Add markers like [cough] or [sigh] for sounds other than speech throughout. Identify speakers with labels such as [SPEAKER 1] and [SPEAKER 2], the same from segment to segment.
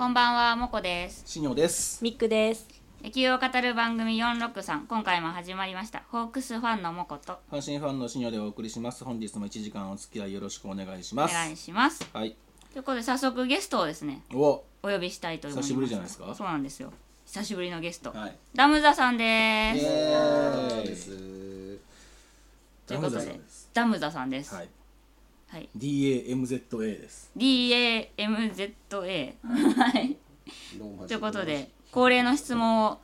[SPEAKER 1] もこです
[SPEAKER 2] しにょです
[SPEAKER 3] ミックです。
[SPEAKER 1] 野球を語る番組463今回も始まりましたホークスファンのもこと
[SPEAKER 2] 阪神ファンのしにょでお送りします本日も1時間お付き合いよろしくお願いし
[SPEAKER 1] お
[SPEAKER 2] ます
[SPEAKER 1] 願いします
[SPEAKER 2] はい
[SPEAKER 1] ということで早速ゲストをですね
[SPEAKER 2] お
[SPEAKER 1] お呼びしたいと思います
[SPEAKER 2] 久しぶりじゃないですか
[SPEAKER 1] そうなんですよ久しぶりのゲスト、
[SPEAKER 2] はい
[SPEAKER 1] ダムザさんで
[SPEAKER 2] イ
[SPEAKER 1] す
[SPEAKER 2] エーイ
[SPEAKER 4] す
[SPEAKER 1] ということ
[SPEAKER 2] ダムザさ
[SPEAKER 1] で
[SPEAKER 2] んです
[SPEAKER 1] ダムザさんです
[SPEAKER 2] はい
[SPEAKER 1] はい
[SPEAKER 2] DAMZA です
[SPEAKER 1] DAMZA はいということで恒例の質問を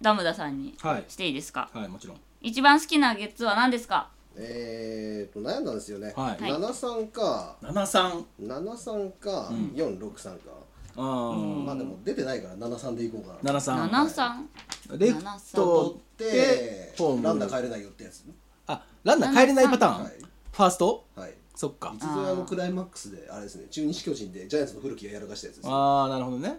[SPEAKER 1] ダムザさんに
[SPEAKER 2] はい
[SPEAKER 1] していいですか、
[SPEAKER 2] はいもちろん
[SPEAKER 1] 一番好きなゲッツは何ですか
[SPEAKER 4] えーと悩んだんですよね、
[SPEAKER 2] はい
[SPEAKER 1] はい
[SPEAKER 4] 七三か
[SPEAKER 2] 73
[SPEAKER 4] 73か463か、
[SPEAKER 2] あー
[SPEAKER 4] まあでも出てないから73でいこうかな
[SPEAKER 2] 73
[SPEAKER 1] 73
[SPEAKER 2] レフト
[SPEAKER 4] 取って
[SPEAKER 2] でホーム
[SPEAKER 4] ランナー帰れないよってやつ
[SPEAKER 2] あランナー帰れないパターン
[SPEAKER 4] はい
[SPEAKER 2] ファースト
[SPEAKER 4] はい
[SPEAKER 2] そっか
[SPEAKER 4] 実はあのクライマックスであれですね中日巨人でジャイアンツの古木がやらかしたやつです
[SPEAKER 2] ああなるほどね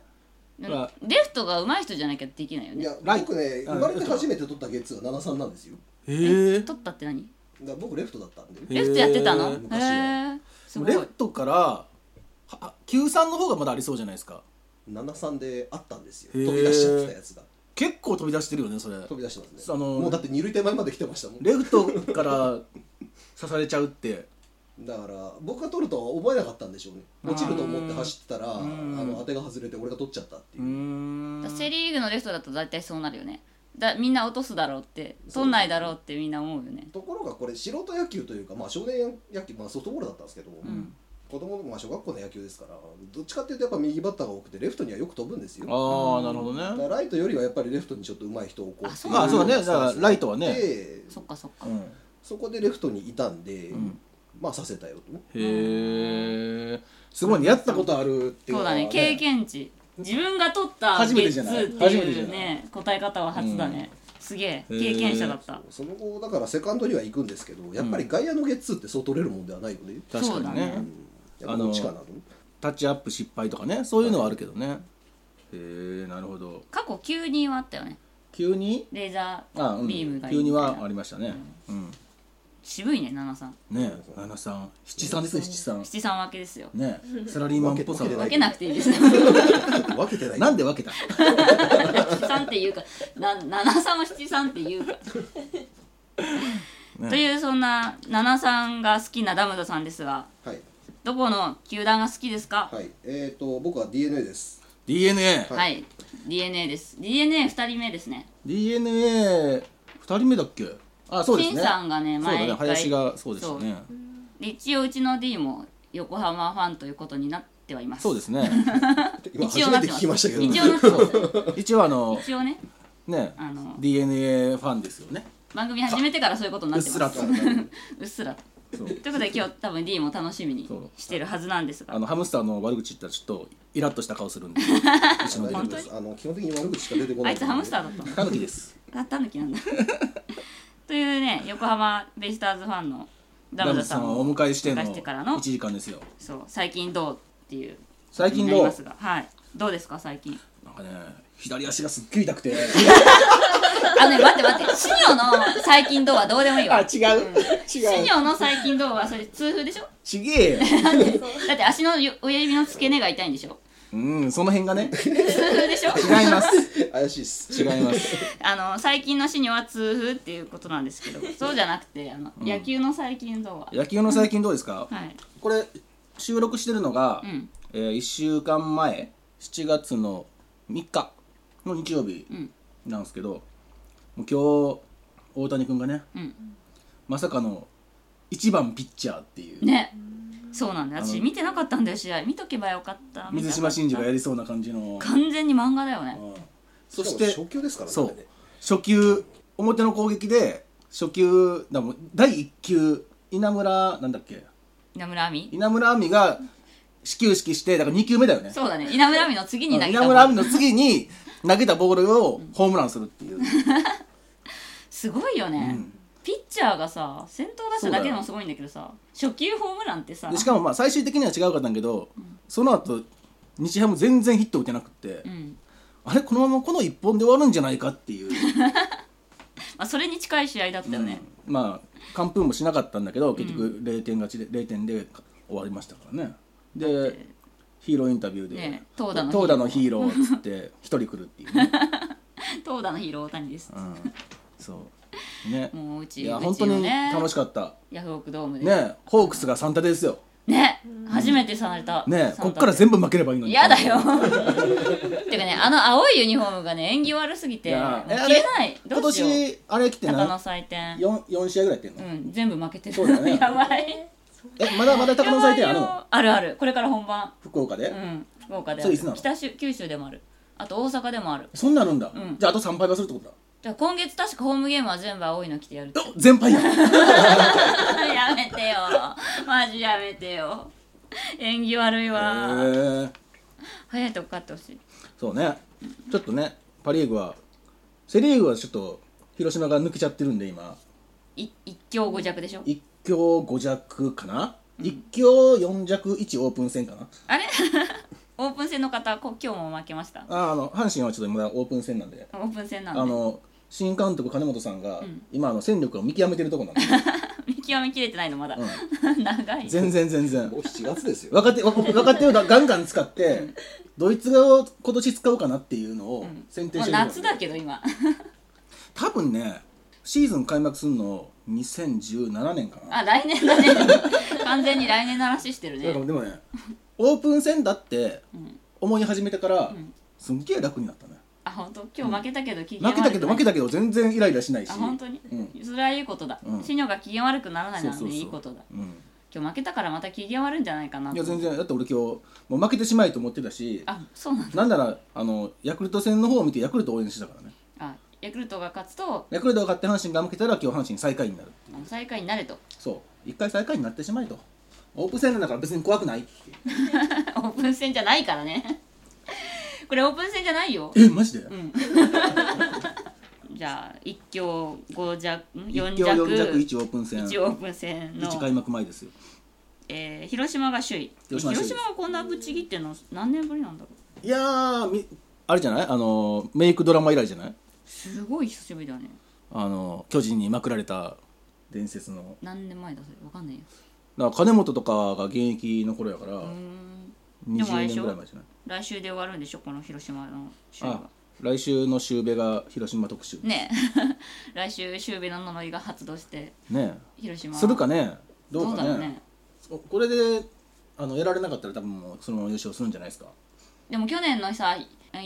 [SPEAKER 1] で
[SPEAKER 2] ほら
[SPEAKER 1] もレフトが上手い人じゃなきゃできないよ
[SPEAKER 4] い
[SPEAKER 1] ね
[SPEAKER 4] や
[SPEAKER 2] ライ
[SPEAKER 4] 僕ね
[SPEAKER 2] うん
[SPEAKER 4] 生まれて初めて取ったゲッツーは73なんですよ
[SPEAKER 2] へえ
[SPEAKER 1] 取ったって何
[SPEAKER 4] だから僕レフトだったんで
[SPEAKER 2] へー
[SPEAKER 1] レフトやってたのへ
[SPEAKER 4] 昔は
[SPEAKER 1] えすごい
[SPEAKER 2] レフトからはあ93の方がまだありそうじゃないですか
[SPEAKER 4] 73であったんですよ
[SPEAKER 2] へー
[SPEAKER 4] 飛び出しちゃってたやつが
[SPEAKER 2] 結構飛び出してるよねそれ
[SPEAKER 4] 飛び出してますね
[SPEAKER 2] あのー
[SPEAKER 4] もうだって二塁手前まで来てましたもん
[SPEAKER 2] レフトから刺されちゃうって
[SPEAKER 4] だから僕が取るとは思えなかったんでしょうね落ちると思って走ってたらあ
[SPEAKER 2] ん
[SPEAKER 4] の当てが外れて俺が取っちゃったっていうう
[SPEAKER 1] だ
[SPEAKER 2] ん
[SPEAKER 1] セ・リーグのレフトだと大体そうなるよねだみんな落とすだろうって取んないだろうってみんな思うよね
[SPEAKER 4] ところがこれ素人野球というかまあ少年野球まあソフトボールだったんですけど子供のまあ小学校の野球ですからどっちかっていうとやっぱ右バッターが多くてレフトにはよく飛ぶんですよ
[SPEAKER 2] ああなるほど
[SPEAKER 4] だから
[SPEAKER 2] ね
[SPEAKER 4] ライトよりはやっぱりレフトにちょっと上手い人を置こうってい
[SPEAKER 1] あ
[SPEAKER 2] あそうだね
[SPEAKER 4] スタンス
[SPEAKER 2] だからライトはね
[SPEAKER 4] で
[SPEAKER 1] そっかそっか、
[SPEAKER 2] うん
[SPEAKER 4] そこでレフトにいたんで
[SPEAKER 2] ん
[SPEAKER 4] まあさせたよと
[SPEAKER 2] へえすごいねやったことあるって
[SPEAKER 1] そ
[SPEAKER 2] いう
[SPEAKER 1] う
[SPEAKER 2] の
[SPEAKER 1] だ
[SPEAKER 2] は
[SPEAKER 1] ね経験値自分が取った
[SPEAKER 2] 初め
[SPEAKER 1] ゲ
[SPEAKER 2] て
[SPEAKER 1] ッツ
[SPEAKER 2] じゃない
[SPEAKER 1] ーって
[SPEAKER 2] 初めてじ
[SPEAKER 1] い
[SPEAKER 2] ゃ
[SPEAKER 1] う
[SPEAKER 2] ない
[SPEAKER 1] ね答え方は初だね、すげえ
[SPEAKER 2] へー
[SPEAKER 1] 経験者だった
[SPEAKER 4] その後だからセカンドには行くんですけどやっぱり外野のゲッツーってそう取れるもんではないよね
[SPEAKER 2] 確かに
[SPEAKER 1] そ
[SPEAKER 2] ね
[SPEAKER 1] うだね
[SPEAKER 4] やっぱどっちかなと
[SPEAKER 2] タッチアップ失敗とかねそういうのはあるけどねへえなるほど
[SPEAKER 1] 過去9人はあったよね
[SPEAKER 2] 急に
[SPEAKER 1] レーザ
[SPEAKER 2] あう
[SPEAKER 1] ー
[SPEAKER 2] ん
[SPEAKER 1] ビームがいい
[SPEAKER 2] 急に
[SPEAKER 1] みたいな
[SPEAKER 2] はありましたねうん
[SPEAKER 1] 渋いね7三
[SPEAKER 2] ね73七三ですね七三
[SPEAKER 1] 七三分けですよ
[SPEAKER 2] ねサラリーマンっぽさ
[SPEAKER 4] 分けてな
[SPEAKER 1] 分
[SPEAKER 4] い
[SPEAKER 1] けなくていいです
[SPEAKER 4] 分けてない
[SPEAKER 2] なんで分けた
[SPEAKER 1] 七三っていうかな七三を七三っていうか、
[SPEAKER 2] ね
[SPEAKER 1] というそんな七三が好きなダムザさんですが
[SPEAKER 4] はい、
[SPEAKER 1] どこの球団が好きですか
[SPEAKER 4] はい、えっ、ー、と僕は DNA です
[SPEAKER 2] DNA
[SPEAKER 1] はい、DNA です DNA2 人目ですね
[SPEAKER 2] DNA 二人目だっけあそうですね
[SPEAKER 1] 金さんがね
[SPEAKER 2] そうだ
[SPEAKER 1] 毎
[SPEAKER 2] ね
[SPEAKER 1] 回
[SPEAKER 2] 林がそうでしたね
[SPEAKER 1] で一応うちの D も横浜ファンということになってはいます
[SPEAKER 2] そうですね [laughs]
[SPEAKER 4] 今
[SPEAKER 1] 一応
[SPEAKER 4] 初
[SPEAKER 1] なって
[SPEAKER 4] めて
[SPEAKER 1] ま
[SPEAKER 4] 聞
[SPEAKER 1] す
[SPEAKER 4] きましたけど、
[SPEAKER 1] 一応なってます
[SPEAKER 2] 一応あの [laughs]
[SPEAKER 1] 一応ね
[SPEAKER 2] ね
[SPEAKER 1] あの
[SPEAKER 2] DNA ファンですよね
[SPEAKER 1] 番組始めてからそういうことにな
[SPEAKER 2] う
[SPEAKER 1] っ
[SPEAKER 2] っ
[SPEAKER 1] てます
[SPEAKER 2] らと
[SPEAKER 1] うっすらと
[SPEAKER 2] そう
[SPEAKER 1] ということで今日多分 D も楽しみに
[SPEAKER 2] そう
[SPEAKER 1] してるはずなんですが
[SPEAKER 2] あのハムスターの悪口言ったらちょっとイラッとした顔す
[SPEAKER 1] [laughs]
[SPEAKER 2] るんでうちの
[SPEAKER 4] 大丈
[SPEAKER 2] ね
[SPEAKER 4] 夫ですあの基本的に悪口しか出てこな
[SPEAKER 1] あ
[SPEAKER 4] い
[SPEAKER 1] いつハムスターだ
[SPEAKER 4] っ
[SPEAKER 1] ったの
[SPEAKER 2] タヌキです
[SPEAKER 1] あタヌキなんだ [laughs] というね横浜ベイスターズファンのダ
[SPEAKER 2] ダ
[SPEAKER 1] ムザ
[SPEAKER 2] ムズ
[SPEAKER 1] さ
[SPEAKER 2] さ
[SPEAKER 1] ん
[SPEAKER 2] ん
[SPEAKER 1] を
[SPEAKER 2] をお迎えしての
[SPEAKER 1] お迎えしてからの
[SPEAKER 2] 1時間ですよ
[SPEAKER 1] そう最近どうっていう
[SPEAKER 2] 最近
[SPEAKER 1] にな
[SPEAKER 2] ど
[SPEAKER 1] り
[SPEAKER 2] う
[SPEAKER 1] ますがはいどうですか最近
[SPEAKER 2] なんかね左足がすっきり痛くて
[SPEAKER 1] [laughs] あのね待って待ってシニョの最近どうはどうでもいいわ
[SPEAKER 2] 違う
[SPEAKER 1] シニョの最近どうはそれ痛風でしょ
[SPEAKER 2] ちげえよ
[SPEAKER 1] だって足のよ親指の付け根が痛いんでしょ
[SPEAKER 2] うんその辺がね
[SPEAKER 1] 痛風でしょ
[SPEAKER 2] 違います
[SPEAKER 4] た怪しいっす
[SPEAKER 2] 違います
[SPEAKER 1] あの最近のシニョは痛風っていうことなんですけどそうじゃなくてあの、野球の最近どうは
[SPEAKER 2] 野球の最近どうですか
[SPEAKER 1] はい
[SPEAKER 2] これ収録してるのが、
[SPEAKER 1] うん
[SPEAKER 2] え1週間前7月の3日の日曜日
[SPEAKER 1] ん
[SPEAKER 2] なんですけど、もう今日大谷君がね
[SPEAKER 1] うん
[SPEAKER 2] まさかの1番ピッチャーっていう、
[SPEAKER 1] ねそうなんだよ私
[SPEAKER 2] あの
[SPEAKER 1] 見てなかったんだよ試合見とけばよかった
[SPEAKER 2] 水島
[SPEAKER 1] 見た
[SPEAKER 2] 新司
[SPEAKER 1] かっ
[SPEAKER 2] がやりそうな感じの、
[SPEAKER 1] た完全に漫画だよね
[SPEAKER 2] うんそ
[SPEAKER 4] そし
[SPEAKER 2] してて
[SPEAKER 4] 初級ですからね
[SPEAKER 2] そ
[SPEAKER 4] あれ
[SPEAKER 2] う
[SPEAKER 4] ね
[SPEAKER 2] 初球表の攻撃で初球だもん第1球稲村なんだっけ
[SPEAKER 1] 稲村亜美
[SPEAKER 2] 稲村亜美が始球式してだから2球目だよね
[SPEAKER 1] そうだね稲村亜美の次に投げ
[SPEAKER 2] 稲
[SPEAKER 1] たボ
[SPEAKER 2] 村亜
[SPEAKER 1] ール
[SPEAKER 2] 美の次に投げたボールをホームランするっていう、
[SPEAKER 1] すごいよね、
[SPEAKER 2] うん
[SPEAKER 1] ピッチャーがさ先頭打者だけでもすごいんだけどさ初球ホームランってさ
[SPEAKER 2] でしかもまあ最終的には違うかったんだけど、その後日ハム全然ヒット打てなくて、
[SPEAKER 1] うん
[SPEAKER 2] あれこのままこの1本で終わるんじゃないかっていう、
[SPEAKER 1] まあ、それに近い試合だったよね、
[SPEAKER 2] まあ完封もしなかったんだけど結局0点勝ちで0点で終わりましたからねでヒーローインタビューで、
[SPEAKER 1] ね
[SPEAKER 2] 投
[SPEAKER 1] 投
[SPEAKER 2] 打
[SPEAKER 1] 打の
[SPEAKER 2] のヒーローっつって一人来るってい
[SPEAKER 1] [laughs]
[SPEAKER 2] うね、
[SPEAKER 1] 投打のヒーロー大谷です
[SPEAKER 2] う、ん、そうね
[SPEAKER 1] もううち
[SPEAKER 2] いや
[SPEAKER 1] う
[SPEAKER 2] 本
[SPEAKER 1] ち
[SPEAKER 2] 当
[SPEAKER 1] の
[SPEAKER 2] に
[SPEAKER 1] ね
[SPEAKER 2] 楽しかった
[SPEAKER 1] ヤフオクドームで
[SPEAKER 2] ねホークスがサンタですよ
[SPEAKER 1] ね初めてされたサン
[SPEAKER 2] ね
[SPEAKER 1] タ
[SPEAKER 2] こっから全部負ければいいのに
[SPEAKER 1] 嫌だよ [laughs] てかねあの青いユニフォームがね縁起悪すぎ
[SPEAKER 2] い
[SPEAKER 1] ても
[SPEAKER 2] や
[SPEAKER 1] う
[SPEAKER 2] えあ
[SPEAKER 1] 着
[SPEAKER 2] れ
[SPEAKER 1] れないど
[SPEAKER 2] 今
[SPEAKER 1] うしよう
[SPEAKER 2] 年あれ来て
[SPEAKER 1] 鷹の
[SPEAKER 2] な
[SPEAKER 1] 祭典
[SPEAKER 2] 四四試合ぐらいやってん
[SPEAKER 1] う
[SPEAKER 2] の、
[SPEAKER 1] ん全部負けてる
[SPEAKER 2] そうだよね
[SPEAKER 1] [laughs] やばい
[SPEAKER 2] えまだまだ高野祭典あ
[SPEAKER 1] やば
[SPEAKER 2] る
[SPEAKER 1] い
[SPEAKER 2] の
[SPEAKER 1] よあるあるこれから本番
[SPEAKER 2] 福岡で、
[SPEAKER 1] うん福岡であ
[SPEAKER 2] そ
[SPEAKER 1] る
[SPEAKER 2] れいつなの
[SPEAKER 1] 北州九州でもあるあと大阪でもある
[SPEAKER 2] そんなんあるんだ、
[SPEAKER 1] うん
[SPEAKER 2] じゃああと3敗はするってことだ
[SPEAKER 1] だから今月確かホームゲームは全部青いの着
[SPEAKER 2] [laughs]
[SPEAKER 1] てやるって
[SPEAKER 2] お全敗や
[SPEAKER 1] [laughs]
[SPEAKER 2] ん
[SPEAKER 1] やめてよマジやめてよ縁起悪いわ、
[SPEAKER 2] へえ
[SPEAKER 1] 早いとこ勝ってほしい
[SPEAKER 2] そうねちょっとねパ・リーグはセ・リーグはちょっと広島が抜けちゃってるんで今
[SPEAKER 1] い一強五弱でしょ
[SPEAKER 2] 一強五弱かな、一強四弱一オープン戦かな
[SPEAKER 1] あれオープン戦の方こ今日も負けました
[SPEAKER 2] ああの阪神はちょっとまだオープン戦なんで
[SPEAKER 1] オープン戦な
[SPEAKER 2] あ
[SPEAKER 1] んで
[SPEAKER 2] の新監督金本さんが、
[SPEAKER 1] ん
[SPEAKER 2] 今あの戦力を見極めてると
[SPEAKER 1] [laughs]
[SPEAKER 2] こなんで、
[SPEAKER 1] [laughs] 見極めきれてないのまだ、 [laughs] 長い
[SPEAKER 2] 全然全然
[SPEAKER 4] もう7月ですよ
[SPEAKER 2] 若手若若手をガンガン使ってドイツ側を今年使おうかなっていうのを選定
[SPEAKER 1] も
[SPEAKER 2] し
[SPEAKER 1] う
[SPEAKER 2] てる、
[SPEAKER 1] 夏だけど今
[SPEAKER 2] 多分ねシーズン開幕するの2017年かな
[SPEAKER 1] あ来年
[SPEAKER 2] [laughs]
[SPEAKER 1] だね完全に来年の話してる
[SPEAKER 2] だか
[SPEAKER 1] ね
[SPEAKER 2] らでもねオープン戦だって
[SPEAKER 1] ん
[SPEAKER 2] 思い始めてから、
[SPEAKER 1] ん
[SPEAKER 2] すんげえ楽になったね
[SPEAKER 1] あ本当今日負けたけど機嫌
[SPEAKER 2] 負
[SPEAKER 1] 悪く
[SPEAKER 2] け
[SPEAKER 1] な
[SPEAKER 2] た
[SPEAKER 1] い
[SPEAKER 2] けど負けたけど全然イライラしないし
[SPEAKER 1] あ本当に、
[SPEAKER 2] う
[SPEAKER 1] それはいいことだ
[SPEAKER 2] うん
[SPEAKER 1] シニョが機嫌悪くならないなん
[SPEAKER 2] そ
[SPEAKER 1] て
[SPEAKER 2] うそうそう
[SPEAKER 1] いいことだ
[SPEAKER 2] うん
[SPEAKER 1] 今日負けたからまた機嫌悪いんじゃないかないと
[SPEAKER 2] や全然だって俺今日もう負けてしまえと思ってたし
[SPEAKER 1] あそうなんだ
[SPEAKER 2] なんならあのヤクルト戦の方を見てヤクルトを応援してたからね
[SPEAKER 1] あヤクルトが勝つと
[SPEAKER 2] ヤクルトが勝って阪神が負けたら今日阪神最下位になる
[SPEAKER 1] あの最下位になれと [laughs]
[SPEAKER 2] そう一回最下位になってしまえとオープン戦なんだから別に怖くないっていう
[SPEAKER 1] オープン戦じゃないからね [laughs] これオープン戦じゃないよ
[SPEAKER 2] えマジで、
[SPEAKER 1] じゃあ一強五弱ん
[SPEAKER 2] 一
[SPEAKER 1] 四
[SPEAKER 2] 強
[SPEAKER 1] 弱
[SPEAKER 2] 4弱1オープン戦
[SPEAKER 1] 一オープン戦の
[SPEAKER 2] 一、開幕前ですよ
[SPEAKER 1] えー広島が首位
[SPEAKER 2] 広島首位
[SPEAKER 1] 広島がこんなぶっちぎってんの何年ぶりなんだろう
[SPEAKER 2] いやーみあれじゃないあのーメイクドラマ以来じゃない
[SPEAKER 1] すごい久しぶりだね
[SPEAKER 2] あのー巨人にまくられた伝説の
[SPEAKER 1] 何年前だそれわかんないよ
[SPEAKER 2] だから金本とかが現役の頃やから
[SPEAKER 1] うーんでもあ
[SPEAKER 2] 20
[SPEAKER 1] れでし
[SPEAKER 2] 年
[SPEAKER 1] ょ
[SPEAKER 2] ぐらい前じゃない
[SPEAKER 1] 来週で終わるんでしょこの広島の首位
[SPEAKER 2] あ
[SPEAKER 1] は
[SPEAKER 2] 来週の週べが広島特集
[SPEAKER 1] ね
[SPEAKER 2] ね
[SPEAKER 1] [laughs] え来週シュウベの呪いが発動して広島
[SPEAKER 2] するかねどうか
[SPEAKER 1] だろ
[SPEAKER 2] ね
[SPEAKER 1] うね
[SPEAKER 2] おこれであのやられなかったら多分もうそのまま優勝するんじゃないですか
[SPEAKER 1] でも去年のさ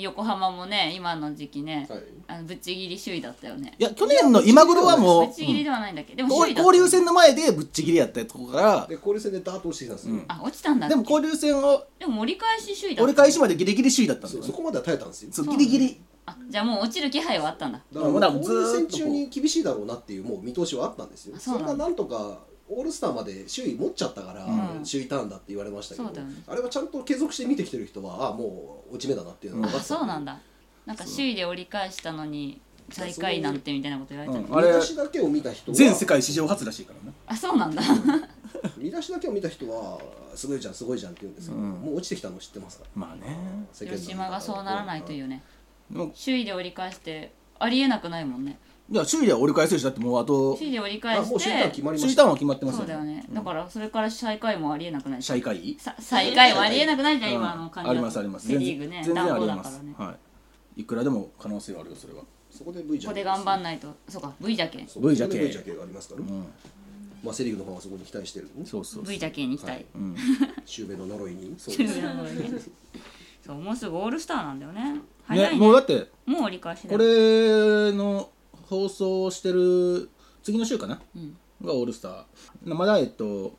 [SPEAKER 1] 横浜もね今の時期ね、
[SPEAKER 4] はい
[SPEAKER 1] あのぶっちぎり首位だったよね
[SPEAKER 2] いや去年の今頃はもう
[SPEAKER 1] ぶっちぎりではないんだっけど、でも
[SPEAKER 2] こう
[SPEAKER 1] 首位だった
[SPEAKER 2] 交流戦の前でぶっちぎりやったとこか
[SPEAKER 4] で交流戦でダーッと落ちてきたんですよ、
[SPEAKER 1] あ落ちたんだ
[SPEAKER 2] ら
[SPEAKER 1] っけ
[SPEAKER 2] でも交流戦を
[SPEAKER 1] でも折り返し首位だった
[SPEAKER 2] 折り返しまでギリギリ首位だったんだ
[SPEAKER 4] そ
[SPEAKER 2] よ、
[SPEAKER 4] そ
[SPEAKER 2] ね、
[SPEAKER 4] こまでは耐えたんですよ
[SPEAKER 2] そう
[SPEAKER 1] そう
[SPEAKER 2] ギリギリ
[SPEAKER 1] あじゃあもう落ちる気配はあったんだ
[SPEAKER 4] だから
[SPEAKER 2] もうだから
[SPEAKER 4] 交流
[SPEAKER 2] ずー
[SPEAKER 4] 戦
[SPEAKER 2] っとこう
[SPEAKER 4] 中に厳しいだろうなっていうもう見通しはあったんですよ
[SPEAKER 1] あ
[SPEAKER 4] そ
[SPEAKER 1] そうなんんだ
[SPEAKER 4] ななんとかオールスターまで首位持っちゃったから、
[SPEAKER 1] うん
[SPEAKER 4] 首位ターンだって言われましたけど、
[SPEAKER 1] そうだよね
[SPEAKER 4] あれはちゃんと継続して見てきてる人はああもう落ち目だなっていうのが分か
[SPEAKER 1] あ
[SPEAKER 4] ってた
[SPEAKER 1] そうなんだなんか首位で折り返したのに最下位なんてみたいなこと言われたの
[SPEAKER 2] うん
[SPEAKER 4] 見出しだけを見た人は
[SPEAKER 2] 全世界史上初らしいからね
[SPEAKER 1] あそうなんだ
[SPEAKER 4] 見出しだけを見た人はすごいじゃんすごいじゃんって言うんですけど、
[SPEAKER 2] うん
[SPEAKER 4] もう落ちてきたの知ってますから
[SPEAKER 2] まあね
[SPEAKER 4] 世間の
[SPEAKER 1] 広島がそうならないとい
[SPEAKER 4] うん
[SPEAKER 1] うね
[SPEAKER 2] でも
[SPEAKER 1] 首位で折り返してありえなくないもんね
[SPEAKER 2] いや首位では折り返せるしだってもうあと
[SPEAKER 1] 首位で折り
[SPEAKER 4] あ
[SPEAKER 1] 返
[SPEAKER 4] もう
[SPEAKER 1] し
[SPEAKER 4] 首位ターン決
[SPEAKER 1] て
[SPEAKER 4] まりま
[SPEAKER 2] 首位
[SPEAKER 4] し
[SPEAKER 2] タ
[SPEAKER 4] た
[SPEAKER 2] ーンは決まってます
[SPEAKER 1] そうだよねだからそれから最下位もありえなくない
[SPEAKER 2] 社会会
[SPEAKER 1] さ最下位もありえなくないじゃん、今の感じ
[SPEAKER 2] ありますあります
[SPEAKER 1] セ・リーグね
[SPEAKER 2] 全然全然
[SPEAKER 1] 暖
[SPEAKER 2] あ
[SPEAKER 1] 房
[SPEAKER 2] り
[SPEAKER 1] だ
[SPEAKER 2] ま
[SPEAKER 1] から
[SPEAKER 2] す
[SPEAKER 1] ねこ
[SPEAKER 2] はいいくらでも可能性はあるよそれは
[SPEAKER 4] そこで V じゃ
[SPEAKER 1] こで頑張んないとそうか V じゃけ
[SPEAKER 4] そう
[SPEAKER 2] V じゃけ
[SPEAKER 4] V じゃけがありますから、
[SPEAKER 2] ん
[SPEAKER 4] まあ、セ・リーグの方はそこに期待してるんで
[SPEAKER 2] そうそうそう
[SPEAKER 1] V じゃけに行きた
[SPEAKER 4] はい
[SPEAKER 1] い
[SPEAKER 2] うん
[SPEAKER 4] シュウベの呪いにそう
[SPEAKER 1] シュ
[SPEAKER 4] で
[SPEAKER 1] ウ
[SPEAKER 4] す
[SPEAKER 1] ベの呪いねそうもうすぐオールスターなんだよね早いね
[SPEAKER 2] ねも
[SPEAKER 1] もう
[SPEAKER 2] うだって
[SPEAKER 1] 折り返しだ
[SPEAKER 2] こ
[SPEAKER 1] よ
[SPEAKER 2] れの放送してる次の週かな、
[SPEAKER 1] ん
[SPEAKER 2] がオールスターまだえっと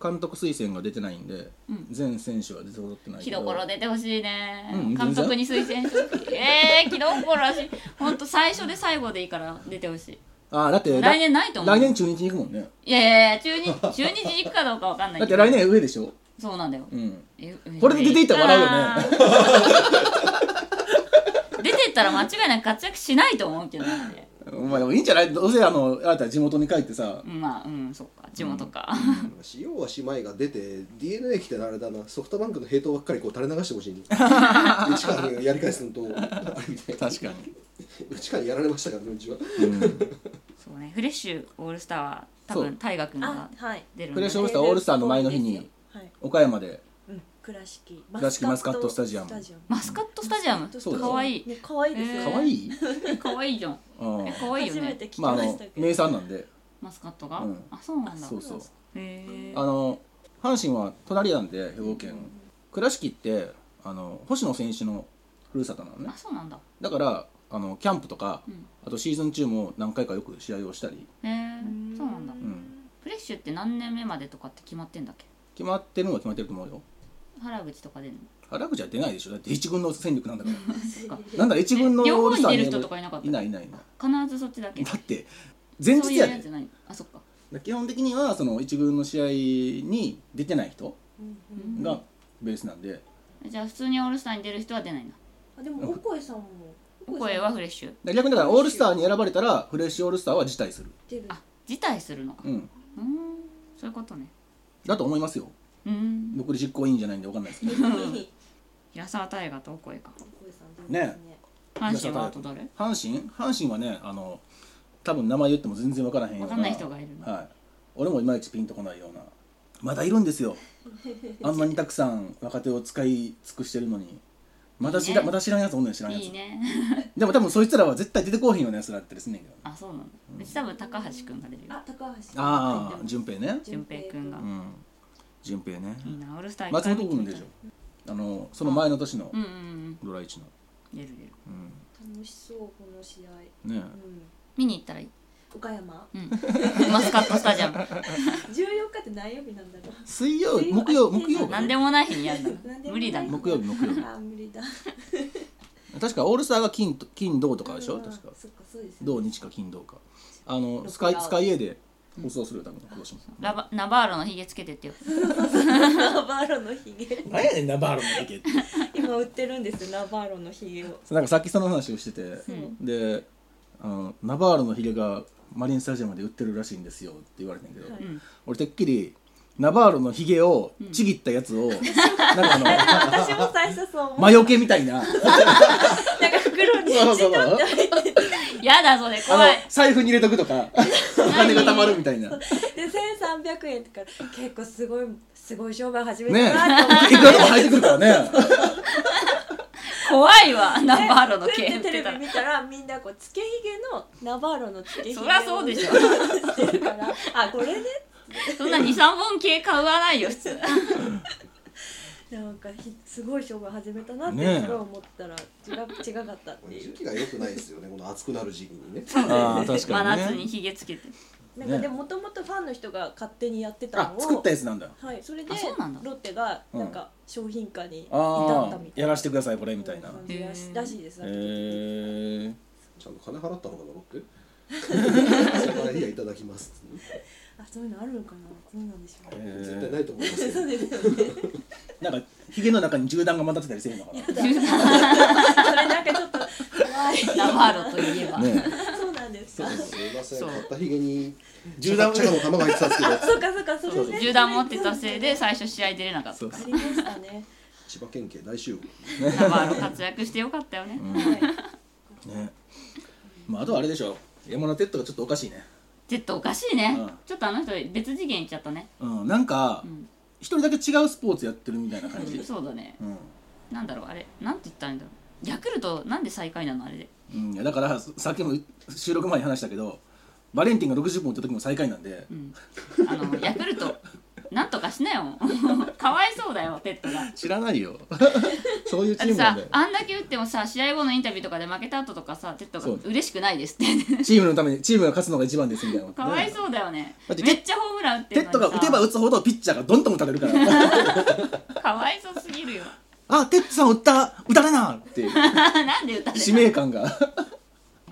[SPEAKER 2] 監督推薦が出てないんで、全選手は出てこってない
[SPEAKER 1] 木
[SPEAKER 2] けど
[SPEAKER 1] 所出てほしいね、
[SPEAKER 2] うん
[SPEAKER 1] 監督に推薦してほしいええー、木所しほんと最初で最後でいいから出てほしい
[SPEAKER 2] ああだって
[SPEAKER 1] 来年ないと思う
[SPEAKER 2] 来年中日に行くもんね
[SPEAKER 1] いやいやいや中日
[SPEAKER 2] [laughs]
[SPEAKER 1] 中日に行くかどうかわかんない
[SPEAKER 2] だっ
[SPEAKER 1] け
[SPEAKER 2] て
[SPEAKER 1] ど
[SPEAKER 2] 来年上でしょ、
[SPEAKER 1] そうなんだよ、
[SPEAKER 2] うん、
[SPEAKER 1] え
[SPEAKER 2] これで出ていったら笑うよね
[SPEAKER 1] ね出てったら間違いなく活躍しないと思うけどね
[SPEAKER 2] まあでもいいんじゃないどうせあのあなた地元に帰ってさ、
[SPEAKER 1] うんまあうんそっか地元か、
[SPEAKER 4] 塩は姉妹が出て d n a 来てあれだなソフトバンクの平等ばっかりこう垂れ流してほしいね内川にやり返すのとあれみたいな
[SPEAKER 2] 確か
[SPEAKER 4] 内川にやられましたからねうちは
[SPEAKER 2] に、うん、フ
[SPEAKER 1] [laughs] そうねフレッシュオールスターは多
[SPEAKER 2] そう
[SPEAKER 1] 分大河君が
[SPEAKER 3] あはい
[SPEAKER 1] 出るん
[SPEAKER 2] レッ
[SPEAKER 1] で
[SPEAKER 2] シュオールスターオールスターの前の日に
[SPEAKER 3] はい
[SPEAKER 2] 岡山で
[SPEAKER 3] うん倉敷
[SPEAKER 2] 倉敷マスカットスタジアム
[SPEAKER 1] マスカットスタジアム
[SPEAKER 2] そうだ
[SPEAKER 1] かわいい
[SPEAKER 3] ね可愛いです
[SPEAKER 1] え
[SPEAKER 3] よね
[SPEAKER 1] ー
[SPEAKER 2] 可愛
[SPEAKER 1] [laughs]
[SPEAKER 2] い
[SPEAKER 1] かわいいじゃん
[SPEAKER 2] うん
[SPEAKER 1] えかわいいよ
[SPEAKER 3] 初め
[SPEAKER 1] ね
[SPEAKER 3] て聞き
[SPEAKER 2] まああ
[SPEAKER 3] まし
[SPEAKER 2] の
[SPEAKER 3] たけど
[SPEAKER 2] 名産なんで
[SPEAKER 1] マスカットが、
[SPEAKER 2] うん
[SPEAKER 1] あそうなんだ
[SPEAKER 2] そうそう
[SPEAKER 1] へえ
[SPEAKER 2] あの阪神は隣なんで兵庫県倉敷ってあの星野選手のふるさとなのね
[SPEAKER 1] あそうなんだ
[SPEAKER 2] だからあのキャンプとか
[SPEAKER 1] うん
[SPEAKER 2] あとシーズン中も何回かよく試合をしたり
[SPEAKER 1] へえそうなんだ
[SPEAKER 2] ん
[SPEAKER 1] フレッシュって何年目までとかって決まってんだっけ
[SPEAKER 2] 決まってるのは決まってると思うよ
[SPEAKER 1] 原口とか出るの
[SPEAKER 2] 原口は出ないでしょだって一軍の戦力なんだから
[SPEAKER 1] か
[SPEAKER 2] なんだら一軍の
[SPEAKER 1] 両
[SPEAKER 2] オ
[SPEAKER 1] 方
[SPEAKER 2] ール
[SPEAKER 1] に
[SPEAKER 2] スター
[SPEAKER 1] 出
[SPEAKER 2] に
[SPEAKER 1] る人とかいなかった
[SPEAKER 2] いないいないいない
[SPEAKER 1] 必ずそっちだけ
[SPEAKER 2] だって前
[SPEAKER 1] そう
[SPEAKER 2] 日
[SPEAKER 1] いう
[SPEAKER 2] や
[SPEAKER 1] や
[SPEAKER 2] で
[SPEAKER 1] つないあそっか
[SPEAKER 2] 基本的にはその一軍の試合に出てない人
[SPEAKER 3] うんうん
[SPEAKER 1] ん
[SPEAKER 2] がベースなんで、
[SPEAKER 1] じゃあ普通にオールスターに出る人は出ないんだ
[SPEAKER 3] あでもお声さんも
[SPEAKER 1] お声はフレッシュ
[SPEAKER 2] で逆にだからオールスターに選ばれたらフレッシュオールスターは辞退する、
[SPEAKER 3] 出る
[SPEAKER 1] あ辞退するのか
[SPEAKER 2] うん、
[SPEAKER 1] うーんそういうことね
[SPEAKER 2] だと思いますよ
[SPEAKER 1] うーん
[SPEAKER 2] 僕実行委員じゃないんで分かんないですけど
[SPEAKER 3] お声
[SPEAKER 1] 平沢大河とお声か
[SPEAKER 3] さん出るんですね
[SPEAKER 1] 阪神はあと誰
[SPEAKER 2] 阪神阪神はねあの多分名前言っても全然分からへんよう
[SPEAKER 1] わかんない人がいるの
[SPEAKER 2] はい、俺もいまいちピンとこないようなまだいる
[SPEAKER 1] [laughs]
[SPEAKER 2] んですよあんなにたくさん若手を使い尽くしてるのにまだ知ら
[SPEAKER 1] いいね
[SPEAKER 2] まだ知らんやつおんねん知らんやつ
[SPEAKER 1] いいね
[SPEAKER 2] でも多分そいつらは絶対出てこうへんようなやつらってですねんけど
[SPEAKER 1] あそうなんだうち多分高橋くんが出るよ
[SPEAKER 3] あ高橋
[SPEAKER 2] ああ順平ね
[SPEAKER 1] 順平くんが
[SPEAKER 2] うん順平ね
[SPEAKER 1] いいなオールスター
[SPEAKER 2] 松本君
[SPEAKER 1] 君
[SPEAKER 2] でしょあのその前の年の
[SPEAKER 1] うんうんうん
[SPEAKER 2] ドライチの
[SPEAKER 1] 出る出る
[SPEAKER 2] う
[SPEAKER 3] 楽しそうこの試合
[SPEAKER 2] んね
[SPEAKER 3] うん
[SPEAKER 1] 見に行ったらいい
[SPEAKER 3] 岡山
[SPEAKER 1] うん [laughs] マスカットスタジアム
[SPEAKER 3] 14日って何曜日なんだろ
[SPEAKER 2] 水曜
[SPEAKER 3] 水曜
[SPEAKER 2] 木曜木曜
[SPEAKER 1] なんで
[SPEAKER 2] も
[SPEAKER 1] もない日にやる
[SPEAKER 3] うなん
[SPEAKER 1] の
[SPEAKER 3] でも
[SPEAKER 1] 無理だ
[SPEAKER 3] ない
[SPEAKER 1] な
[SPEAKER 2] 木曜日木曜日
[SPEAKER 3] あー無理だ
[SPEAKER 2] 確かオールスターが金と金銅とかでしょ確か
[SPEAKER 3] そっかそうですよ
[SPEAKER 2] 土
[SPEAKER 3] ね
[SPEAKER 2] 日か金土かあの
[SPEAKER 3] 六
[SPEAKER 2] スカイ
[SPEAKER 3] が
[SPEAKER 2] スカイエーで放送するよ多分今年も
[SPEAKER 1] ラバナバーロのひげつけてってよ
[SPEAKER 3] ナバーロのヒゲ
[SPEAKER 2] 何やねんナバーロの時って
[SPEAKER 3] 今売ってるんですよナバーロのヒゲを
[SPEAKER 2] なんかさっきその話をしてて
[SPEAKER 3] そう
[SPEAKER 2] であのナバーロのヒゲがマリンスタジアムで売ってるらしいんですよって言われてんけど、
[SPEAKER 3] は
[SPEAKER 1] う
[SPEAKER 3] い
[SPEAKER 1] ん
[SPEAKER 2] 俺てっきりナバーロのヒゲをちぎったやつを、なんかあ
[SPEAKER 3] 私も最初そう [laughs]
[SPEAKER 2] の
[SPEAKER 3] 思
[SPEAKER 2] 魔
[SPEAKER 3] う
[SPEAKER 2] 除けみたいな
[SPEAKER 3] なんか袋に
[SPEAKER 2] そうそうそう
[SPEAKER 1] やだそれ
[SPEAKER 2] あの
[SPEAKER 1] 怖い
[SPEAKER 2] 財布に入れとくとかお金が貯まるみたいな
[SPEAKER 3] で1300円とか結構すごいすごい商売始め
[SPEAKER 2] ね
[SPEAKER 3] たなと思っ
[SPEAKER 2] え
[SPEAKER 3] て
[SPEAKER 2] いくらでも入ってくるからね
[SPEAKER 1] 怖いわナバーロの毛
[SPEAKER 3] で
[SPEAKER 1] 売っ
[SPEAKER 3] テ
[SPEAKER 1] て
[SPEAKER 3] レ
[SPEAKER 1] た
[SPEAKER 3] ビ
[SPEAKER 1] ら
[SPEAKER 3] 見たらみんなこうつけひげのナバーロのつけひげ
[SPEAKER 1] そりゃそうでしょ
[SPEAKER 3] してるからあこれね
[SPEAKER 1] そんな23本毛買わないよ普通
[SPEAKER 3] なんかひすごい商売始めたなっ
[SPEAKER 2] ねえ
[SPEAKER 3] てすごい思ったら違違かったってい
[SPEAKER 4] 時
[SPEAKER 3] う
[SPEAKER 4] 期が良くないですよねこの暑くなる時期にね
[SPEAKER 2] ああ確
[SPEAKER 1] 真
[SPEAKER 2] かにね
[SPEAKER 1] 夏にひげつけて
[SPEAKER 3] なんかでもともとファンの人が勝手にやってた
[SPEAKER 2] あ
[SPEAKER 3] のを
[SPEAKER 2] 作ったやつなんだ
[SPEAKER 3] はい、それで
[SPEAKER 1] あそうなんだ
[SPEAKER 3] ロッテがなんか商品化に至っ
[SPEAKER 2] あ
[SPEAKER 3] た
[SPEAKER 2] あ
[SPEAKER 3] みたいな、
[SPEAKER 2] やらしてくださいこれみたいな
[SPEAKER 3] うん
[SPEAKER 2] へ
[SPEAKER 3] 感じらしらしいです、
[SPEAKER 2] え
[SPEAKER 4] ちゃんと金払ったのかなだってお金いやいただきます
[SPEAKER 3] あそういうのあるのかなどうなんでしょう、ね
[SPEAKER 4] 絶対ないと思いますけ
[SPEAKER 3] そ
[SPEAKER 4] ど
[SPEAKER 3] うですよね
[SPEAKER 2] なんかヒゲの中に銃弾が混ざってたりしてるのかな
[SPEAKER 3] それなんかちょっと怖い
[SPEAKER 1] ナバーロといえば、
[SPEAKER 2] ね
[SPEAKER 3] そうなんですか
[SPEAKER 4] すいません
[SPEAKER 1] そう
[SPEAKER 4] 買ったひげに
[SPEAKER 2] 銃弾
[SPEAKER 4] チャカの玉が入ってたんですけど
[SPEAKER 3] そうかそうかそれね
[SPEAKER 1] 銃弾持ってたせいで最初試合出れなかった
[SPEAKER 2] そう
[SPEAKER 3] あ
[SPEAKER 2] そう
[SPEAKER 3] りましたね
[SPEAKER 4] 千葉県警大集合
[SPEAKER 1] ナバーロ活躍してよかったよね
[SPEAKER 2] うん
[SPEAKER 3] はい
[SPEAKER 2] ねまああとはあれでしょ山田テッドがちょっとおかしいね
[SPEAKER 1] ちょっとおかしいね、
[SPEAKER 2] うん
[SPEAKER 1] ちょっとあの人別次元行っちゃったね
[SPEAKER 2] うんなんか
[SPEAKER 1] うん、
[SPEAKER 2] 一人だけ違うスポーツやってるみたいな感じ
[SPEAKER 1] そうだね
[SPEAKER 2] うん
[SPEAKER 1] なんだろうあれなんて言ったらいいんだろうヤクルトなんで最下位なのあれで
[SPEAKER 2] うんいやだからささっきも収録前に話したけどバレンティンが60本打った時も最下位なんで
[SPEAKER 1] うんあのヤクルトなんとかしなよかわいそうだよペットが
[SPEAKER 2] 知らない [laughs] よそういう
[SPEAKER 1] だ
[SPEAKER 2] チ
[SPEAKER 1] って
[SPEAKER 2] ームな
[SPEAKER 1] さ
[SPEAKER 2] んだよ
[SPEAKER 1] あんだけ打ってもさ試合後のインタビューとかで負けた後とかさテッド
[SPEAKER 2] そう
[SPEAKER 1] が嬉しくないですって
[SPEAKER 2] [laughs] チームのためにチームが勝つのが一番ですみたいなこと
[SPEAKER 1] か
[SPEAKER 2] ね
[SPEAKER 1] わいそうだよね
[SPEAKER 2] だって
[SPEAKER 1] めっちゃホームラン打って
[SPEAKER 2] テ
[SPEAKER 1] る
[SPEAKER 2] ッドが
[SPEAKER 1] の
[SPEAKER 2] 打
[SPEAKER 1] に
[SPEAKER 2] てば
[SPEAKER 1] さ
[SPEAKER 2] 打つほどピッチャーがどんどん打たれるから
[SPEAKER 1] かわいそうすぎる
[SPEAKER 2] [laughs]
[SPEAKER 1] よ
[SPEAKER 2] あテッドさん打った打たれなっていう
[SPEAKER 1] なんで打たれ
[SPEAKER 2] 使
[SPEAKER 1] たの
[SPEAKER 2] 命感が [laughs]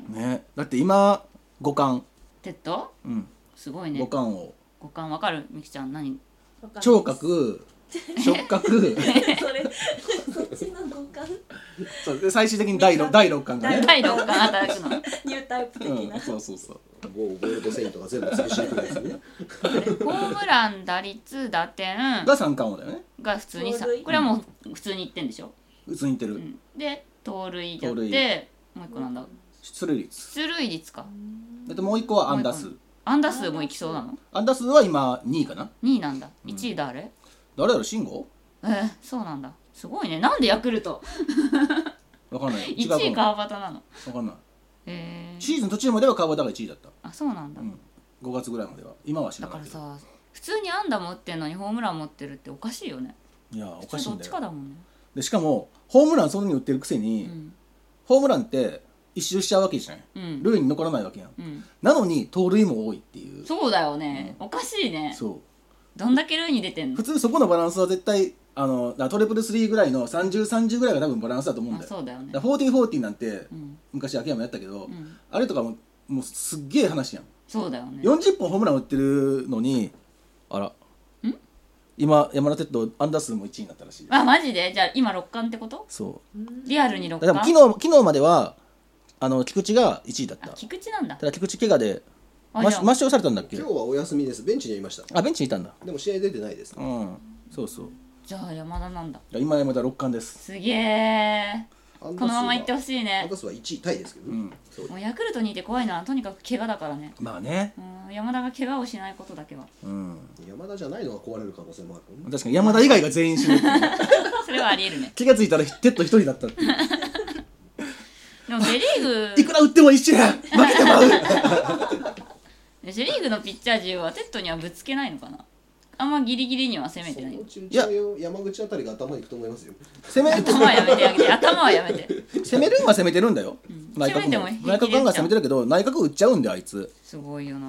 [SPEAKER 2] ねだって今五冠
[SPEAKER 1] テッド
[SPEAKER 2] うん
[SPEAKER 1] すごい
[SPEAKER 2] 五
[SPEAKER 1] ね
[SPEAKER 2] 冠を
[SPEAKER 1] 五感わかるみきちゃん何
[SPEAKER 3] わかんない
[SPEAKER 2] 聴覚
[SPEAKER 1] [laughs]
[SPEAKER 2] 触覚
[SPEAKER 3] それそっちの五感
[SPEAKER 2] そうで最終的に第六第六冠がね
[SPEAKER 1] 第6感働
[SPEAKER 2] [laughs]
[SPEAKER 1] くのあ
[SPEAKER 3] ニュータイプ的
[SPEAKER 2] う
[SPEAKER 3] な、
[SPEAKER 2] ん、そうそうそう
[SPEAKER 4] ゴーゴールドセイントが全部潰しにくいですね
[SPEAKER 1] れホームラン打率打点
[SPEAKER 2] が三冠王だよね
[SPEAKER 1] が普通にさ
[SPEAKER 3] 盗塁
[SPEAKER 1] これはもう普通にいってんでしょ、
[SPEAKER 2] 打つにいって
[SPEAKER 1] う
[SPEAKER 2] る
[SPEAKER 1] ん、で盗塁だっ
[SPEAKER 2] 盗塁
[SPEAKER 1] てもう一個なんだ
[SPEAKER 2] 出塁率
[SPEAKER 1] 出塁率か
[SPEAKER 2] だってもう一個はアンダース
[SPEAKER 1] もう安打数もいきそうなの
[SPEAKER 2] アンダースは今2位かな
[SPEAKER 1] 2位なんだ1位誰、
[SPEAKER 2] 誰やろ慎吾
[SPEAKER 1] えー、そうなんだすごいねなんでヤクルト
[SPEAKER 2] 分かんない違う
[SPEAKER 1] 1位
[SPEAKER 2] か
[SPEAKER 1] 川端なの
[SPEAKER 2] 分かんない
[SPEAKER 1] えー、
[SPEAKER 2] シーズン途中までは川端が1位だった、
[SPEAKER 1] あそうなんだ、
[SPEAKER 2] うん、5月ぐらいまでは今は知
[SPEAKER 1] だ
[SPEAKER 2] ら
[SPEAKER 1] か
[SPEAKER 2] ない
[SPEAKER 1] ら
[SPEAKER 2] けど
[SPEAKER 1] さ普通に安打持ってんのにホームラン持ってるっておかしいよね
[SPEAKER 2] いやお
[SPEAKER 1] お
[SPEAKER 2] かしいん
[SPEAKER 1] どっ
[SPEAKER 2] だ
[SPEAKER 1] ちか
[SPEAKER 2] よ
[SPEAKER 1] だもんね、
[SPEAKER 2] でしかもホームランそんなに打ってるくせ
[SPEAKER 1] う
[SPEAKER 2] に、
[SPEAKER 1] ん
[SPEAKER 2] ホームランって一周しちゃうわけじゃない
[SPEAKER 1] うん
[SPEAKER 2] ルールに残らないわけやん
[SPEAKER 1] うん、
[SPEAKER 2] なのに盗塁も多いっていう
[SPEAKER 1] そうだよね、おかしいね
[SPEAKER 2] そう
[SPEAKER 1] どんだけルーに出てんの
[SPEAKER 2] 普通そこのバランスは絶対あのだからトリプルスリーぐらいの3030ぐらいが多分バランスだと思うん
[SPEAKER 1] あ
[SPEAKER 2] だよ
[SPEAKER 1] そうだよね
[SPEAKER 2] だから4040なんて
[SPEAKER 1] うん
[SPEAKER 2] 昔秋山やったけど、
[SPEAKER 1] うん
[SPEAKER 2] あれとかももうすっげえ話やん、
[SPEAKER 1] そうだよね
[SPEAKER 2] 40本ホームラン打ってるのにあら今山田哲人アンダー数も1位になったらしい
[SPEAKER 1] あマジでじゃあ今六冠ってこと
[SPEAKER 2] そ
[SPEAKER 1] リアルに
[SPEAKER 2] う
[SPEAKER 1] 六
[SPEAKER 2] だか
[SPEAKER 1] 冠
[SPEAKER 2] ら昨日昨日まではあの菊池が1位だった
[SPEAKER 1] あ菊池なんだ
[SPEAKER 2] ただ菊池怪我で
[SPEAKER 1] あ
[SPEAKER 2] 抹
[SPEAKER 1] じゃあ
[SPEAKER 2] 抹消されたんだっけ
[SPEAKER 4] 今日はお休みですベンチにいました
[SPEAKER 2] あベンチにいたんだ
[SPEAKER 4] でも試合出てないです
[SPEAKER 2] うんそうそう
[SPEAKER 1] じゃあ山田なんだ
[SPEAKER 2] だから今山田六冠です
[SPEAKER 1] すげえ
[SPEAKER 4] こ
[SPEAKER 1] このままいってほ
[SPEAKER 4] い
[SPEAKER 1] しい
[SPEAKER 4] ア
[SPEAKER 1] ね
[SPEAKER 4] ンダースは1位タイですけどね、
[SPEAKER 2] うん
[SPEAKER 4] そう
[SPEAKER 1] もうヤクルトにいて怖いのはとにかく怪我だからね
[SPEAKER 2] まあね
[SPEAKER 1] うん山田が怪我をしないことだけは
[SPEAKER 2] うん
[SPEAKER 4] 山田じゃないのが壊れる可能性もあるからね
[SPEAKER 2] 確かに山田以外が全員死ぬっていうね
[SPEAKER 1] それはありえるね
[SPEAKER 2] 気がついたらテッド一人だったっていう
[SPEAKER 1] でもセ・リー
[SPEAKER 2] いくら打っても一緒や負
[SPEAKER 1] [laughs]
[SPEAKER 2] けてまう [laughs]
[SPEAKER 1] グセ・リーグのピッチャー陣はテッドにはぶつけないのかなあんまギリギリには攻めてない
[SPEAKER 2] [laughs]
[SPEAKER 4] そのうちう
[SPEAKER 2] いや
[SPEAKER 4] ちの山口あたりが頭にいくと思いますよ
[SPEAKER 2] 攻め
[SPEAKER 1] 頭はやめてあげて頭はやめて
[SPEAKER 2] [laughs] 攻めるんは攻めてるんだよ、
[SPEAKER 1] ん
[SPEAKER 2] 内閣
[SPEAKER 1] 攻めても
[SPEAKER 2] も
[SPEAKER 1] 平気で
[SPEAKER 2] 内閣案が攻めてるけど内閣打っちゃうんであいつ
[SPEAKER 1] すごいよな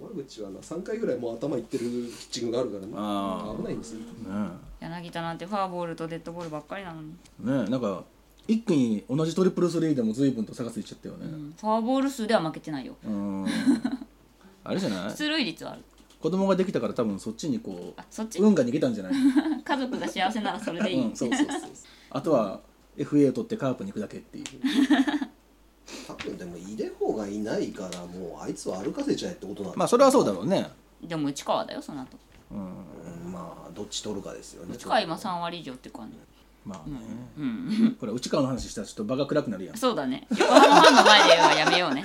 [SPEAKER 4] 山口はな3回ぐらいもう頭いってるピッチングがあるからね
[SPEAKER 2] あー
[SPEAKER 4] 危ないんですよ
[SPEAKER 1] 柳田なんてフォアボールとデッドボールばっかりなのに、
[SPEAKER 2] ねえなんか一気に同じトリプルスリーでも随分と差がついちゃったよ
[SPEAKER 1] う
[SPEAKER 2] ね
[SPEAKER 1] ん、フォアボール数では負けてないよ
[SPEAKER 2] うんんあれじゃない
[SPEAKER 1] 出塁率はある [laughs]
[SPEAKER 2] 子供ができたから多分そっちにこ
[SPEAKER 1] あそっ
[SPEAKER 2] う
[SPEAKER 1] ち
[SPEAKER 2] 運が逃げたんじゃない、う
[SPEAKER 1] 家族が幸せならそれでいい、
[SPEAKER 2] ん、そうそうそうあとは FA を取ってカープに行くだけっていう
[SPEAKER 4] 多分でも入れ方がいないからもうあいつは歩かせちゃえってことなんだ
[SPEAKER 2] まあそれはそうだろうね
[SPEAKER 1] でも内川だよその後
[SPEAKER 2] うん
[SPEAKER 4] うんまあどっち取るかですよね
[SPEAKER 1] 内川今3割以上って感じ
[SPEAKER 2] まあね、
[SPEAKER 1] うん
[SPEAKER 2] これ内川の話したらちょっと場が暗くなるやん
[SPEAKER 1] そうだね横浜ファンの前で言うのはやめ
[SPEAKER 4] [laughs]
[SPEAKER 1] ようね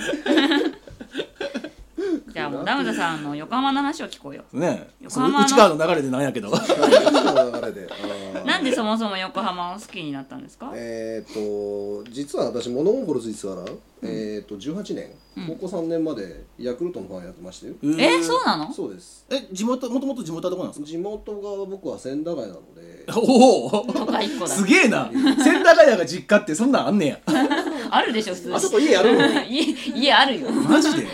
[SPEAKER 1] じゃあもうダムザさんの横浜の話を聞こうよ
[SPEAKER 2] ねえ
[SPEAKER 1] 横
[SPEAKER 2] その
[SPEAKER 1] 浜の
[SPEAKER 2] 内川の流れでなんやけど
[SPEAKER 4] 今の流れであ
[SPEAKER 1] [laughs]
[SPEAKER 4] ー
[SPEAKER 1] なんでそもそも横浜を好きになったんですか
[SPEAKER 4] えー、と実は私モノンホルズ実はな、えー、と18年、高校3年までヤクルトのファンやってましたよ、
[SPEAKER 1] えそうなの
[SPEAKER 4] そうです
[SPEAKER 2] え地元もともと地元はどこなんですか
[SPEAKER 4] 地元が僕は千駄ヶ谷なの
[SPEAKER 2] [laughs]
[SPEAKER 4] で
[SPEAKER 2] お
[SPEAKER 1] と
[SPEAKER 2] お
[SPEAKER 1] か一個だ
[SPEAKER 2] すげえな千駄ヶ谷が実家ってそんなんあんねや
[SPEAKER 1] あるでしょ普通に
[SPEAKER 4] あそこ家あるの
[SPEAKER 1] [laughs] 家家あるよ
[SPEAKER 2] マジで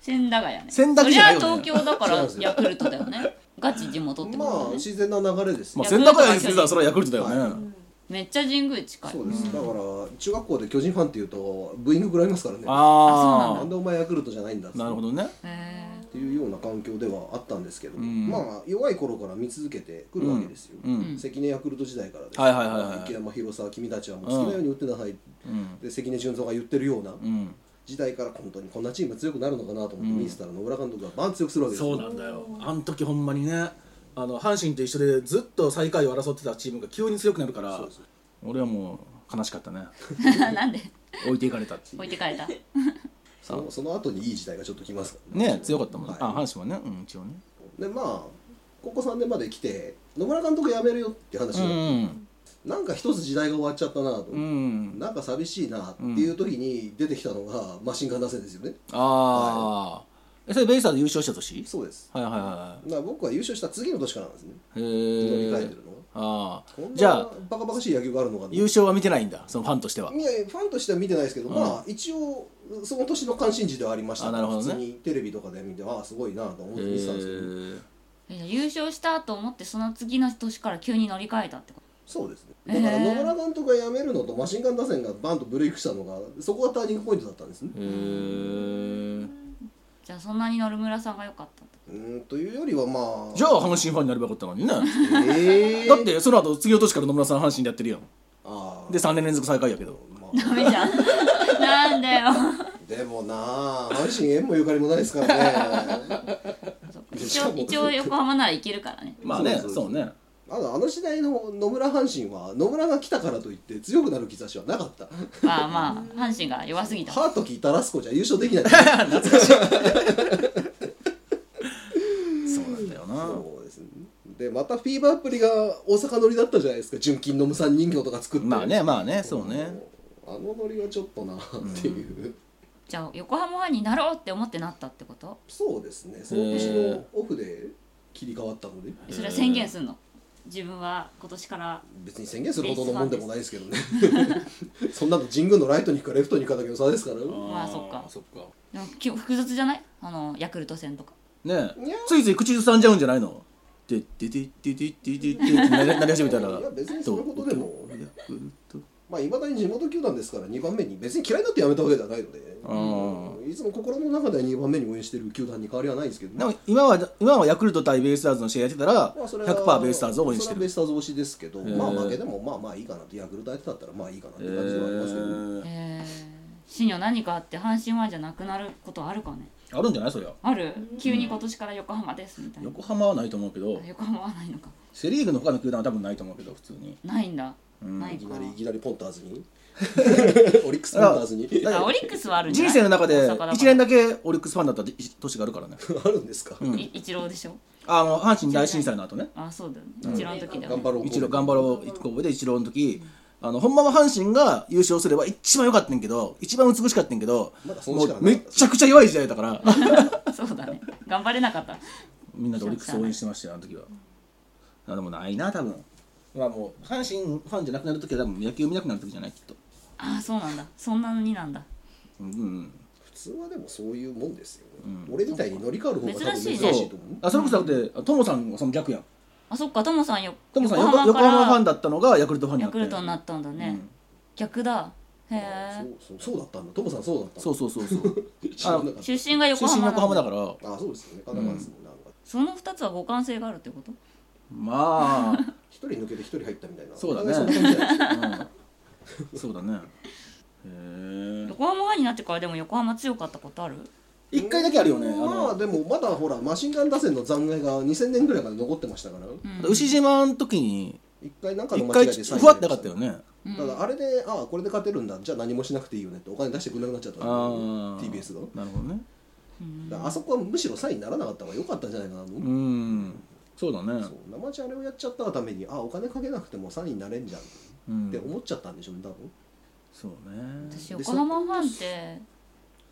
[SPEAKER 1] 千駄ヶ谷ね
[SPEAKER 2] 千駄ヶ谷だよね
[SPEAKER 1] そりゃ東京だか
[SPEAKER 4] 違うん
[SPEAKER 1] ら
[SPEAKER 4] ですよ
[SPEAKER 1] ヤクルトだよねガチ地元ってことだ
[SPEAKER 4] まあ
[SPEAKER 1] よね、
[SPEAKER 4] 自然な流れです
[SPEAKER 2] ま
[SPEAKER 4] ね
[SPEAKER 2] あ、千駄ヶ谷に住んでたらそれはヤクルトだよね、
[SPEAKER 1] めっちゃ神宮近い
[SPEAKER 4] そうです、だから中学校で巨人ファンっていうとブーイング食らいますからね
[SPEAKER 2] あ
[SPEAKER 4] な
[SPEAKER 2] あ
[SPEAKER 4] んでお前ヤクルトじゃないんだっつって
[SPEAKER 2] なるほどね
[SPEAKER 1] へ
[SPEAKER 4] っていうような環境ではあったんですけど、
[SPEAKER 2] ん
[SPEAKER 4] まあ弱い頃から見続けてくるわけですよ、
[SPEAKER 2] うんうん
[SPEAKER 4] 関根ヤクルト時代からです、
[SPEAKER 2] はいはいはいはい
[SPEAKER 4] 池山広沢君たちはもう好きなように打ってなさい、
[SPEAKER 2] うん
[SPEAKER 4] で関根純三が言ってるような
[SPEAKER 2] うん
[SPEAKER 4] 時代から本当にこんなチーム強くなるのかなと思って見せたら野村監督がバン強くするわけですよ
[SPEAKER 2] そうなんだよあの時ほんまにねあの阪神と一緒でずっと最下位を争ってたチームが急に強くなるから
[SPEAKER 4] そうそう
[SPEAKER 2] 俺はもう悲しかったね
[SPEAKER 1] え [laughs] なんで
[SPEAKER 2] 置いていかれた
[SPEAKER 1] [laughs]
[SPEAKER 2] っていう
[SPEAKER 1] 置いてかれた
[SPEAKER 4] そのその後にいい時代がちょっと来ますから
[SPEAKER 2] ね強かったもんね、
[SPEAKER 4] はい
[SPEAKER 2] あ阪神はねうん一応ね
[SPEAKER 4] でまあ高校3年まで来て野村監督辞めるよって話
[SPEAKER 2] う
[SPEAKER 4] になって、
[SPEAKER 2] ん
[SPEAKER 4] なんか一つ時代が終わっちゃったなと、
[SPEAKER 2] うんうん
[SPEAKER 4] なんか寂しいなっていう時に出てきたのがマシンガン打線ですよね、
[SPEAKER 2] ああ、えそれベイスターズ優勝した年
[SPEAKER 4] そうです
[SPEAKER 2] はいはいは
[SPEAKER 4] だから僕は優勝した次の年からなんですね、
[SPEAKER 2] いへ
[SPEAKER 4] 乗り換え
[SPEAKER 2] え
[SPEAKER 4] てるのは
[SPEAKER 2] ああ
[SPEAKER 4] こんな
[SPEAKER 2] じゃあ
[SPEAKER 4] バカバカしい野球があるのかと
[SPEAKER 2] 優勝は見てないんだそのファンとしてはい
[SPEAKER 4] やいやファンとしては見てないですけど、
[SPEAKER 2] うん
[SPEAKER 4] まあ一応その年の関心事ではありました
[SPEAKER 2] あなるほどね
[SPEAKER 4] 普通にテレビとかで見てああすごいなと思っ
[SPEAKER 2] へ
[SPEAKER 4] て見てたんですけど、
[SPEAKER 2] え
[SPEAKER 1] え優勝したと思ってその次の年から急に乗り換えたってこ
[SPEAKER 4] そうですね
[SPEAKER 1] へえ
[SPEAKER 4] だから野村監督が辞めるのとマシンガン打線がバンとブレイクしたのがそこがターニングポイントだったんですね
[SPEAKER 2] へえ
[SPEAKER 1] とじゃあそんなに野村さんが良かったんだ
[SPEAKER 4] うーんというよりはまあ
[SPEAKER 2] じゃあ阪神ファンになればよかったのにね
[SPEAKER 4] ええ
[SPEAKER 2] だってその後次の年から野村さん阪神でやってるやん
[SPEAKER 4] ああ
[SPEAKER 2] で3年連続最下位やけど
[SPEAKER 4] ま
[SPEAKER 1] ダメじゃん [laughs] なんだよ
[SPEAKER 4] あ、でもなあ阪神縁もゆかりもないですからね
[SPEAKER 1] そっか一応一応横浜ならいけるからね
[SPEAKER 2] まあね
[SPEAKER 4] そうそう
[SPEAKER 2] そうね
[SPEAKER 4] あのあの時代の野村阪神は野村が来たからといって強くなる兆しはなかった
[SPEAKER 1] まあまあ阪神が弱すぎた
[SPEAKER 4] ハートキータラスコじゃ優勝できない
[SPEAKER 2] そうなんだよな
[SPEAKER 4] そうですねでまたフィーバーアプリが大阪乗りだったじゃないですか純金の無産人形とか作って
[SPEAKER 2] まあねまあねそうね
[SPEAKER 4] あのノリはちょっとなっていう、
[SPEAKER 1] じゃあ横浜ファンになろうって思ってなったってこと
[SPEAKER 4] そうですねその年のオフで切り替わったので
[SPEAKER 1] えそれは宣言すんの自分は今年から
[SPEAKER 4] 別に宣言するほどのもんでもないですけどね [laughs] そんなの神宮のライトに行くかレフトに行くかだけの差ですから
[SPEAKER 1] まあそっか
[SPEAKER 2] そっか
[SPEAKER 1] でもき複雑じゃないあのヤクルト戦とか
[SPEAKER 2] ねえ
[SPEAKER 4] いや
[SPEAKER 2] ついつい口ずさんじゃうんじゃないのででででででででってなりなり始めたら
[SPEAKER 4] いや別にそんなことでも
[SPEAKER 2] とヤクルト
[SPEAKER 4] まあいまだに地元球団ですから2番目に別に嫌いになってやめたわけではないので
[SPEAKER 2] あー
[SPEAKER 4] うんいつも心の中で2番目に応援してる球団に変わりはないですけどね
[SPEAKER 2] でも今は今はヤクルト対ベイスターズの試合やってたら
[SPEAKER 4] まあそれは
[SPEAKER 2] 100%ベイスターズを応援して
[SPEAKER 4] それはベイ
[SPEAKER 2] る
[SPEAKER 4] スターズ推しですけど、
[SPEAKER 2] ー
[SPEAKER 4] まあ負けでもまあまあいいかなってヤクルト相手だったらまあいいかなっ
[SPEAKER 2] え
[SPEAKER 4] て感じはありますけど、
[SPEAKER 2] ー
[SPEAKER 1] えー、深夜何かあって阪神ファンじゃなくなることあるかね
[SPEAKER 2] あるんじゃないそりゃ
[SPEAKER 1] ある急に今年から横浜ですみたいな
[SPEAKER 2] 横浜はないと思うけど
[SPEAKER 1] あ横浜はないのか
[SPEAKER 2] セ・リーグの他の球団は多分ないと思うけど普通に
[SPEAKER 1] ないんだ、
[SPEAKER 2] うん
[SPEAKER 1] ない
[SPEAKER 4] い
[SPEAKER 1] か
[SPEAKER 4] きなりいきなりポンターズ
[SPEAKER 2] [laughs]
[SPEAKER 4] にオリックスポンターズに
[SPEAKER 2] だから
[SPEAKER 1] あオリックスはあるんじゃな
[SPEAKER 2] 人
[SPEAKER 1] い
[SPEAKER 2] 生の中で
[SPEAKER 1] 大阪だから
[SPEAKER 2] 1年だけオリックスファンだった年があるからね
[SPEAKER 4] あるんですか、
[SPEAKER 2] うん
[SPEAKER 1] い一郎でしょ
[SPEAKER 2] あの阪神大震災の後ね
[SPEAKER 1] あそうだよね一郎の時だよ
[SPEAKER 4] 頑
[SPEAKER 1] ね
[SPEAKER 4] 張ろう
[SPEAKER 2] 一郎頑張ろう一個で一郎の時あのほんまは阪神が優勝すれば一番良かったんやけど一番美しかったんやけど
[SPEAKER 4] まだその
[SPEAKER 2] も
[SPEAKER 4] 力
[SPEAKER 2] う
[SPEAKER 4] な
[SPEAKER 2] め
[SPEAKER 4] かっ
[SPEAKER 2] ったちゃくちゃ弱い時代だから
[SPEAKER 1] そうだね頑張れなかった
[SPEAKER 2] みんなでオリックス応援してましたよあの時はあでもないな多分まあもう阪神ファンじゃなくなる時は多分野球見なくなる時じゃないきっと
[SPEAKER 1] あそうなんだそんなになんだ
[SPEAKER 2] うんうん
[SPEAKER 4] 普通はでもそういうもんですよ、俺みたいに乗り換わる方が多分
[SPEAKER 1] 珍しいね
[SPEAKER 4] 珍し
[SPEAKER 2] そう
[SPEAKER 4] いと思う
[SPEAKER 2] あそれこそだってトモさんはその逆やん
[SPEAKER 1] あそっかトモさんよ
[SPEAKER 2] トモさん横横浜ファンだったのがヤクルトファンにな
[SPEAKER 1] ヤ
[SPEAKER 2] って
[SPEAKER 1] クルトになったんだね、逆だへ
[SPEAKER 4] あ
[SPEAKER 1] え
[SPEAKER 4] そうそうそうだったんだトモさんそうだったんだ
[SPEAKER 2] そうそうそうそう
[SPEAKER 4] [laughs] 知らなかっ
[SPEAKER 1] 出身が横
[SPEAKER 2] 出
[SPEAKER 1] 浜
[SPEAKER 2] 身
[SPEAKER 1] なん
[SPEAKER 2] 横浜だから
[SPEAKER 4] たあそうですよね神奈川ですもんねなんか
[SPEAKER 1] その2つは互換性があるってこと
[SPEAKER 2] まあ
[SPEAKER 4] 一人抜けて一人入ったみたいな
[SPEAKER 2] そうだね
[SPEAKER 4] お互いそんな感じだよね
[SPEAKER 2] うんそうだねへえ
[SPEAKER 1] 横浜ファンになってからでも横浜強かったことある
[SPEAKER 2] 一回だけあるよねあ
[SPEAKER 4] まあ
[SPEAKER 2] の
[SPEAKER 4] でもまだほらマシンガン打線の残骸が2000年ぐらいまで残ってましたから
[SPEAKER 2] 牛島の時に
[SPEAKER 4] 一回なんかの
[SPEAKER 2] 一
[SPEAKER 4] 間違
[SPEAKER 2] 回
[SPEAKER 4] いでサイン
[SPEAKER 2] ふわってなかったよね
[SPEAKER 1] うん
[SPEAKER 4] ただあれでああこれで勝てるんだじゃあ何もしなくていいよねってお金出してくれなくなっちゃったん
[SPEAKER 2] あ
[SPEAKER 4] だよ
[SPEAKER 2] あ
[SPEAKER 4] ね TBS が
[SPEAKER 2] なるほどね
[SPEAKER 1] うん
[SPEAKER 4] だからあそこはむしろサインにならなかった方が良かったんじゃないかなと思う
[SPEAKER 2] うんそうだね
[SPEAKER 4] そう生地あれをやっちゃったがためにあお金かけなくてもサインになれんじゃんっ
[SPEAKER 2] うん
[SPEAKER 4] て思っちゃったんでしょうね多分
[SPEAKER 2] そうね
[SPEAKER 1] 私横浜ファンって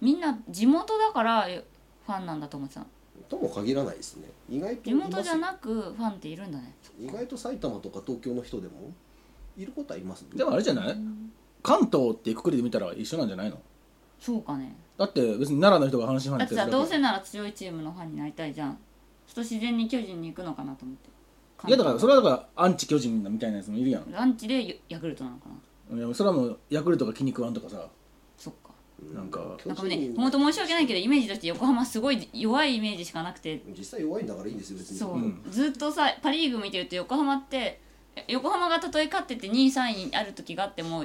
[SPEAKER 1] みんな地元だからファンなんだと思ってたの
[SPEAKER 4] とも限らないですね意外と
[SPEAKER 1] 地元じゃ
[SPEAKER 4] いま
[SPEAKER 1] なくファンっているんだね
[SPEAKER 4] すよ意外と埼玉とか東京の人でもいることはいますね
[SPEAKER 2] でもあれじゃない関東ってくくりで見たら一緒なんじゃないの
[SPEAKER 1] そうかね
[SPEAKER 2] だって別に奈良の人が阪神ファ
[SPEAKER 1] だ
[SPEAKER 2] ンや
[SPEAKER 1] っ
[SPEAKER 2] ってて
[SPEAKER 1] さ
[SPEAKER 2] る
[SPEAKER 1] どうせなら強いチームのファンになりたいじゃんちょっと自然に巨人に行くのかなと思って
[SPEAKER 2] いやだからそれはだからアンチ巨人みたいなやつもいるやん
[SPEAKER 1] ランチでヤクルトなのかない
[SPEAKER 2] やそれはもうヤクルトが気に食わんとかさ
[SPEAKER 1] そっか
[SPEAKER 2] なんか
[SPEAKER 4] 巨
[SPEAKER 1] なんか
[SPEAKER 4] 人
[SPEAKER 1] ね本当申し訳ないけどイメージとして横浜すごい弱いイメージしかなくて
[SPEAKER 4] 実際弱いんだからいいんですよ別に
[SPEAKER 1] そう、
[SPEAKER 2] うん
[SPEAKER 1] ずっとさパ・リーグ見てると横浜ってえ横浜がたとえ勝ってて2位3位にある時があっても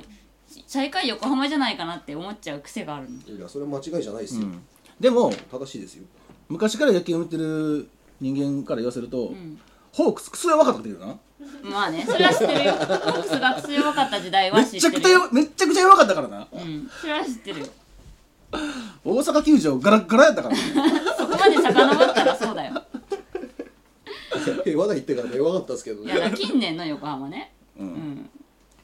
[SPEAKER 1] 最下位横浜じゃないかなって思っちゃう癖があるの
[SPEAKER 4] いやそれは間違いじゃないです
[SPEAKER 2] う
[SPEAKER 4] よ、
[SPEAKER 2] んでも
[SPEAKER 4] 正しいですよ [laughs]
[SPEAKER 2] 昔から野球を見てる人間から言わせると、
[SPEAKER 1] ん
[SPEAKER 2] ホークスクソ弱かったって言うよ
[SPEAKER 1] まあねそれは知ってる
[SPEAKER 2] [laughs]
[SPEAKER 1] よホークスが強かった時代
[SPEAKER 2] な
[SPEAKER 1] は
[SPEAKER 2] め
[SPEAKER 1] 知っ
[SPEAKER 2] ちゃ
[SPEAKER 1] て
[SPEAKER 2] く
[SPEAKER 1] る
[SPEAKER 2] ちゃ
[SPEAKER 1] よ
[SPEAKER 2] よめちゃくちゃ弱かったからな
[SPEAKER 1] うん、それは知ってるよ
[SPEAKER 2] 大阪球場ガラッガラやったからね
[SPEAKER 1] そこまで遡ったらそうだ
[SPEAKER 2] [laughs]
[SPEAKER 1] よ
[SPEAKER 4] 平和だ言ってからね弱かったですけど
[SPEAKER 1] い
[SPEAKER 4] ね
[SPEAKER 1] やだから近年の横浜ね
[SPEAKER 2] う
[SPEAKER 1] うんん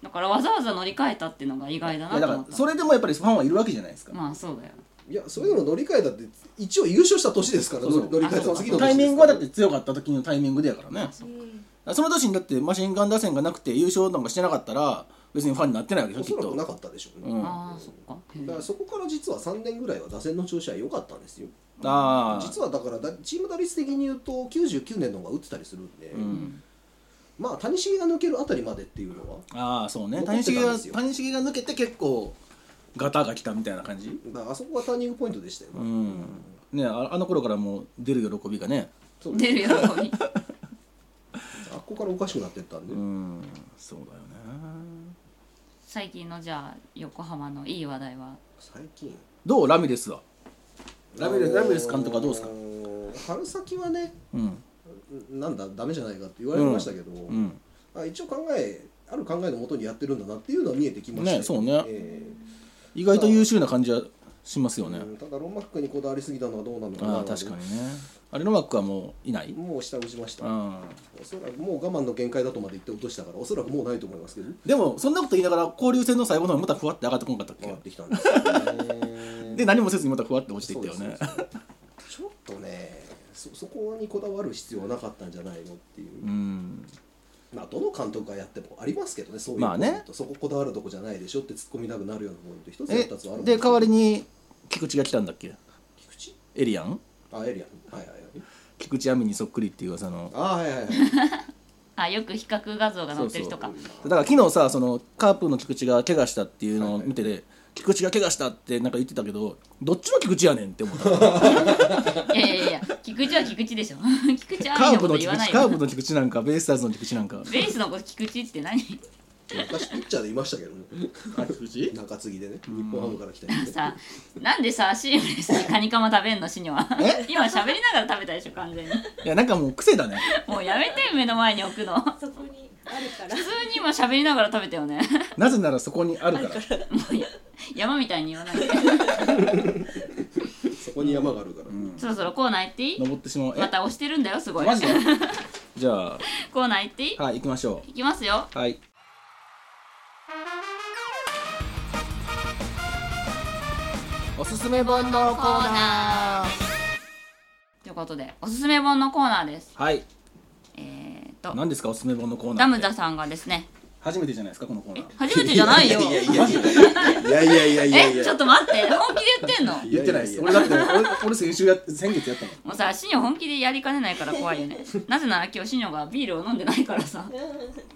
[SPEAKER 1] だからわざわざ乗り換えたっていうのが意外だ
[SPEAKER 2] い
[SPEAKER 1] な
[SPEAKER 2] やだ
[SPEAKER 1] と
[SPEAKER 2] か
[SPEAKER 1] 思っ
[SPEAKER 2] ら
[SPEAKER 1] た
[SPEAKER 2] それでもやっぱりファンはいるわけじゃないですか、
[SPEAKER 1] まあそうだよ
[SPEAKER 4] いやそれでも乗り換えだって一応優勝した年ですから
[SPEAKER 2] そうそう
[SPEAKER 4] 乗り乗り換えたの次の年ですから
[SPEAKER 2] タイミングはだって強かった時のタイミングでやからね
[SPEAKER 3] うん
[SPEAKER 2] その年にだってマシンガン打線がなくて優勝なんかしてなかったら別にファンになってないわけで
[SPEAKER 4] お
[SPEAKER 2] しょき
[SPEAKER 4] そ
[SPEAKER 2] っ
[SPEAKER 4] らくな
[SPEAKER 2] と
[SPEAKER 4] かったでしょうね、
[SPEAKER 2] うん
[SPEAKER 1] ああそっかへ
[SPEAKER 4] だから
[SPEAKER 1] え
[SPEAKER 4] そこから実は3年ぐらいは打線の調子は良かったんですよ
[SPEAKER 2] ああ
[SPEAKER 4] 実はだからだチーム打率的に言うと99年の方が打ってたりするんで、
[SPEAKER 2] うん
[SPEAKER 4] まあ谷繁が抜けるあたりまでっていうのは
[SPEAKER 2] ああそうね谷
[SPEAKER 4] 残って
[SPEAKER 2] 繁
[SPEAKER 4] たん
[SPEAKER 2] が
[SPEAKER 4] ですよ
[SPEAKER 2] 谷繁が抜けて結構ガタが来たみたいな感じ
[SPEAKER 4] だからあそこがターニングポイントでしたよ、ね
[SPEAKER 2] うんねああの頃からもう出る喜びがね
[SPEAKER 4] そう
[SPEAKER 1] 出る喜び
[SPEAKER 4] あっこからおかしくなってったんで、
[SPEAKER 2] うんそうだよね
[SPEAKER 1] 最近のじゃあ横浜のいい話題は
[SPEAKER 4] 最近
[SPEAKER 2] どうラミレスはラミレスラミレス監督はどうですか
[SPEAKER 4] あのー春先はね
[SPEAKER 2] うん
[SPEAKER 4] なんだダメじゃないかって言われましたけど、
[SPEAKER 2] うん
[SPEAKER 4] あ一応考えある考えのもとにやってるんだなっていうのは見えてきました
[SPEAKER 2] ねそうね
[SPEAKER 4] え
[SPEAKER 2] 意外と優秀な感じはしますよね、
[SPEAKER 4] うんただロンマックにこだわりすぎたのはどうなのか
[SPEAKER 2] あ
[SPEAKER 4] な
[SPEAKER 2] あ確かにねあれのマックはもういない、
[SPEAKER 4] もう下打ちました、
[SPEAKER 2] うん、
[SPEAKER 4] おそらくもう我慢の限界だとまで言って落としたからおそらくもうないと思いますけど
[SPEAKER 2] でもそんなこと言いながら交流戦の最後の方にまたふわって上がってこなかったっ
[SPEAKER 4] 上がっ
[SPEAKER 2] け
[SPEAKER 4] てきた
[SPEAKER 2] [laughs]
[SPEAKER 4] んですよね
[SPEAKER 2] で何もせずにまたふわって落ちていったよ
[SPEAKER 4] そうで
[SPEAKER 2] ね
[SPEAKER 4] すそうですちょっとねそそこにこだわる必要はなかったんじゃないのっていう
[SPEAKER 2] う、ん
[SPEAKER 4] まあどの監督がやってもありますけどねそういう
[SPEAKER 2] まあね
[SPEAKER 4] ポイントそここだわるとこじゃないでしょって突っ込みたくなるようなポイント一つや
[SPEAKER 2] え
[SPEAKER 4] 二つはあるん
[SPEAKER 2] で代わり
[SPEAKER 4] に
[SPEAKER 2] に菊池が来たんだっけ
[SPEAKER 4] 菊池
[SPEAKER 2] エリアン
[SPEAKER 4] あエリアンはいはいはい
[SPEAKER 2] 菊池亜美にそっくりっていう噂の
[SPEAKER 4] あはいはい [laughs] はい
[SPEAKER 1] あよく比較画像が載ってる人か
[SPEAKER 2] そうだから昨日さそのカープの菊池が怪我したっていうのを
[SPEAKER 4] はいはい
[SPEAKER 2] 見てて、菊池が怪我したってなんか言ってたけどどっちの菊池やねんって思
[SPEAKER 1] [laughs]
[SPEAKER 2] った
[SPEAKER 1] いやいやいや菊池は菊池でしょ [laughs] 菊池あ
[SPEAKER 2] カ
[SPEAKER 1] り
[SPEAKER 2] ー
[SPEAKER 1] のこ
[SPEAKER 2] プの
[SPEAKER 1] と
[SPEAKER 2] 菊
[SPEAKER 1] 言わない
[SPEAKER 2] 池カー
[SPEAKER 1] よ
[SPEAKER 2] プの菊池なんかベイスターズの菊池なんか
[SPEAKER 1] ベースのこと菊池って何 [laughs]
[SPEAKER 4] 昔ピッチャーでいましたけどね
[SPEAKER 2] 菊池
[SPEAKER 4] 中継ぎでね日本ハムから来た人ね
[SPEAKER 1] さなんでさ CM でさカニカマ食べんのシニョは
[SPEAKER 2] え
[SPEAKER 1] [laughs] 今喋りながら食べたでしょ完全に
[SPEAKER 2] いやなんかもう癖だね
[SPEAKER 1] もうやめて目の前に置くの普
[SPEAKER 3] そこにあるから
[SPEAKER 1] 通に今喋りながら食べたよね [laughs]
[SPEAKER 2] なぜならそこにあるから
[SPEAKER 1] もうや山みたいに言わないで
[SPEAKER 4] そこに山があるから、
[SPEAKER 1] そろそろコーナー行っていい
[SPEAKER 2] 登ってしまうえ
[SPEAKER 1] また押してるんだよすごい
[SPEAKER 2] マジでじゃあ
[SPEAKER 1] コーナー行っていい
[SPEAKER 2] はい行きましょ
[SPEAKER 1] いきますよ
[SPEAKER 2] うはいおすすめ本のコーナー
[SPEAKER 1] ということでおすすめ本のコーナーです
[SPEAKER 2] はい
[SPEAKER 1] えー、と
[SPEAKER 2] 何ですかおすすめ本のコーナーって
[SPEAKER 1] ダムザさんがですね
[SPEAKER 2] 初めてじゃないですかこのコーナー
[SPEAKER 1] 初めてじゃないよ
[SPEAKER 4] いやいやいやいやいやいやいやいや
[SPEAKER 1] えちょっと待って本気で言ってんの
[SPEAKER 2] 言ってないです俺だって俺俺先週や先月やったの
[SPEAKER 1] もうさシニョ本気でやりかねないから怖いよねなぜなら今日シニョがビールを飲んでないからさ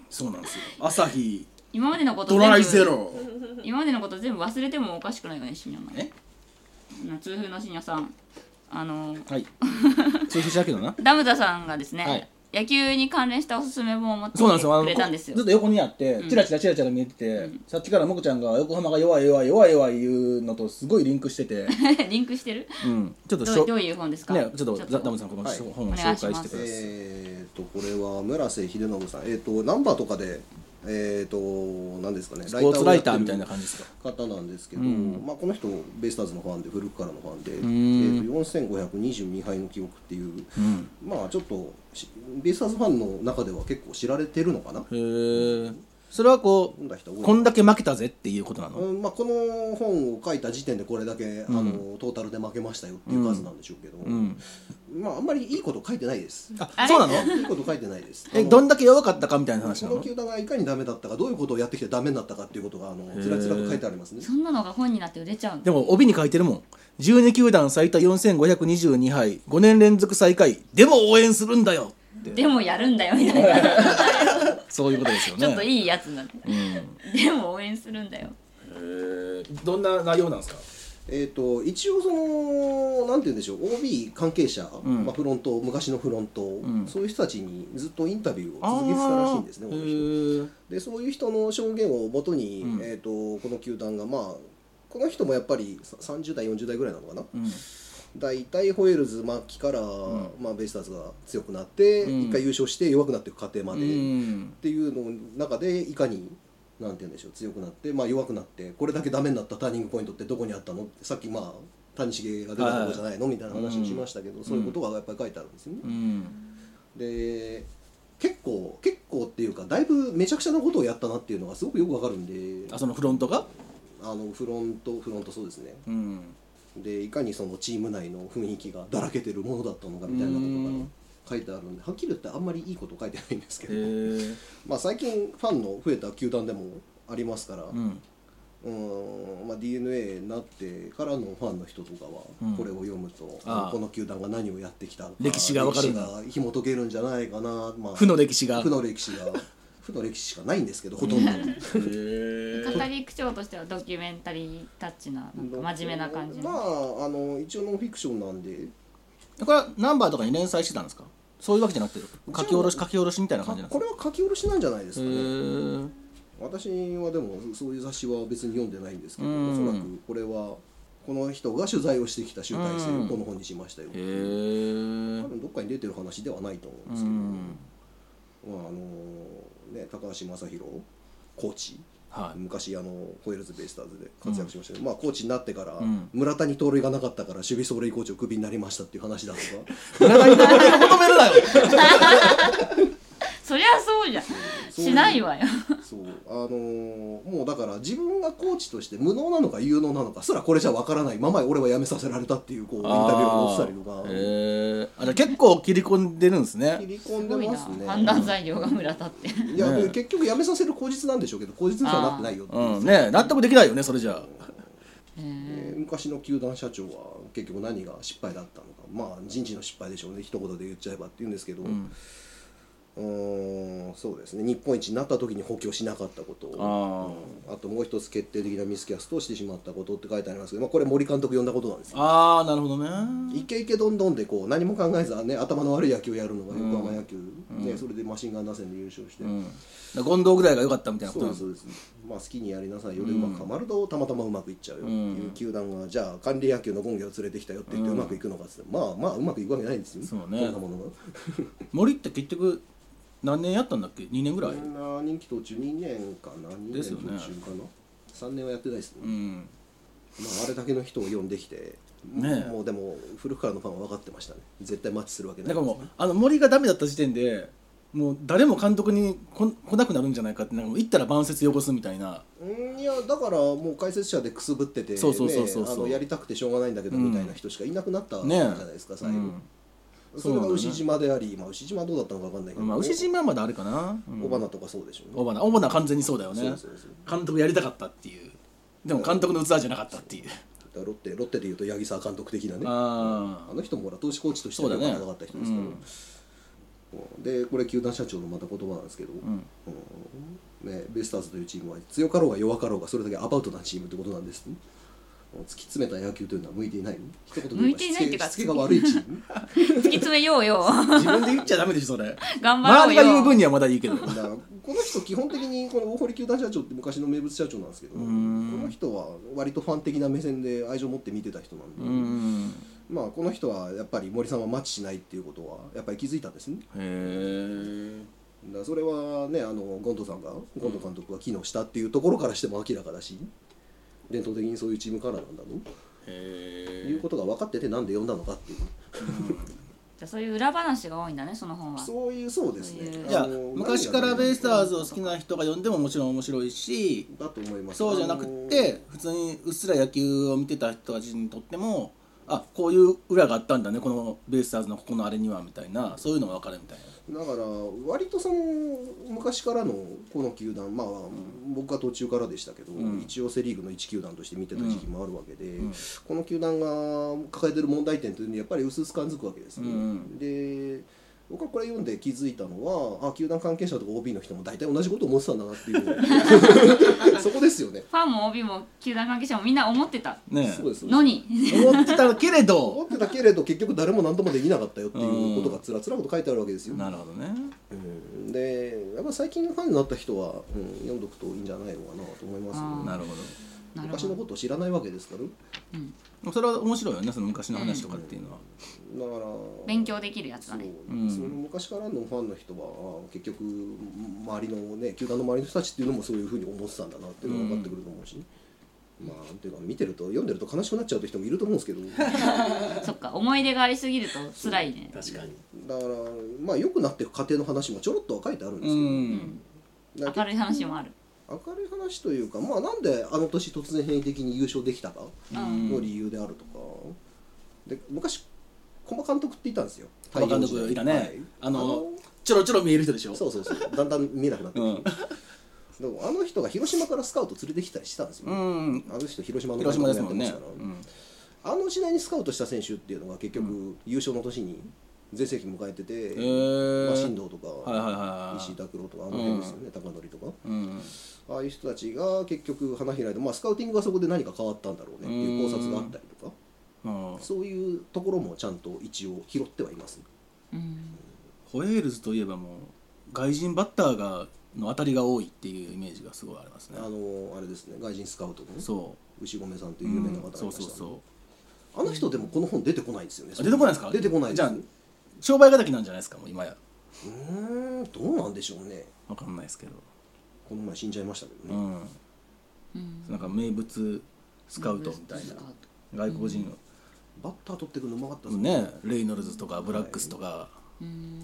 [SPEAKER 2] そうなんですよ朝日
[SPEAKER 1] 今までのこと
[SPEAKER 2] ド
[SPEAKER 1] 全部
[SPEAKER 2] ライゼロ
[SPEAKER 1] 今までのこと全部忘れてもおかしくないよねシニョの
[SPEAKER 2] え
[SPEAKER 1] 痛風のシニョさんあの
[SPEAKER 2] はい通風したけどな
[SPEAKER 1] ダムザさんがですね、
[SPEAKER 2] はい
[SPEAKER 1] 野球に関連したおすすめ本を持って
[SPEAKER 2] そうなんですよあ
[SPEAKER 1] く
[SPEAKER 2] の
[SPEAKER 1] れたんですよ
[SPEAKER 2] ずっと横にあってチラチラチラチラ見えてて、さっきからもこちゃんが横浜が弱い弱い弱い弱い言うのとすごいリンクしてて、
[SPEAKER 1] [laughs] リンクしてる
[SPEAKER 2] うん、ちょっとし
[SPEAKER 1] ど
[SPEAKER 2] ょ
[SPEAKER 1] うどういう本ですか
[SPEAKER 2] ねちょっとザダムさんこの
[SPEAKER 4] はい
[SPEAKER 2] 本を
[SPEAKER 1] お
[SPEAKER 2] 紹
[SPEAKER 1] 願
[SPEAKER 2] 介
[SPEAKER 1] いします
[SPEAKER 2] してください
[SPEAKER 4] えー、とこれは村瀬秀信さん、えー、とナンバーとかで、えー、と何ですかね
[SPEAKER 2] スポーツライタ
[SPEAKER 4] をや
[SPEAKER 2] ー
[SPEAKER 4] ってる
[SPEAKER 2] みたいな感じですか
[SPEAKER 4] 方なんですけど、
[SPEAKER 2] うん
[SPEAKER 4] まあ、この人ベイスターズのファンで古くからのファンで、え
[SPEAKER 2] ん
[SPEAKER 4] ー、と4522敗の記憶っていう、
[SPEAKER 2] うん
[SPEAKER 4] まあちょっとしベイスターズファンの中では結構知られてるのかな、
[SPEAKER 2] へえそれはこ
[SPEAKER 4] 読んだ人
[SPEAKER 2] う
[SPEAKER 4] 多い
[SPEAKER 2] こんだけ負けたぜっていうことなの、
[SPEAKER 4] うんまあ、この本を書いた時点でこれだけ、あのトータルで負けましたよっていう数なんでしょうけど、
[SPEAKER 2] うん、
[SPEAKER 4] まああんまりいいこと書いてないです。
[SPEAKER 2] あそうなの
[SPEAKER 4] いいこと書いてないです。
[SPEAKER 2] え
[SPEAKER 4] あの
[SPEAKER 2] どんだけ弱かったかみたいな話
[SPEAKER 4] こ
[SPEAKER 2] な
[SPEAKER 4] の
[SPEAKER 2] の
[SPEAKER 4] 球団がいかにダメだったかどういうことをやってきてダメになったかっていうことがあのつらつらと書いてありますね
[SPEAKER 1] そんなのが本になって売れちゃうの
[SPEAKER 2] でも帯に書いてるもん12球団最多4522敗5年連続最下位でも応援するんだよって
[SPEAKER 1] でもやるんだよみたいな
[SPEAKER 2] そういうことですよ
[SPEAKER 1] ち
[SPEAKER 2] ね
[SPEAKER 1] ょっといいやつなんだ
[SPEAKER 2] うん、
[SPEAKER 1] でも応援するんだよ
[SPEAKER 2] どんな内容なんですか
[SPEAKER 4] えー、と一応そのなんて言うんでしょう OB 関係者、
[SPEAKER 2] ん
[SPEAKER 4] まあ、フロント昔のフロント、
[SPEAKER 2] ん
[SPEAKER 4] そういう人たちにずっとインタビューを続けてたらしいんですねこの人でそういう人の証言をもとに、
[SPEAKER 2] うん
[SPEAKER 4] えー、とこの球団がまあこの人もやっぱりさ30代40代ぐらいなのかな大体ホエールズ末期から、
[SPEAKER 2] ん
[SPEAKER 4] まあ、ベイスターズが強くなって、
[SPEAKER 2] うん
[SPEAKER 4] 一回優勝して弱くなっていく過程まで、
[SPEAKER 2] うん
[SPEAKER 4] っていうのの中でいかになんて言うんでしょう強くなって、まあ、弱くなってこれだけダメになったターニングポイントってどこにあったのってさっきまあ谷繁が出たとこじゃないのみたいな話をしましたけど、そういうことがやっぱり書いてあるんですよね。
[SPEAKER 2] うん
[SPEAKER 4] で結構結構っていうかだいぶめちゃくちゃなことをやったなっていうのがすごくよくわかるんで
[SPEAKER 2] あそのフロントが、
[SPEAKER 4] あのフロントフロントそうですね
[SPEAKER 2] うん、
[SPEAKER 4] でいかにそのチーム内の雰囲気がだらけてるものだったのかみたいなことが書いてあるんではっきり言ってあんまりいいこと書いてないんですけ
[SPEAKER 2] へ
[SPEAKER 4] ど。
[SPEAKER 2] え、
[SPEAKER 4] まあ、最近ファンの増えた球団でもありますから、う
[SPEAKER 2] う
[SPEAKER 4] ーん
[SPEAKER 2] ん、
[SPEAKER 4] まあ、d n a になってからのファンの人とか
[SPEAKER 2] うん
[SPEAKER 4] はこれを読むと、
[SPEAKER 2] ああ
[SPEAKER 4] この球団が何をやってきたか
[SPEAKER 2] 歴史がわかるな
[SPEAKER 4] 歴史が紐解けるんじゃないかな、まあ、
[SPEAKER 2] 負の歴史が
[SPEAKER 4] 負の歴史が [laughs] 負の歴史しかないんですけどほとんど。
[SPEAKER 2] へえ
[SPEAKER 1] 語り口調としてはドキュメンタリータッチななんか真面目な感じ
[SPEAKER 4] ま
[SPEAKER 1] の
[SPEAKER 4] ああの一応ノンフィクションなんで
[SPEAKER 2] これはナンバーとかに連載してたんですかそういうわけじゃなくて書き下ろし書き下ろしみたいな
[SPEAKER 4] か
[SPEAKER 2] 感じなんで
[SPEAKER 4] こ
[SPEAKER 2] す
[SPEAKER 4] れは書き下ろしなんじゃないです
[SPEAKER 2] か
[SPEAKER 4] か
[SPEAKER 2] へ
[SPEAKER 4] ね
[SPEAKER 2] ー
[SPEAKER 4] 私はでもそういう雑誌は別に読んでないんですけど
[SPEAKER 2] うん
[SPEAKER 4] おそらくこれはこの人が取材をしてきた集大成
[SPEAKER 2] う
[SPEAKER 4] を
[SPEAKER 2] ん
[SPEAKER 4] この本にしましたよ
[SPEAKER 2] へえ
[SPEAKER 4] 多分どっかに出てる話ではないと思う
[SPEAKER 2] う
[SPEAKER 4] んですけど、
[SPEAKER 2] ん
[SPEAKER 4] まああのね、高橋正宏コーチ
[SPEAKER 2] はい
[SPEAKER 4] 昔あのホイールズ・ベイスターズで活躍しましたけど、まあ、コーチになってから、
[SPEAKER 2] うん
[SPEAKER 4] 村田に盗塁がなかったから守備走塁コーチをクビになりましたっていう話だとか
[SPEAKER 2] [laughs] 村上に盗塁を求めるなよ
[SPEAKER 1] そりゃそうじゃんしないわよ
[SPEAKER 4] そうあのーもうだから自分がコーチとして無能なのか有能なのかすらこれじゃわからないまま俺は辞めさせられたっていうこうインタビューを載ってたりとか
[SPEAKER 2] あーへーあじゃあ結構切り込んでるんです
[SPEAKER 4] 切
[SPEAKER 2] ね
[SPEAKER 4] り込
[SPEAKER 1] す
[SPEAKER 4] んで
[SPEAKER 1] ごい
[SPEAKER 4] ま
[SPEAKER 1] な
[SPEAKER 4] すね
[SPEAKER 1] 判断材料が村田
[SPEAKER 2] [laughs]
[SPEAKER 1] って
[SPEAKER 4] いや、
[SPEAKER 2] ねえ
[SPEAKER 4] 結局辞めさせる口実なんでしょうけど口実にはなってないよっていう
[SPEAKER 2] うんね納得できないよねそれじゃあ
[SPEAKER 1] へ
[SPEAKER 4] え
[SPEAKER 1] ー
[SPEAKER 4] ー昔の球団社長は結局何が失敗だったのかまあ人事の失敗でしょうね一言で言っちゃえばって言うんですけど、う
[SPEAKER 2] うん
[SPEAKER 4] ーんそうですね日本一になった時に補強しなかったこと
[SPEAKER 2] あ
[SPEAKER 4] うんあともう一つ決定的なミスキャストをしてしまったことって書いてありますけど、まあ、これ森監督呼んだことなんですよ
[SPEAKER 2] ああなるほどね
[SPEAKER 4] イケイケどんどんでこう何も考えず、ね、頭の悪い野球をやるのが横浜野球、ね、それでマシンガン打線で優勝して、
[SPEAKER 2] うんだから権藤ぐらいが良かったみたいなこ
[SPEAKER 4] そ
[SPEAKER 2] と
[SPEAKER 4] う
[SPEAKER 2] なん
[SPEAKER 4] で
[SPEAKER 2] ですす
[SPEAKER 4] そうです、まあ、好きにやりなさいよりうまくはまるとたまたまうまくいっちゃうよっていう球団がじゃあ管理野球の権限を連れてきたよって言ってうまくいくのかっつってまあまあうまくいくわけないんですよ
[SPEAKER 2] そうね
[SPEAKER 4] こんなものが
[SPEAKER 2] 森って結局何年やったんだっけ2年ぐらい
[SPEAKER 4] みんな人気途中2年かな2
[SPEAKER 2] で
[SPEAKER 4] 年
[SPEAKER 2] す
[SPEAKER 4] 途
[SPEAKER 2] よね
[SPEAKER 4] 中かな3年はやってないですね、
[SPEAKER 2] うん
[SPEAKER 4] まあ、あれだけの人を呼んできて、
[SPEAKER 2] ねえ
[SPEAKER 4] もうでも古くからのファンは分かってましたね絶対マッチするわけな
[SPEAKER 2] ないんかもうあの森がダメだった時点でもう誰も監督にこん来なくなるんじゃないかってなんかもう行ったら晩節汚すみたいな
[SPEAKER 4] うんいやだからもう解説者でくすぶってて、ね、
[SPEAKER 2] そうそうそうそうそう
[SPEAKER 4] あのやりたくてしょうがないんだけどみたいな人しかいなくなったじ
[SPEAKER 2] ね
[SPEAKER 4] ゃないですか、最後、それが牛島であり、まあ、牛島はどうだったのか分かんないけ
[SPEAKER 2] う
[SPEAKER 4] ど、
[SPEAKER 2] んまあ、牛島はまだあれかな、うん、
[SPEAKER 4] 尾花とかそうでしょう
[SPEAKER 2] 尾花尾花完全にそうだよね
[SPEAKER 4] そうそうそう
[SPEAKER 2] 監督やりたかったっていうでも監督の器じゃなかったっていう
[SPEAKER 4] だからロッテロッテでいうと八木沢監督的なねあ
[SPEAKER 2] ああ
[SPEAKER 4] の人もほら投手コーチとしては
[SPEAKER 2] そ
[SPEAKER 4] 良
[SPEAKER 2] う
[SPEAKER 4] か
[SPEAKER 2] だね
[SPEAKER 4] なかった人ですから、でこれ球団社長のまた言葉なんですけど、
[SPEAKER 2] ん
[SPEAKER 4] うんね、ベイスターズというチームは強かろうが弱かろうがそれだけアバウトなチームってことなんです、突き詰めた野球というのは向いていない一言で言えば
[SPEAKER 1] 向いていないっていうか
[SPEAKER 4] しつけしつけが悪いチーム
[SPEAKER 1] 突き詰めようよ
[SPEAKER 2] 自分で言っちゃダメでしょそれ
[SPEAKER 1] [laughs] 頑張ろう
[SPEAKER 2] 周りが言う
[SPEAKER 1] よ
[SPEAKER 2] 分にはまだいいけど
[SPEAKER 4] だからこの人基本的にこの大堀球団社長って昔の名物社長なんですけどこ
[SPEAKER 2] ん
[SPEAKER 4] の人は割とファン的な目線で愛情を持って見てた人なんで、
[SPEAKER 2] うん
[SPEAKER 4] まあこの人はやっぱり森さんはマッチしないっていうことはやっぱり気づいたんですね
[SPEAKER 2] へえ
[SPEAKER 4] だからそれはねあのゴンドさんがゴンド監督が機能したっていうところからしても明らかだし伝統的にそういうチームからなんだろうとい
[SPEAKER 2] へ
[SPEAKER 4] うことが分かっててなんで呼んだのかっていう
[SPEAKER 1] じゃあそういう裏話が多いんだねその本は
[SPEAKER 4] そういうそうですね
[SPEAKER 1] そういう
[SPEAKER 2] じゃあ
[SPEAKER 4] の何が
[SPEAKER 2] 昔からベイスターズを好きな人が呼んでももちろん面白いし
[SPEAKER 4] だと思います
[SPEAKER 2] そうじゃなくって普通にうっすら野球を見てた人たちにとってもあこういう裏があったんだねこのベイスターズのここのあれにはみたいなそういうのが分かるみたい
[SPEAKER 4] だから割とその昔からのこの球団まあ僕は途中からでしたけど、
[SPEAKER 2] ん
[SPEAKER 4] 一応セ・リーグの1球団として見てた時期もあるわけで、この球団が抱えてる問題点というのにやっぱり薄々感づくわけですね。
[SPEAKER 2] うん
[SPEAKER 4] で僕はこれ読んで気づいたのはあ球団関係者とか OB の人も大体同じこと思ってたんだなっていう
[SPEAKER 2] [laughs]
[SPEAKER 4] そこですよね。
[SPEAKER 1] ファンも OB も球団関係者もみんな思ってた
[SPEAKER 2] なね
[SPEAKER 4] そうです
[SPEAKER 1] のに
[SPEAKER 2] 思ってたけれ
[SPEAKER 4] 思
[SPEAKER 2] ど
[SPEAKER 4] [laughs] ってたけれど結局誰も何ともできなかったよっていうことがつらつらこと書いてあるわけですよ。
[SPEAKER 2] なるほどね
[SPEAKER 4] うんでやっぱ最近ファンになった人は、うん、読んどくといいんじゃないのかなと思います
[SPEAKER 1] あ
[SPEAKER 4] ね
[SPEAKER 1] ー
[SPEAKER 2] なるほ
[SPEAKER 1] なるほ
[SPEAKER 4] 昔の
[SPEAKER 1] ど
[SPEAKER 4] ことを知らないわけですから
[SPEAKER 2] どそれは面白いよねその昔の話とかっていうのは、
[SPEAKER 4] だから
[SPEAKER 1] 勉強できるやつ
[SPEAKER 4] そ
[SPEAKER 1] だ
[SPEAKER 4] う、
[SPEAKER 1] ね
[SPEAKER 2] うん
[SPEAKER 4] その昔からのファンの人はあー結局周りのね球団の周りの人たちっていうのもそういうふうに思ってたんだなっていうのが分かってくると思うし、まあっていうか見てると読んでると悲しくなっちゃうって人もいると思うんですけ
[SPEAKER 1] [laughs]
[SPEAKER 4] どだか
[SPEAKER 1] そっか思い出がありすぎると辛いね
[SPEAKER 2] 確かに
[SPEAKER 4] らまあ良くなっていく過程の話もちょろっとは書いてあるんですけど、
[SPEAKER 2] うん
[SPEAKER 4] だか
[SPEAKER 1] 明
[SPEAKER 4] ら
[SPEAKER 1] るい話もある
[SPEAKER 4] 明るい話というかまあなんであの年突然変異的に優勝できたか
[SPEAKER 1] うん
[SPEAKER 4] の理由であるとか、で昔駒監督っていたんですよ
[SPEAKER 2] 小監督いたね、
[SPEAKER 4] はい
[SPEAKER 2] あのちょろちょろ見える人でしょ
[SPEAKER 4] そうそうそうだんだん見えなくなって
[SPEAKER 2] う
[SPEAKER 4] く
[SPEAKER 2] ん
[SPEAKER 4] る、でもあの人が広島からスカウト連れてきたりしたんですよ、
[SPEAKER 2] うん
[SPEAKER 4] あの人広島の
[SPEAKER 2] 広島ですもんね
[SPEAKER 4] 監督やってましたからあの時代にスカウトした選手っていうのが結局優勝の年に全盛期迎えてて、
[SPEAKER 2] ー
[SPEAKER 4] まあ、新藤と
[SPEAKER 2] はいはいはい
[SPEAKER 4] か
[SPEAKER 2] はい
[SPEAKER 4] 石井拓郎とかあの辺ですよね、高則とか
[SPEAKER 2] うん
[SPEAKER 4] ああいう人たちが結局花開いて、まあ、スカウティングがそこで何か変わったんだろうねっていう考察があったりとか
[SPEAKER 2] うん
[SPEAKER 4] そういうところもちゃんと一応拾ってはいます、
[SPEAKER 1] うん
[SPEAKER 2] ホエールズといえばもう外人バッターがの当たりが多いっていうイメージがすごいありますね
[SPEAKER 4] あのあれですね外人スカウトのね
[SPEAKER 2] そ
[SPEAKER 4] 牛込さんと
[SPEAKER 2] う、
[SPEAKER 4] いう有名な方がいました、
[SPEAKER 2] そうそうそう
[SPEAKER 4] あの人でもこの本出てこないんですよね
[SPEAKER 2] あ出てこないですか
[SPEAKER 4] 出てこないです
[SPEAKER 2] じゃあ商売敵なんじゃないですかもう今や
[SPEAKER 4] うーんどうなんでしょうね
[SPEAKER 2] わかんないですけど
[SPEAKER 4] この前死んじゃいましたけど
[SPEAKER 2] う
[SPEAKER 4] ね、
[SPEAKER 2] ん
[SPEAKER 1] うん
[SPEAKER 2] なんか名物スカウトみたい
[SPEAKER 1] ス
[SPEAKER 2] な
[SPEAKER 1] カウ
[SPEAKER 2] 外国人
[SPEAKER 4] バッター取ってくるのうまかったで
[SPEAKER 2] の
[SPEAKER 4] す
[SPEAKER 2] ねレイノルズとかブラックスとか
[SPEAKER 1] トうん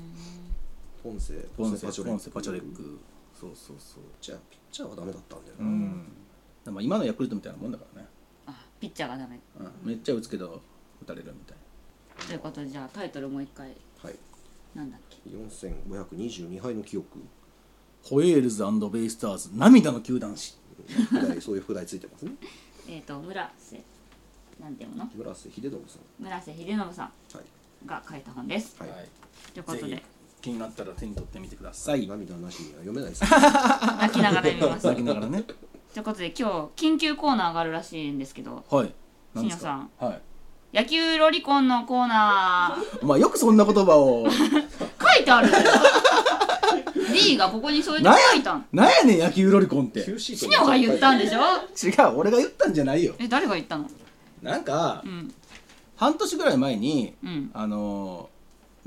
[SPEAKER 4] ポンセ
[SPEAKER 2] ポンセ
[SPEAKER 4] ョレック
[SPEAKER 2] ポンセパチョレックそうそうそう
[SPEAKER 4] じゃあピッチャーはダメだったんだよ
[SPEAKER 2] う
[SPEAKER 4] な、
[SPEAKER 2] んでも今のヤクルトみたいなもんだからね
[SPEAKER 1] あピッチャーがダメ
[SPEAKER 2] うんめっちゃ打つけど打たれるみたい
[SPEAKER 1] ということでじゃあタイトルもう一回
[SPEAKER 4] はい
[SPEAKER 1] なんだっけ
[SPEAKER 4] 4522敗の記憶
[SPEAKER 2] ホエールズベイスターズ涙の球団史
[SPEAKER 4] 副題そういう [laughs] 副題ついてますね
[SPEAKER 1] えっ、と村瀬なんていうの
[SPEAKER 4] 村瀬秀信さ
[SPEAKER 1] 村瀬秀信さ
[SPEAKER 4] んはい
[SPEAKER 1] んが書いた本です
[SPEAKER 4] はい、
[SPEAKER 1] ということ
[SPEAKER 2] ぜ
[SPEAKER 1] で
[SPEAKER 2] ひ気になったら手に取ってみてください
[SPEAKER 4] 涙なしには読
[SPEAKER 2] [laughs]
[SPEAKER 4] めないです
[SPEAKER 1] 泣きながら読みます
[SPEAKER 2] 泣きながらね
[SPEAKER 1] ということで今日緊急コーナーがあるらしいんですけど
[SPEAKER 2] はい
[SPEAKER 1] 信也さん
[SPEAKER 2] はい
[SPEAKER 1] 野球ロリコンのコーナ
[SPEAKER 2] [laughs] お前よくそんな言葉を [laughs]
[SPEAKER 1] ー書いてある D がここにそうやって書いたん
[SPEAKER 2] なんやねん野球ロリコンって [laughs] 違う
[SPEAKER 4] シ
[SPEAKER 1] シニョが言ったんでしょ
[SPEAKER 2] 俺が言ったんじゃないよ
[SPEAKER 1] え誰が言ったの
[SPEAKER 2] なんか、
[SPEAKER 1] うん
[SPEAKER 2] 半年ぐらい前に
[SPEAKER 1] うん
[SPEAKER 2] あのー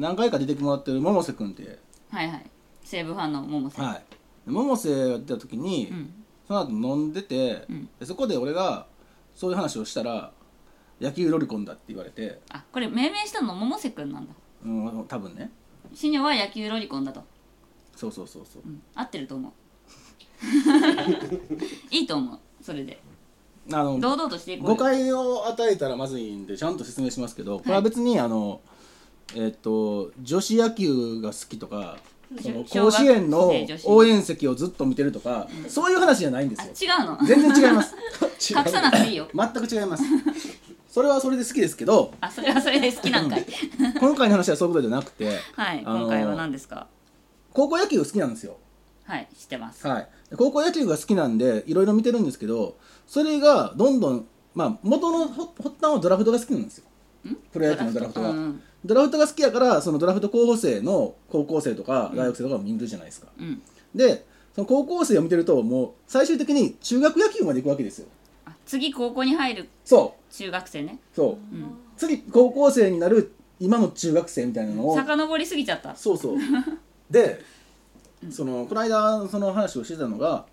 [SPEAKER 2] 何回か出てもらってる百瀬君って
[SPEAKER 1] はいはい西武ファンの桃瀬、
[SPEAKER 2] はいで百瀬が出た時に、
[SPEAKER 1] うん
[SPEAKER 2] その後飲んでて、
[SPEAKER 1] うん
[SPEAKER 2] でそこで俺がそういう話をしたら野球ロリコンだって言われて、
[SPEAKER 1] あこれ命名したの桃瀬くんなんだ
[SPEAKER 2] うん、多分ね
[SPEAKER 1] シニョは野球ロリコンだと、
[SPEAKER 2] そうそうそうそう
[SPEAKER 1] うん、合ってると思う [laughs] いいと思うそれで
[SPEAKER 2] あの
[SPEAKER 1] 堂々としていこうよ
[SPEAKER 2] 誤解を与えたらまずいんでちゃんと説明しますけどこれは別にあの、えっと女子野球が好きとかその
[SPEAKER 1] 小
[SPEAKER 2] 甲
[SPEAKER 1] 学
[SPEAKER 2] 子園の
[SPEAKER 1] 生女子
[SPEAKER 2] 応援席をずっと見てるとかそういう話じゃないんで
[SPEAKER 1] あ
[SPEAKER 2] すよ
[SPEAKER 1] 違うの
[SPEAKER 2] 全然違います
[SPEAKER 1] [laughs] 隠さなくていいよ
[SPEAKER 2] [laughs] 全く違いますそれはそれで好きですけど
[SPEAKER 1] あそれはそれで好きなん
[SPEAKER 2] [laughs]
[SPEAKER 1] かい
[SPEAKER 2] 今回の話はそういうことじゃなくて
[SPEAKER 1] はい
[SPEAKER 2] あのー
[SPEAKER 1] 今回は何ですか
[SPEAKER 2] 高校野球好きなんですよ
[SPEAKER 1] はい知ってます
[SPEAKER 2] はいで高校野球が好きなんでいろいろ見てるんですけどそれがどんどんまあ元のほ発端はドラフトが好きなんですよプロ野球のドラフトが
[SPEAKER 1] うんうん
[SPEAKER 2] ドラフトが好きやからそのドラフト候補生の高校生とか大学生とかを見るじゃないですか、
[SPEAKER 1] うん
[SPEAKER 2] でその高校生を見てるともう最終的に中学野球まで行くわけですよ
[SPEAKER 1] あ次高校に入る
[SPEAKER 2] そう
[SPEAKER 1] 中学生ね
[SPEAKER 2] そう
[SPEAKER 1] うん
[SPEAKER 2] 次高校生になる今の中学生みたいなのを
[SPEAKER 1] 遡りすぎちゃった
[SPEAKER 2] そう [laughs] そうでそのこの間その話をしてたのが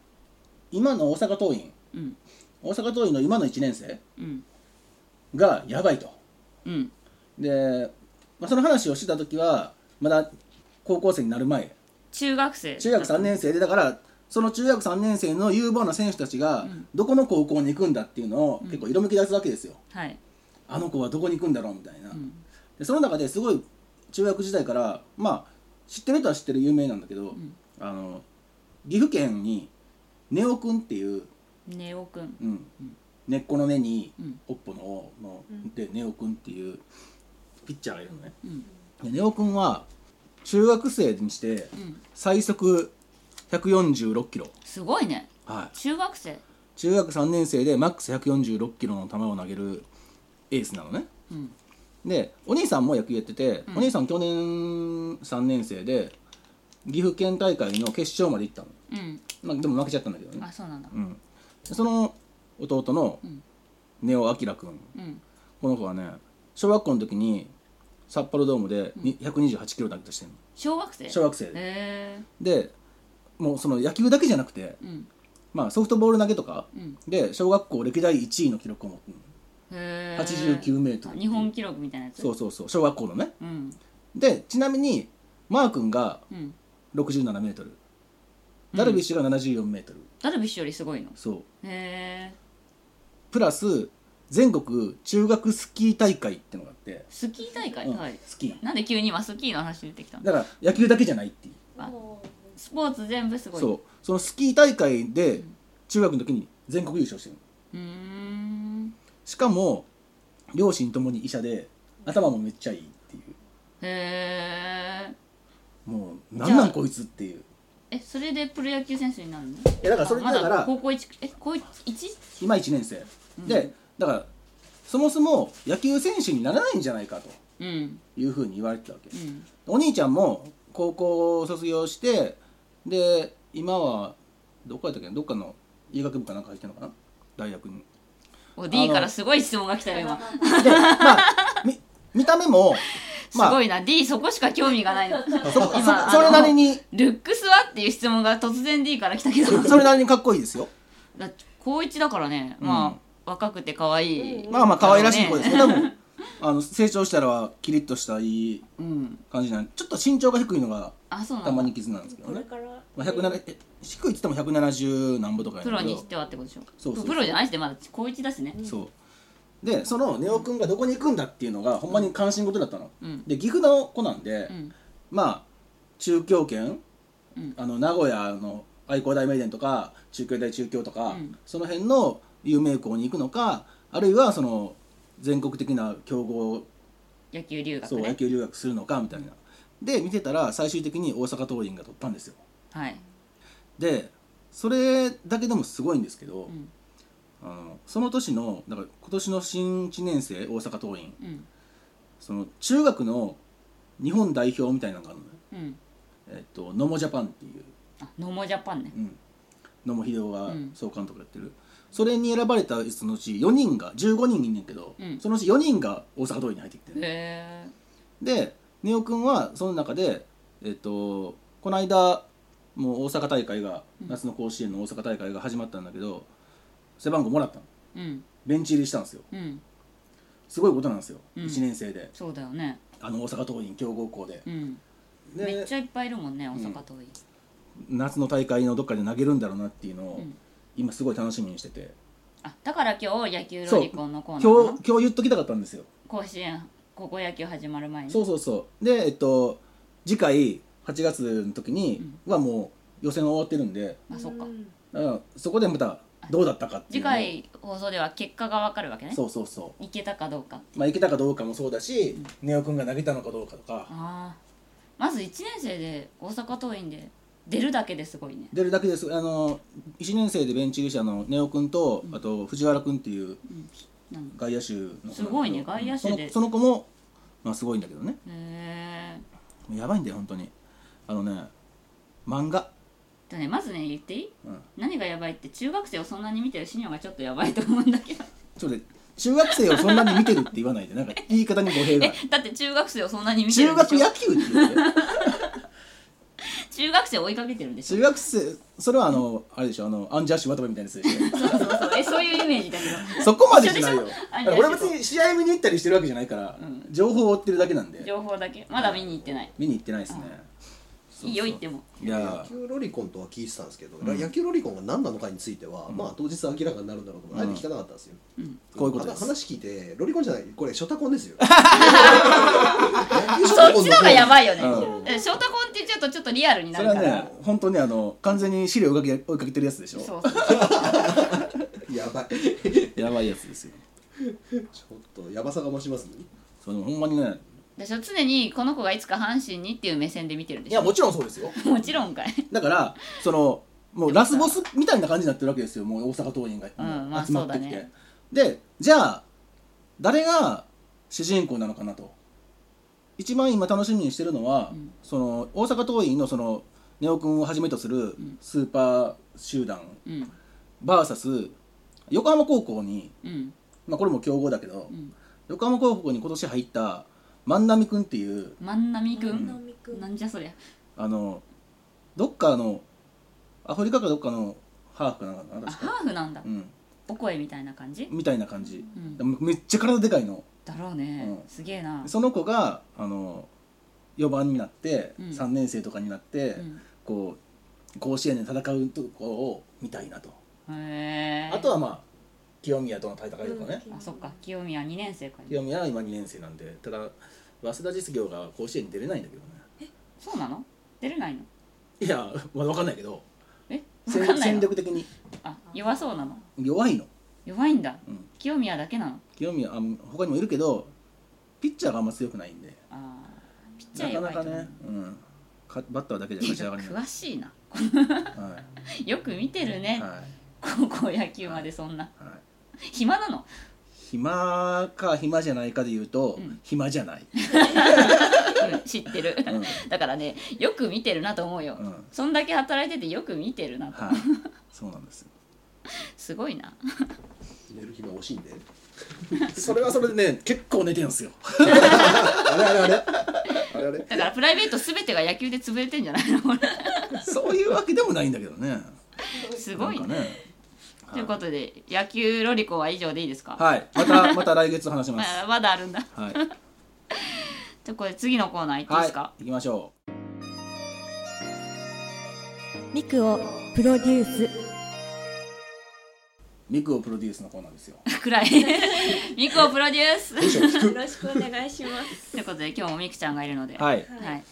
[SPEAKER 2] 今の大阪桐蔭
[SPEAKER 1] うん
[SPEAKER 2] 大阪桐蔭の今の1年生
[SPEAKER 1] うん
[SPEAKER 2] がやばいと
[SPEAKER 1] うん
[SPEAKER 2] で、まあ、その話をしてた時はまだ高校生になる前
[SPEAKER 1] 中学生
[SPEAKER 2] 中学3年生でだからその中学3年生の有望な選手たちが
[SPEAKER 1] ん
[SPEAKER 2] どこの高校に行くんだっていうのを結構色めき出すわけですよ、
[SPEAKER 1] はい
[SPEAKER 2] あの子はどこに行くんだろうみたいな、
[SPEAKER 1] ん
[SPEAKER 2] でその中ですごい中学時代からまあ知ってる人は知ってる有名なんだけど、
[SPEAKER 1] ん
[SPEAKER 2] あの岐阜県に根尾君っていう、
[SPEAKER 1] ネオくん
[SPEAKER 2] うん根っこの根に
[SPEAKER 1] うん
[SPEAKER 2] おっぽの尾の、
[SPEAKER 3] ん
[SPEAKER 2] で根尾君っていうピッチャーがいるのね
[SPEAKER 1] うん
[SPEAKER 2] で根尾君は中学生にして
[SPEAKER 1] うん
[SPEAKER 2] 最速146キロ
[SPEAKER 1] すごいね
[SPEAKER 2] はい、
[SPEAKER 1] 中学生
[SPEAKER 2] 中学3年生でマックス146キロの球を投げるエースなのね
[SPEAKER 1] うん
[SPEAKER 2] でお兄さんも野球やってて、
[SPEAKER 1] うん
[SPEAKER 2] お兄さん去年3年生で岐阜県大会の決勝まで行ったの、
[SPEAKER 1] うん
[SPEAKER 2] まあ、でも負けちゃったんだけどね
[SPEAKER 1] あ、そうなんだ
[SPEAKER 2] うん、でその弟の
[SPEAKER 1] うん
[SPEAKER 2] 根尾明君
[SPEAKER 1] うん
[SPEAKER 2] この子はね小学校の時に札幌ドームでに128キロ投げたしてるの
[SPEAKER 1] 小学生
[SPEAKER 2] 小学生で、
[SPEAKER 1] へ
[SPEAKER 2] でもうその野球だけじゃなくて、
[SPEAKER 1] えうん
[SPEAKER 2] まあ、ソフトボール投げとか
[SPEAKER 1] うん
[SPEAKER 2] で小学校歴代1位の記録を持ってるの
[SPEAKER 1] へえ
[SPEAKER 2] 89メートル
[SPEAKER 1] 日本記録みたいなやつ
[SPEAKER 2] そううそうそう小学校のね
[SPEAKER 1] うん
[SPEAKER 2] でちなみにマー君が
[SPEAKER 1] うん
[SPEAKER 2] 6 7メートルダルビッシュが7 4メートル、
[SPEAKER 1] ダルビッシュよりすごいの
[SPEAKER 2] そう
[SPEAKER 1] へえ
[SPEAKER 2] プラス全国中学スキー大会ってのがあって、
[SPEAKER 1] スキー大会
[SPEAKER 2] うん
[SPEAKER 1] はい
[SPEAKER 2] スキー
[SPEAKER 1] なんで急に今スキーの話出てきたの
[SPEAKER 2] だから野球だけじゃないっていう
[SPEAKER 1] あ
[SPEAKER 3] も
[SPEAKER 1] スポーツ全部すごい
[SPEAKER 2] そうそのスキー大会で中学の時に全国優勝してる
[SPEAKER 1] うーん
[SPEAKER 2] しかも両親ともに医者で頭もめっちゃいいっていう
[SPEAKER 1] へえ
[SPEAKER 2] もう
[SPEAKER 1] じ
[SPEAKER 2] なん
[SPEAKER 1] ゃ
[SPEAKER 2] なん
[SPEAKER 1] あ
[SPEAKER 2] こいつっていう
[SPEAKER 1] えそれでプロ野球選手になるの
[SPEAKER 2] いやだからそれ
[SPEAKER 1] あま
[SPEAKER 2] だから
[SPEAKER 1] 高校一え高一一
[SPEAKER 2] 今1年生、でだからそもそも野球選手にならないんじゃないかと
[SPEAKER 1] うん
[SPEAKER 2] いうふうに言われてたわけ、
[SPEAKER 1] うん
[SPEAKER 2] お兄ちゃんも高校を卒業してで今はどこやったっけどっかの医学部かなんか入ってんのかな大学に
[SPEAKER 1] お
[SPEAKER 2] あ
[SPEAKER 1] D
[SPEAKER 2] の
[SPEAKER 1] からすごい質問が来たよ今
[SPEAKER 2] でまあみ見た目
[SPEAKER 1] [laughs]
[SPEAKER 2] も
[SPEAKER 1] す
[SPEAKER 2] ま
[SPEAKER 1] ご
[SPEAKER 2] あ
[SPEAKER 1] いな D そこしか興味がない
[SPEAKER 2] [laughs]
[SPEAKER 1] の
[SPEAKER 2] そそ
[SPEAKER 1] 今
[SPEAKER 2] それな
[SPEAKER 1] あの
[SPEAKER 2] りに [clears throat]
[SPEAKER 1] ルックスはっていう質問が突然 D から来たけど
[SPEAKER 2] それなりにかっこいいですよ
[SPEAKER 1] だって高一だからね、
[SPEAKER 2] うん
[SPEAKER 1] まあ若くて可愛い、
[SPEAKER 3] うん
[SPEAKER 2] まあまあ可愛らしい子ですね多分あの成長したらキリッとしたいい
[SPEAKER 1] うん、
[SPEAKER 2] 感じなんでちょっと身長が低いのが
[SPEAKER 1] あそうなんだ
[SPEAKER 2] たまに傷なんですけど
[SPEAKER 3] これ
[SPEAKER 2] ね、
[SPEAKER 3] から
[SPEAKER 2] まあ、107え低いって言っても170何歩とかや
[SPEAKER 1] プ
[SPEAKER 2] ね
[SPEAKER 1] ロ
[SPEAKER 2] んけど
[SPEAKER 1] にしてはってことでしょ
[SPEAKER 2] そうそう
[SPEAKER 1] プロじゃないしでまだ高一だしね
[SPEAKER 2] そうでそのネオくんがどこに行くんだっていうのがほんまに関心事だったの、
[SPEAKER 1] うん
[SPEAKER 2] で岐阜の子なんで、
[SPEAKER 1] うん
[SPEAKER 2] まあ中京圏、
[SPEAKER 1] うん
[SPEAKER 2] あの名古屋の愛工大名電とか中京大中京とか、
[SPEAKER 1] うん
[SPEAKER 2] その辺の有名校に行くのかあるいはその全国的な強豪
[SPEAKER 1] 野球留学
[SPEAKER 2] そう野
[SPEAKER 1] ね
[SPEAKER 2] 球留学するのかみたいなで見てたら最終的に大阪桐蔭が取ったんですよ
[SPEAKER 1] はい、
[SPEAKER 2] でそれだけでもすごいんですけど、
[SPEAKER 1] うん
[SPEAKER 2] あのその年のだから今年の新1年生大阪桐蔭
[SPEAKER 1] うん
[SPEAKER 2] その中学の日本代表みたいなのがあるのよ、
[SPEAKER 1] うん、
[SPEAKER 2] えっと、ノモジャパンっていう
[SPEAKER 1] あノモジャパンね
[SPEAKER 2] うん、野茂英雄が
[SPEAKER 1] うん
[SPEAKER 2] 総監督やってる、それに選ばれた人のうち4人が15人いんねんけど、
[SPEAKER 1] うん
[SPEAKER 2] そのうち4人が大阪桐蔭に入ってきてる、
[SPEAKER 1] へえ
[SPEAKER 2] で根尾君はその中でえっとこの間もう大阪大会が
[SPEAKER 1] うん
[SPEAKER 2] 夏の甲子園の大阪大会が始まったんだけど、背番号もらったの
[SPEAKER 1] うん
[SPEAKER 2] ベンチ入りしたんですよ
[SPEAKER 1] うん
[SPEAKER 2] すごいことなんですよ、
[SPEAKER 1] うん
[SPEAKER 2] 1年生で
[SPEAKER 1] そうだよね
[SPEAKER 2] あの大阪桐蔭強豪校で、
[SPEAKER 1] うん
[SPEAKER 2] で
[SPEAKER 1] めっちゃいっぱいいるもんね大阪桐
[SPEAKER 2] 夏の大会のどっかで投げるんだろうなっていうのを、
[SPEAKER 1] 蔭、うん、
[SPEAKER 2] 今すごい楽しみにしてて
[SPEAKER 1] あだから今日野球ロリコンのコーナーか
[SPEAKER 2] 今
[SPEAKER 1] な
[SPEAKER 2] 日今日言っときたかったんですよ
[SPEAKER 1] 甲子園高校野球始まる前に
[SPEAKER 2] そうそうそうでえっと次回8月の時にはもう予選終わってるんで、
[SPEAKER 1] あそっか
[SPEAKER 3] ん
[SPEAKER 2] だからそこでまたどうだったかって
[SPEAKER 1] 次
[SPEAKER 2] いうのを
[SPEAKER 1] 回放送では結果がわかるわけね
[SPEAKER 2] そうそうそ
[SPEAKER 1] いけたかどうか
[SPEAKER 2] うまあいけたかどうかもそうだし、ネオくんが投げたのかどうかとか
[SPEAKER 1] ああまず1年生で大阪桐蔭で出るだけですごいね
[SPEAKER 2] 出るだけですあの1年生でベンチ入りしたのネオくんと、あと藤原くんっていう
[SPEAKER 1] なんか
[SPEAKER 2] 外野手の子なんだけど
[SPEAKER 1] すごいね外野手で
[SPEAKER 2] うんそのその子も、まあ、すごいんだけどね
[SPEAKER 1] へえ
[SPEAKER 2] やばいんだよ本当にあのね漫画、
[SPEAKER 1] とねまずね言っていい
[SPEAKER 2] うん、
[SPEAKER 1] 何がやばいって中学生をそんなに見てるシニアがちょっとやばいと思うんだけど
[SPEAKER 2] ちょっと待って中学生をそんなに見てるって言わないでなんか言い方に語弊がある
[SPEAKER 1] だって中学生をそんなに見てる
[SPEAKER 2] 中
[SPEAKER 1] んでし
[SPEAKER 2] 学
[SPEAKER 1] ょ
[SPEAKER 2] 野球って言う
[SPEAKER 1] [laughs]
[SPEAKER 2] て
[SPEAKER 1] 中学生を追いかけてるんでしょ
[SPEAKER 2] 中学生それはあのあれでしょあのアンジャッシュ渡部みたいなやつでし
[SPEAKER 1] そうそうそうえそういうイメージだけ
[SPEAKER 2] ょそこまでしないよ
[SPEAKER 1] 一緒でし [laughs] ょアンジャッシュ
[SPEAKER 2] 俺別に試合見に行ったりしてるわけじゃないから、
[SPEAKER 1] うん
[SPEAKER 2] 情報を追ってるだけなん
[SPEAKER 1] ど
[SPEAKER 2] で
[SPEAKER 1] [laughs] 情報だけまだ見に行ってない
[SPEAKER 2] 見に行ってないですねそうそう
[SPEAKER 1] いいよ言っても
[SPEAKER 2] いや
[SPEAKER 4] 野球ロリコンとは聞いてたんですけど、
[SPEAKER 2] うん
[SPEAKER 4] 野球ロリコンが何なのかについては、
[SPEAKER 2] うん
[SPEAKER 4] まあ当日明らかになるんだろうと思って、あえて聞かなかったんですよ、
[SPEAKER 1] うん
[SPEAKER 2] こういうことです
[SPEAKER 4] 話聞いてロリコンじゃないこれショタコンで
[SPEAKER 2] [laughs]
[SPEAKER 4] すよ
[SPEAKER 1] そっちの方がやばいよね、
[SPEAKER 2] うん
[SPEAKER 1] えショートコンってちょっとちょっとリアルにな
[SPEAKER 2] そ
[SPEAKER 1] る
[SPEAKER 2] れは
[SPEAKER 1] から
[SPEAKER 2] ね本当にあの完全に資料追いかけ追いかけてるやつでし
[SPEAKER 1] そ
[SPEAKER 2] ょ
[SPEAKER 1] うそう
[SPEAKER 4] いやばい
[SPEAKER 2] やばいやつですよ
[SPEAKER 4] ちょっとやばさが増しますね
[SPEAKER 2] そのほんまにね
[SPEAKER 1] でしょ常にこの子がいつか阪神にっていう目線で見てるで
[SPEAKER 2] い
[SPEAKER 1] しょ
[SPEAKER 2] やもちろんそうですよ
[SPEAKER 1] もちろんかい
[SPEAKER 2] だからそのもうラスボスみたいな感じになってるわけですよもう大阪桐
[SPEAKER 1] う
[SPEAKER 2] 蔭
[SPEAKER 1] んま
[SPEAKER 2] が
[SPEAKER 1] あ
[SPEAKER 2] 集まってきて、
[SPEAKER 1] そうだね
[SPEAKER 2] でじゃあ誰が主人公なのかなと一番今楽しみにしてるのは、
[SPEAKER 1] うん
[SPEAKER 2] その大阪桐蔭のそのネオ君をはじめとする
[SPEAKER 1] ん
[SPEAKER 2] スーパー集団
[SPEAKER 1] うん
[SPEAKER 2] バーサス横浜高校に、
[SPEAKER 1] うん
[SPEAKER 2] まあ、これも強豪だけど、
[SPEAKER 1] うん
[SPEAKER 2] 横浜高校に今年入った万波君っていう
[SPEAKER 1] 万波く
[SPEAKER 3] 万
[SPEAKER 1] ん
[SPEAKER 3] 波くん
[SPEAKER 1] なんじゃそりゃ
[SPEAKER 2] あのどっかのアフリカかどっかのハーフかなんかな
[SPEAKER 1] あ
[SPEAKER 2] 確か
[SPEAKER 1] ハーフなんだ
[SPEAKER 2] うん、
[SPEAKER 1] お声みたいな感じ
[SPEAKER 2] みたいな感じ、
[SPEAKER 1] うん
[SPEAKER 2] めっちゃ体でかいの
[SPEAKER 1] だろうね
[SPEAKER 2] うん
[SPEAKER 1] すげえな
[SPEAKER 2] その子があの4番になって、
[SPEAKER 1] うん
[SPEAKER 2] 3年生とかになって、
[SPEAKER 1] うん
[SPEAKER 2] こう甲子園で戦うところを見たいなと、
[SPEAKER 1] へえ
[SPEAKER 2] あとはまあ清宮との戦いとかね、
[SPEAKER 1] あそっか清宮2年生か
[SPEAKER 2] 清宮は今2年生なんでただ早稲田実業が甲子園に出れないんだけどね
[SPEAKER 1] そうなの出れないの
[SPEAKER 2] いやまだ分かんないけど
[SPEAKER 1] え
[SPEAKER 2] 戦
[SPEAKER 1] 分かんない
[SPEAKER 2] 戦
[SPEAKER 1] の
[SPEAKER 2] 力的に
[SPEAKER 1] あ弱そうなの
[SPEAKER 2] 弱いの、
[SPEAKER 1] 弱いんだ
[SPEAKER 2] うん、
[SPEAKER 1] 清宮だけなの
[SPEAKER 2] 清宮あ他にもいるけどピッチャーがあんま強くないんで
[SPEAKER 1] あーピッチャ
[SPEAKER 2] な
[SPEAKER 1] ー
[SPEAKER 2] か
[SPEAKER 1] 弱
[SPEAKER 2] ない
[SPEAKER 1] と
[SPEAKER 2] か
[SPEAKER 1] 思う
[SPEAKER 2] ね、うん、かバッターだけじゃ
[SPEAKER 1] いや
[SPEAKER 2] 勝ち上がれない、は
[SPEAKER 1] 詳しいな
[SPEAKER 2] い
[SPEAKER 1] よく見てるね
[SPEAKER 2] はい
[SPEAKER 1] 高校野球までそんな
[SPEAKER 2] はい、
[SPEAKER 1] 暇なの
[SPEAKER 2] 暇か暇じゃないかで言うと、
[SPEAKER 1] うん
[SPEAKER 2] 暇じゃない、
[SPEAKER 1] うん知ってる
[SPEAKER 2] うん
[SPEAKER 1] だからねよく見てるなと思うよ、
[SPEAKER 2] うん
[SPEAKER 1] そんだけ働いててよく見てるなと、
[SPEAKER 2] はい、そうなんですよ
[SPEAKER 1] すごいな
[SPEAKER 4] 寝る暇惜しいんで
[SPEAKER 2] それはそれでね結構寝てるんですよ
[SPEAKER 4] あれあれあれあれあれ
[SPEAKER 1] だからプライベート全てが野球で潰れ
[SPEAKER 2] [laughs]
[SPEAKER 1] てんじゃないの
[SPEAKER 2] そういうわけでもないんだけどね
[SPEAKER 1] すごい
[SPEAKER 2] な
[SPEAKER 1] ね
[SPEAKER 2] んかね
[SPEAKER 1] ということで野球ロリコは以上でいいですか、
[SPEAKER 2] はいまたまた来月話します
[SPEAKER 1] [laughs] あまだあるんだ
[SPEAKER 2] はい
[SPEAKER 1] じゃあこれ次のコーナーいっていい
[SPEAKER 2] は
[SPEAKER 1] で
[SPEAKER 2] い
[SPEAKER 1] すか、
[SPEAKER 2] 行きましょう
[SPEAKER 3] ミクをプロデュース
[SPEAKER 2] ミクをプロデュースのコーナーですよ
[SPEAKER 1] [laughs] 暗いミクをプロデュース
[SPEAKER 3] よろしくお願いします
[SPEAKER 1] ということで今日もミクちゃんがいるので、
[SPEAKER 2] はい
[SPEAKER 1] はいえ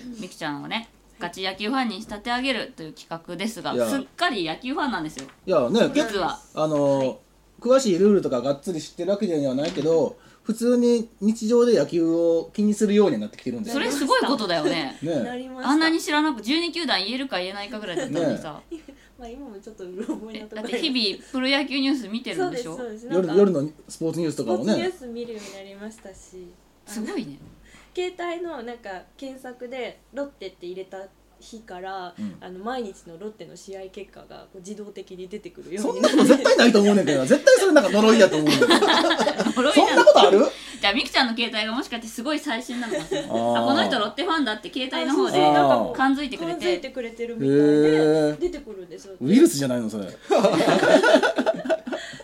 [SPEAKER 1] ーミクちゃんをねガチ野球ファンに仕立て上げるという企画ですが
[SPEAKER 2] いや
[SPEAKER 1] すっかり野球ファンなんですよ
[SPEAKER 2] いやね結
[SPEAKER 1] 実は
[SPEAKER 2] あのー詳しいルールとかがっつり知ってるわけではないけど普通に日常で野球を気にするようになってきてるんです
[SPEAKER 1] そ
[SPEAKER 2] よ
[SPEAKER 1] れすごいことだよね
[SPEAKER 3] な
[SPEAKER 2] ね
[SPEAKER 3] りました
[SPEAKER 1] あんなに知らなく12球団言えるか言えないかぐらいだったのにさ、
[SPEAKER 3] まあ今もちょっとうろ覚え
[SPEAKER 1] え
[SPEAKER 3] なとこ
[SPEAKER 1] だ
[SPEAKER 3] ろ
[SPEAKER 1] って日々プロ野球ニュース見てる
[SPEAKER 3] そ
[SPEAKER 1] ん
[SPEAKER 3] う
[SPEAKER 1] で
[SPEAKER 3] です
[SPEAKER 1] しょ
[SPEAKER 3] そうですなん
[SPEAKER 2] 夜
[SPEAKER 3] か
[SPEAKER 2] 夜のスポーツニュースと
[SPEAKER 3] ス
[SPEAKER 2] か
[SPEAKER 3] ポ
[SPEAKER 2] を
[SPEAKER 3] ーツニュー
[SPEAKER 2] ね
[SPEAKER 3] ス見るようになりましたしあの
[SPEAKER 1] すごいね
[SPEAKER 3] 携帯のなんか検索で「ロッテ」って入れた日から、
[SPEAKER 2] うん
[SPEAKER 3] あの毎日のロッテの試合結果がこう自動的に出てくるよ
[SPEAKER 2] そ
[SPEAKER 3] うんに
[SPEAKER 2] な
[SPEAKER 3] な
[SPEAKER 2] こと絶対ないと思うねんけどな絶対それなんか呪いやと思
[SPEAKER 3] [laughs]
[SPEAKER 2] うねんけど
[SPEAKER 1] 呪い
[SPEAKER 2] そ
[SPEAKER 1] なんの
[SPEAKER 2] なことある
[SPEAKER 1] じゃあみくちゃんの携帯がもしかしてすごい最新なのかもしれない
[SPEAKER 2] あ
[SPEAKER 1] あ
[SPEAKER 2] ー
[SPEAKER 1] この人ロッテファンだって携帯の方
[SPEAKER 3] あそうそ
[SPEAKER 1] で
[SPEAKER 3] うなんかもう
[SPEAKER 1] 感づいてくれ
[SPEAKER 3] 感づい
[SPEAKER 1] て
[SPEAKER 3] てくれてるみ
[SPEAKER 2] へ
[SPEAKER 3] たい
[SPEAKER 2] え
[SPEAKER 3] で出てくるんですよ
[SPEAKER 2] ウイルスじゃないのそれ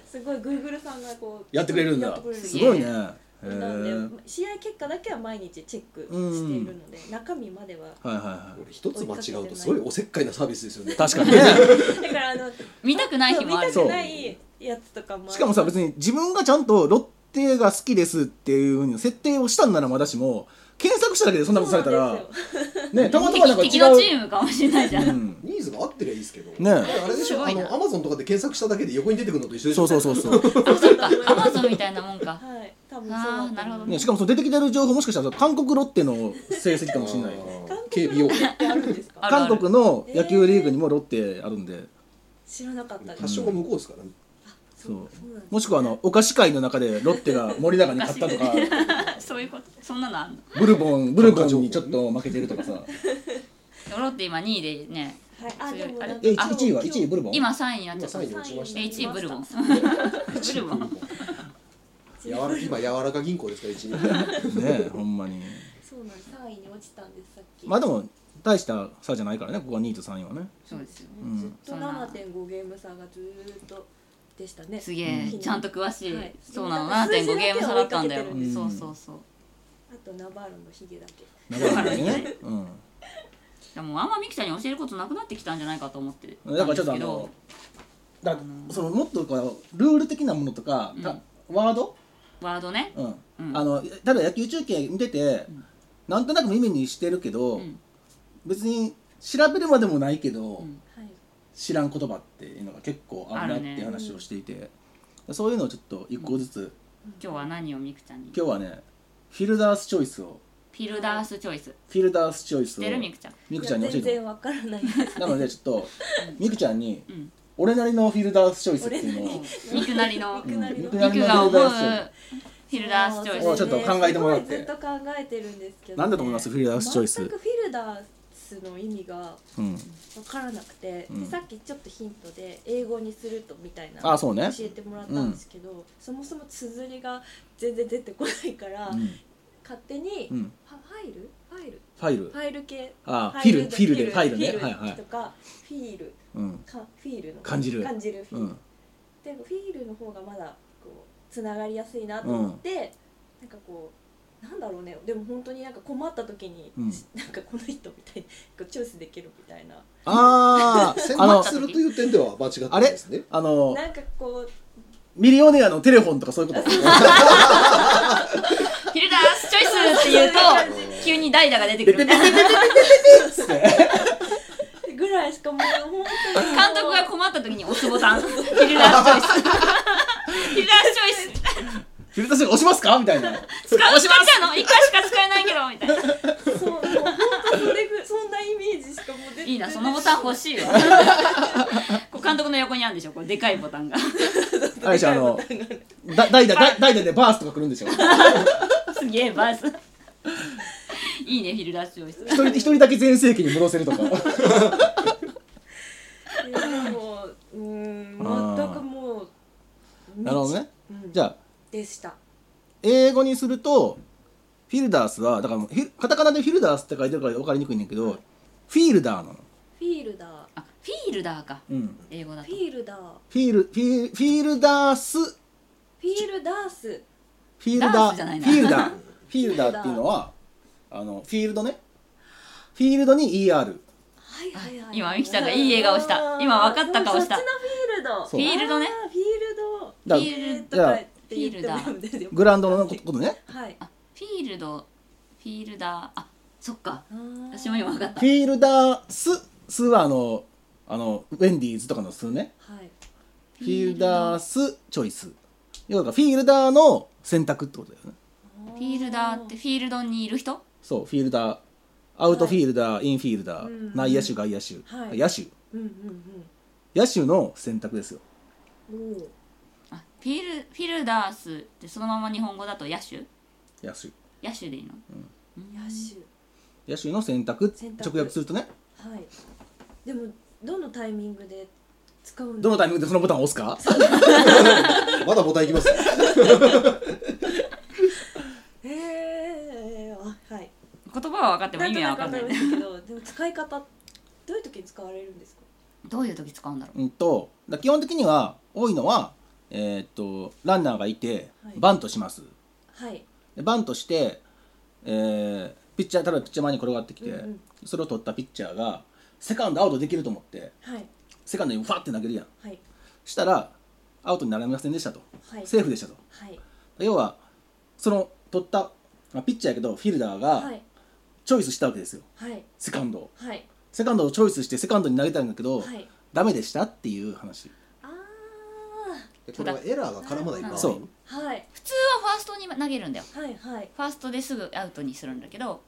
[SPEAKER 3] すごいグーグルさんがこう
[SPEAKER 2] やってくれるん
[SPEAKER 3] やっ
[SPEAKER 2] だ
[SPEAKER 3] てくれるんです
[SPEAKER 2] す
[SPEAKER 3] よ
[SPEAKER 2] ごいねへえ
[SPEAKER 3] なんで試合結果だけは毎日チェックしているので、中身までは
[SPEAKER 2] はいはいは
[SPEAKER 3] [laughs]
[SPEAKER 4] 俺一つ間違うとすごいおせっかいなサービスですよね
[SPEAKER 2] い確かにね
[SPEAKER 3] だからあの
[SPEAKER 1] 見たく [laughs] ない日もある
[SPEAKER 3] 見たくないやつとかもある
[SPEAKER 2] しかもさ別に自分がちゃんとロッテが好きですっていう風に設定をしたんならまだしも検索しただけでそんなことされた
[SPEAKER 3] そう
[SPEAKER 2] ら
[SPEAKER 3] なんですよ
[SPEAKER 2] ねたまたまなんか違
[SPEAKER 1] 敵敵のチ
[SPEAKER 2] う
[SPEAKER 1] ームかもしれないじゃん、
[SPEAKER 2] うん
[SPEAKER 4] ニーズが合ってりゃいいですけど
[SPEAKER 2] ね
[SPEAKER 4] あれでし
[SPEAKER 1] す
[SPEAKER 4] ょ
[SPEAKER 1] ご
[SPEAKER 4] あ
[SPEAKER 1] いな
[SPEAKER 4] のアマゾンとかで検索しただけで横に出てくるのと一緒でし
[SPEAKER 2] そ
[SPEAKER 4] ょ
[SPEAKER 2] うそうそうそう、
[SPEAKER 1] あそうかアマゾンみたいなもんか
[SPEAKER 3] [laughs] はい多分そうだと思う
[SPEAKER 1] あーなるほど
[SPEAKER 2] ね、しかもその出てきてる情報もしかしたら韓国ロッテの成績かもしれない
[SPEAKER 4] あー
[SPEAKER 3] 韓
[SPEAKER 4] 警備
[SPEAKER 3] 国
[SPEAKER 4] を
[SPEAKER 3] のやつってあるんですか
[SPEAKER 1] あるあ
[SPEAKER 2] 韓
[SPEAKER 1] る
[SPEAKER 2] 国の野球リーグにもロッテあるんで、
[SPEAKER 3] 知らなかったです
[SPEAKER 4] 発祥が向こうですからね
[SPEAKER 2] そう
[SPEAKER 3] そうなんですね
[SPEAKER 2] もしくはあのお菓子会の中でロッテが森永に勝った
[SPEAKER 1] [laughs]
[SPEAKER 2] とか
[SPEAKER 1] そういうことそんなのあんの
[SPEAKER 2] ブルボンブルボンにちょっと負けてるとかさ
[SPEAKER 1] でもロッテ今2位でね
[SPEAKER 3] はい、あ、でもなんか
[SPEAKER 2] え
[SPEAKER 3] 今日
[SPEAKER 2] 1位は1位ブルボン
[SPEAKER 1] 今3位になっちゃ
[SPEAKER 4] 今
[SPEAKER 1] った
[SPEAKER 4] 3位に落ちました
[SPEAKER 1] え1位ブルボ
[SPEAKER 3] [laughs]
[SPEAKER 1] ンブルボン
[SPEAKER 4] やわら今柔らか銀行ですから一位
[SPEAKER 2] [laughs] ねほんまに
[SPEAKER 3] そうなんです3位に落ちたんですさっき、
[SPEAKER 2] まあでも大した差じゃないからねここは2位と3位はね
[SPEAKER 1] そうですよ
[SPEAKER 2] うん
[SPEAKER 3] ずっと7.5ゲーム差がずーっとでしたね
[SPEAKER 1] すげえ、
[SPEAKER 3] うん
[SPEAKER 1] ちゃんと詳しい、
[SPEAKER 3] はい
[SPEAKER 1] そうなの
[SPEAKER 3] なんか数字
[SPEAKER 1] 7.5ゲーム差だったんだよ、
[SPEAKER 3] だけ
[SPEAKER 2] を追いかけてる
[SPEAKER 1] そ
[SPEAKER 2] ん
[SPEAKER 1] う
[SPEAKER 2] です
[SPEAKER 1] そうそう
[SPEAKER 3] あとナバーロのヒゲだけ
[SPEAKER 2] だからね、うん
[SPEAKER 1] でもあんまミキちゃんに教えることなくなってきたんじゃないかと思って
[SPEAKER 2] だからちょっとあ
[SPEAKER 1] たん
[SPEAKER 2] の
[SPEAKER 1] で
[SPEAKER 2] だそのもっとこうルール的なものとか、たワード、
[SPEAKER 1] すけどワードね
[SPEAKER 2] うん
[SPEAKER 1] うん
[SPEAKER 2] あのただ野球中継見てて、なんとなく耳にしてるけど、
[SPEAKER 1] うん
[SPEAKER 2] 別に調べるまでもないけど、
[SPEAKER 1] うん
[SPEAKER 3] はい
[SPEAKER 2] 知らん言葉っていうのが結構あるなっ
[SPEAKER 1] あるね
[SPEAKER 2] ていう話をしていて、そういうのをちょっと一個ずつ、
[SPEAKER 1] 今日は何をミクちゃんに
[SPEAKER 2] 今日はねフィルダースチョイスを
[SPEAKER 1] フィルダースチョイス
[SPEAKER 2] フィルダースチョイス
[SPEAKER 1] 知っ
[SPEAKER 2] を
[SPEAKER 1] てるミクちゃん
[SPEAKER 2] みくちゃんに教え
[SPEAKER 3] 全
[SPEAKER 2] て
[SPEAKER 3] 然わから
[SPEAKER 1] [laughs]
[SPEAKER 3] ないです
[SPEAKER 2] なのでちょっとみくちゃんに
[SPEAKER 1] うん
[SPEAKER 2] 俺なりのフィルダースチョイスっていうのを
[SPEAKER 1] ミクなりの
[SPEAKER 3] ミクなりの
[SPEAKER 2] うん
[SPEAKER 1] ミクが思うフィルダースチ
[SPEAKER 3] あ
[SPEAKER 1] ョ
[SPEAKER 2] を
[SPEAKER 1] イ
[SPEAKER 2] ち
[SPEAKER 1] ス
[SPEAKER 2] ょっと考えてもらって
[SPEAKER 3] すごいずっと考えてるんですけど、
[SPEAKER 2] なんだと思いますフィルダースチョイス
[SPEAKER 3] 全くフィルダースの意味が
[SPEAKER 2] うん
[SPEAKER 3] 分からなくて、
[SPEAKER 2] うん
[SPEAKER 3] でさっきちょっとヒントで英語にするとみたいな
[SPEAKER 2] あそうね
[SPEAKER 3] 教えてもらったんですけど、そもそも綴りが全然出てこないから、
[SPEAKER 2] うん
[SPEAKER 3] 勝手に、
[SPEAKER 2] うん
[SPEAKER 3] ファファイルファイル
[SPEAKER 2] ファイル
[SPEAKER 3] ファイル系
[SPEAKER 2] あフィルフィルでファイルね
[SPEAKER 3] フ
[SPEAKER 2] はいはい
[SPEAKER 3] とかフィール
[SPEAKER 2] うん
[SPEAKER 3] かフィールの
[SPEAKER 2] 感じる
[SPEAKER 3] 感じるフィー
[SPEAKER 2] う
[SPEAKER 3] ル、
[SPEAKER 2] ん
[SPEAKER 3] でフィールの方がまだこうつながりやすいなと思って、なんかこうなんだろうねでも本当になんか困った時に、
[SPEAKER 2] うん
[SPEAKER 3] なんかこの人みたいにこうチョイスできるみたいな
[SPEAKER 2] あ [laughs]
[SPEAKER 4] 選
[SPEAKER 2] ああの
[SPEAKER 4] 抜するという点では間違ってないですね
[SPEAKER 2] あの
[SPEAKER 3] なんかこう
[SPEAKER 2] ミリオネアのテレフォンとかそういうこと [laughs]
[SPEAKER 1] フィルダースチョイスって言うと急に代打が出てくるみたいな
[SPEAKER 3] ぐらいしかもう本当にもう
[SPEAKER 1] 監督が困った時に押すボタンフィルダースチョイスフィルダースチョイス
[SPEAKER 2] フィルダースチョイス押しますかみたいな
[SPEAKER 1] 使う使っちゃうの一回しか使えないけどみたいな
[SPEAKER 3] そうもう本当それぐそんなイメージしかもう出て
[SPEAKER 1] いいなそのボタン欲しいわこう監督の横にあるんでしょこうでかいボタンが
[SPEAKER 2] あれでしょあ [laughs] のだ代打だ代打でバースとか来るんでしょ
[SPEAKER 1] すげえバズいいねフィルダースチョイス
[SPEAKER 2] 一人一人だけ全盛期に戻せるとか
[SPEAKER 3] いやもううーん
[SPEAKER 2] あー
[SPEAKER 3] 全くもう
[SPEAKER 2] [laughs] なるほどね
[SPEAKER 3] うん
[SPEAKER 2] じゃあ
[SPEAKER 3] でした
[SPEAKER 2] 英語にするとフィルダースはだからもうフィルカタカナでフィルダースって書いてるから分かりにくいねんだけど、フィールダーなの
[SPEAKER 3] フィールダー
[SPEAKER 1] あフィールダーか
[SPEAKER 2] うん、
[SPEAKER 1] 英語だと
[SPEAKER 3] フィールダー
[SPEAKER 2] フィールフィーフィールダースフ
[SPEAKER 3] フィールダース
[SPEAKER 2] ィール
[SPEAKER 1] ダー
[SPEAKER 2] ダー
[SPEAKER 1] スじゃないな
[SPEAKER 2] フィールダーフィールダーっていうのはあのフィールドねフィールドに ER
[SPEAKER 3] はいはいはい
[SPEAKER 1] 今美樹ちゃんがいい笑顔した今分かった顔した
[SPEAKER 3] そっちのフィールド
[SPEAKER 2] そう
[SPEAKER 1] フィールドね
[SPEAKER 3] あーフィールド
[SPEAKER 2] だ
[SPEAKER 1] フィール
[SPEAKER 3] とかって言っても
[SPEAKER 1] フィール
[SPEAKER 3] ですよ
[SPEAKER 2] グラウンドのことね
[SPEAKER 3] はい
[SPEAKER 1] あフィールドフィールダーあそっか
[SPEAKER 3] あー
[SPEAKER 1] 私も今分かった
[SPEAKER 2] フィールダーススはあのあのウェンディーズとかのスね
[SPEAKER 3] はい
[SPEAKER 2] フィールダースチョイス要はフィールダーの選択ってことだよね
[SPEAKER 1] フィールダーってフィールドにいる人
[SPEAKER 2] そうフィールダーアウトフィールダー、インフィールダー、
[SPEAKER 3] うん
[SPEAKER 2] 内野手外野手、
[SPEAKER 3] はい
[SPEAKER 2] 野手
[SPEAKER 3] うんうん
[SPEAKER 2] 野手の選択ですよ
[SPEAKER 3] うんおー
[SPEAKER 1] あフィールフィルダースってそのまま日本語だと野手
[SPEAKER 2] 野手
[SPEAKER 1] 野手でいいの
[SPEAKER 3] 野手
[SPEAKER 2] 野手の選択
[SPEAKER 3] 選択
[SPEAKER 2] 直訳するとね
[SPEAKER 3] はいでもどのタイミングで使うの
[SPEAKER 2] どのタイミングでそのボタンを押すか
[SPEAKER 4] [laughs] まだボタンいきますよ
[SPEAKER 3] へえあはい
[SPEAKER 1] 言葉は分かっても意味は分かんない
[SPEAKER 3] んと
[SPEAKER 1] ね
[SPEAKER 3] なくわかんないですけどでも使い方どういう時に使われるんですか
[SPEAKER 1] どういう時使うんだろう
[SPEAKER 2] うんとだ基本的には多いのはえーっとランナーがいて
[SPEAKER 3] はい
[SPEAKER 2] バントします、
[SPEAKER 3] はい
[SPEAKER 2] でバントして、えーピッチャー例えばピッチャー前に転がってきて、
[SPEAKER 3] うんうん
[SPEAKER 2] それを取ったピッチャーがセカンドアウトできると思って
[SPEAKER 3] はい
[SPEAKER 2] セカンドにファって投げるやん
[SPEAKER 3] はい
[SPEAKER 2] したらアウトになりませんでしたと、
[SPEAKER 3] はい
[SPEAKER 2] セーフでしたと
[SPEAKER 3] はい
[SPEAKER 2] 要はその取ったまあピッチャーやけどフィルダー
[SPEAKER 3] は
[SPEAKER 2] が
[SPEAKER 3] い
[SPEAKER 2] チョイスしたわけですよ
[SPEAKER 3] はい
[SPEAKER 2] セカンドを
[SPEAKER 3] はい
[SPEAKER 2] セカンドをチョイスしてセカンドに投げたんだけど、
[SPEAKER 3] はい
[SPEAKER 2] ダメでしたっていう話
[SPEAKER 3] あ
[SPEAKER 4] でこれはエラーが絡まない場合
[SPEAKER 2] そう
[SPEAKER 3] ーはい
[SPEAKER 1] 普通はファーストに投げるんだよ
[SPEAKER 3] はいはい
[SPEAKER 1] ファーストですぐアウトにするんだけど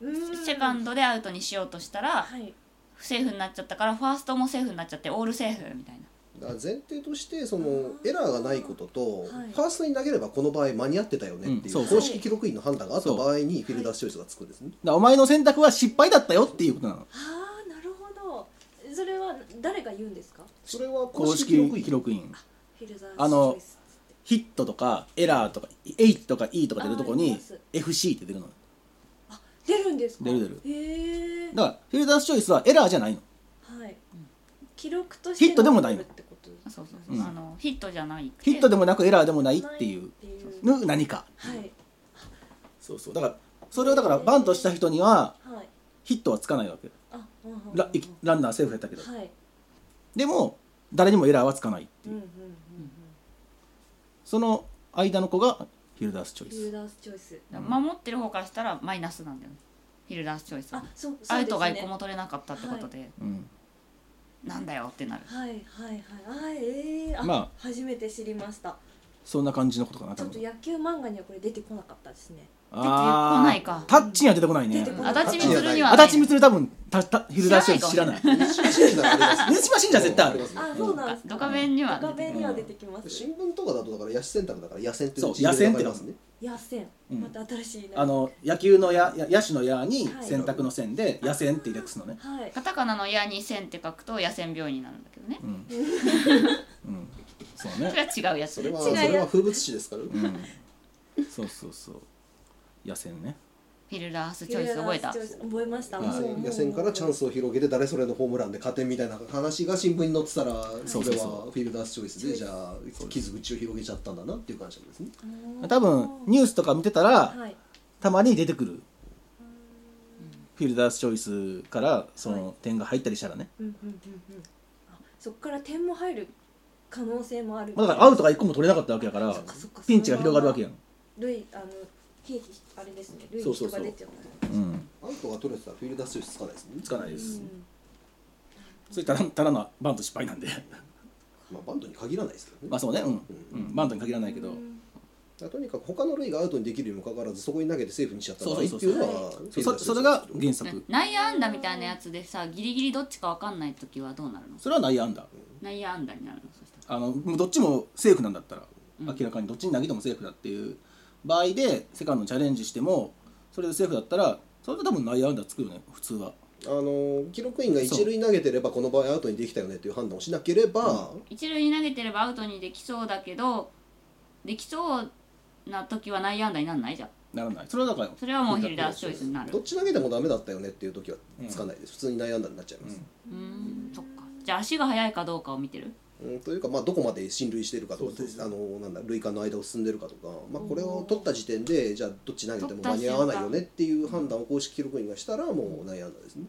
[SPEAKER 3] うーん
[SPEAKER 1] セカンドでアウトにしようとしたら
[SPEAKER 3] はい
[SPEAKER 1] 不セーフになっちゃったからファーストもセーフになっちゃってオールセーフみたいな
[SPEAKER 4] だから前提としてそのエラーがないことと、
[SPEAKER 3] はい
[SPEAKER 4] ファーストに投げればこの場合間に合ってたよねっていう
[SPEAKER 2] うんそう
[SPEAKER 4] 公式記録員の判断があった場合にフィルダースチョイスがつくんですね、
[SPEAKER 2] だからお前の選択は失敗だったよっていうことなの
[SPEAKER 3] ああなるほどそれは誰が言うんですか
[SPEAKER 4] それは公
[SPEAKER 2] 公
[SPEAKER 4] 式記
[SPEAKER 2] 式
[SPEAKER 4] 録員
[SPEAKER 2] 記
[SPEAKER 4] [laughs]
[SPEAKER 2] 録員
[SPEAKER 3] フィルザー
[SPEAKER 2] あの
[SPEAKER 3] チョイス
[SPEAKER 2] ヒットとかエラーとか H とか E とか出るとこ
[SPEAKER 3] ああり
[SPEAKER 2] に
[SPEAKER 3] ます
[SPEAKER 2] FC って出るの
[SPEAKER 3] 出るんですか
[SPEAKER 2] 出る
[SPEAKER 3] 出るへえ
[SPEAKER 2] だからフィルダースチョイスはエラーじゃないの
[SPEAKER 3] はい記録として
[SPEAKER 2] ヒットでもない
[SPEAKER 3] 残るってこと
[SPEAKER 1] あそうそうそう、
[SPEAKER 2] うん
[SPEAKER 1] あのヒットじゃない
[SPEAKER 2] ヒット
[SPEAKER 1] で
[SPEAKER 2] でもなくエラーでもないっていう
[SPEAKER 3] ないっていう
[SPEAKER 2] の何か
[SPEAKER 3] はい
[SPEAKER 2] そうそうだからそれをだからバントした人には
[SPEAKER 3] はい
[SPEAKER 2] ヒットはつかないわけ
[SPEAKER 3] あうんうんうん
[SPEAKER 2] ラいランナーセーフやったけど
[SPEAKER 3] はい
[SPEAKER 2] でも誰にもエラーはつかない
[SPEAKER 3] うんうんうん
[SPEAKER 2] その間の子がフィルダースチョ
[SPEAKER 3] うん
[SPEAKER 2] イ
[SPEAKER 3] フィル
[SPEAKER 2] ス
[SPEAKER 3] ダースチョイス
[SPEAKER 1] 守ってる方からしたらマイナスなんだよねフィルダースチョイスは
[SPEAKER 3] あそうそうですね
[SPEAKER 1] アウトが一個も取れなかったってことで、
[SPEAKER 2] うん
[SPEAKER 1] なんだよってなる
[SPEAKER 3] はいはいはいはいええあ、
[SPEAKER 2] まあ
[SPEAKER 3] 初めて知りました
[SPEAKER 2] そんな感じのことかな
[SPEAKER 3] ち
[SPEAKER 2] 多
[SPEAKER 3] ょっと
[SPEAKER 2] 分
[SPEAKER 3] 野球漫画にはこれ出てこなかったですね
[SPEAKER 1] 来ないか
[SPEAKER 2] あータッチには出てこないね
[SPEAKER 3] 出てこない
[SPEAKER 1] 足立みつるには
[SPEAKER 2] 足立みつる多分たたフィルダースチョイス知
[SPEAKER 1] 知
[SPEAKER 2] ら
[SPEAKER 1] ら
[SPEAKER 2] な
[SPEAKER 1] ないい
[SPEAKER 4] 信者があります
[SPEAKER 2] 水島信者は絶対ある
[SPEAKER 3] あそうなん
[SPEAKER 1] あ
[SPEAKER 3] です
[SPEAKER 1] ド
[SPEAKER 3] か
[SPEAKER 1] カベンには
[SPEAKER 3] ドカベンには出てきます
[SPEAKER 4] 新聞とかだとだから野手選択だから野戦ってい
[SPEAKER 2] そうう
[SPEAKER 4] 地名がありますね
[SPEAKER 3] 野戦
[SPEAKER 2] うん
[SPEAKER 3] また新しいな
[SPEAKER 2] あの野球のやや野手の「や」に
[SPEAKER 3] はい
[SPEAKER 2] 選択の線で「野戦」って略すのね、
[SPEAKER 3] はい
[SPEAKER 1] カタカナの「矢に「線」って書くと野戦病院になるんだけどね
[SPEAKER 2] うん、うん、そう
[SPEAKER 3] [laughs]
[SPEAKER 1] そ
[SPEAKER 2] ね、
[SPEAKER 1] れは違うやつ
[SPEAKER 4] それ
[SPEAKER 1] で
[SPEAKER 4] は
[SPEAKER 3] 違
[SPEAKER 4] そ
[SPEAKER 3] います
[SPEAKER 4] れは風物詩ですから、
[SPEAKER 2] うん、そうそうそう野戦ね
[SPEAKER 1] フィルダースチョイス覚えた
[SPEAKER 3] フィルダースチョイス覚えました
[SPEAKER 2] はい
[SPEAKER 3] もう
[SPEAKER 4] 野戦からチャンスを広げて誰それのホームランで勝てみたいな話が新聞に載ってたら
[SPEAKER 2] そうそう
[SPEAKER 4] そ
[SPEAKER 2] そう
[SPEAKER 4] れはフィルダースチョイスでじゃあ傷口を広げちゃったんだなっていう感じですね
[SPEAKER 3] うん
[SPEAKER 2] 多分ニュースとか見てたら
[SPEAKER 3] はい
[SPEAKER 2] たまに出てくるフィルダースチョイスからその点が入ったりしたらね、
[SPEAKER 3] うんうんうんうんあそこから点も入る可能性もある
[SPEAKER 2] まあ、だからアウトが1個も取れなかったわけだから
[SPEAKER 3] そっかそっか
[SPEAKER 2] ピンチが広がるわけやん、
[SPEAKER 3] 類あの兵器あれですね類
[SPEAKER 2] そうそ
[SPEAKER 3] と
[SPEAKER 2] うそ
[SPEAKER 3] か
[SPEAKER 2] う
[SPEAKER 3] 出ちゃう
[SPEAKER 2] うん、
[SPEAKER 4] アウトが取れてたらフィルダースチョイスつかないですね
[SPEAKER 2] つかないで
[SPEAKER 3] う
[SPEAKER 2] す、
[SPEAKER 3] ん
[SPEAKER 2] それただただのバント失敗なんで
[SPEAKER 4] まあ、バントに限らないですけどね、
[SPEAKER 2] まあそうねうん、うん、バントに限らないけど、
[SPEAKER 3] うん
[SPEAKER 4] とにかく他の類がアウトにできるにもかかわらずそこに投げてセーフにしちゃった場合
[SPEAKER 2] そう
[SPEAKER 4] っ
[SPEAKER 2] そう
[SPEAKER 4] て
[SPEAKER 2] そ
[SPEAKER 4] いううのは
[SPEAKER 2] そそそれが原
[SPEAKER 1] ね
[SPEAKER 2] 則
[SPEAKER 1] 内野安打みたいなやつでさギリギリどっちか分かんない時はどうなるの
[SPEAKER 2] それは内野安打
[SPEAKER 1] 内野安打になるのそしたら
[SPEAKER 2] あのもうどっちもセーフなんだったら、
[SPEAKER 1] うん
[SPEAKER 2] 明らかにどっちに投げてもセーフだっていう場合でセカンドにチャレンジしてもそれでセーフだったらそれで多分内野安打つくよね普通は
[SPEAKER 4] あの記録員が一塁投げてればこの場合アウトにできたよねっていう判断をしなければ、
[SPEAKER 1] 一塁に投げてればアウトにできそうだけどできそうな時は内野安打になんないじゃん
[SPEAKER 2] ならないそれはだから
[SPEAKER 1] それはもうフィルダースチョイスにな
[SPEAKER 4] どっ
[SPEAKER 1] る
[SPEAKER 4] ち投げてもダメだったよねっていう時はつかないです、普通に内野安打になっちゃいます、
[SPEAKER 1] うーんそっじゃあ足が速いかどうかを見てる
[SPEAKER 4] うん、というか、まあ、どこまで進塁してるかとか
[SPEAKER 2] そうそう
[SPEAKER 4] あのなんだ塁間の間を進んでるかとか、まあ、これを取った時点でじゃあどっち投げても間に合わないよねっていう判断を公式記録員がしたらもう内野安打ですね、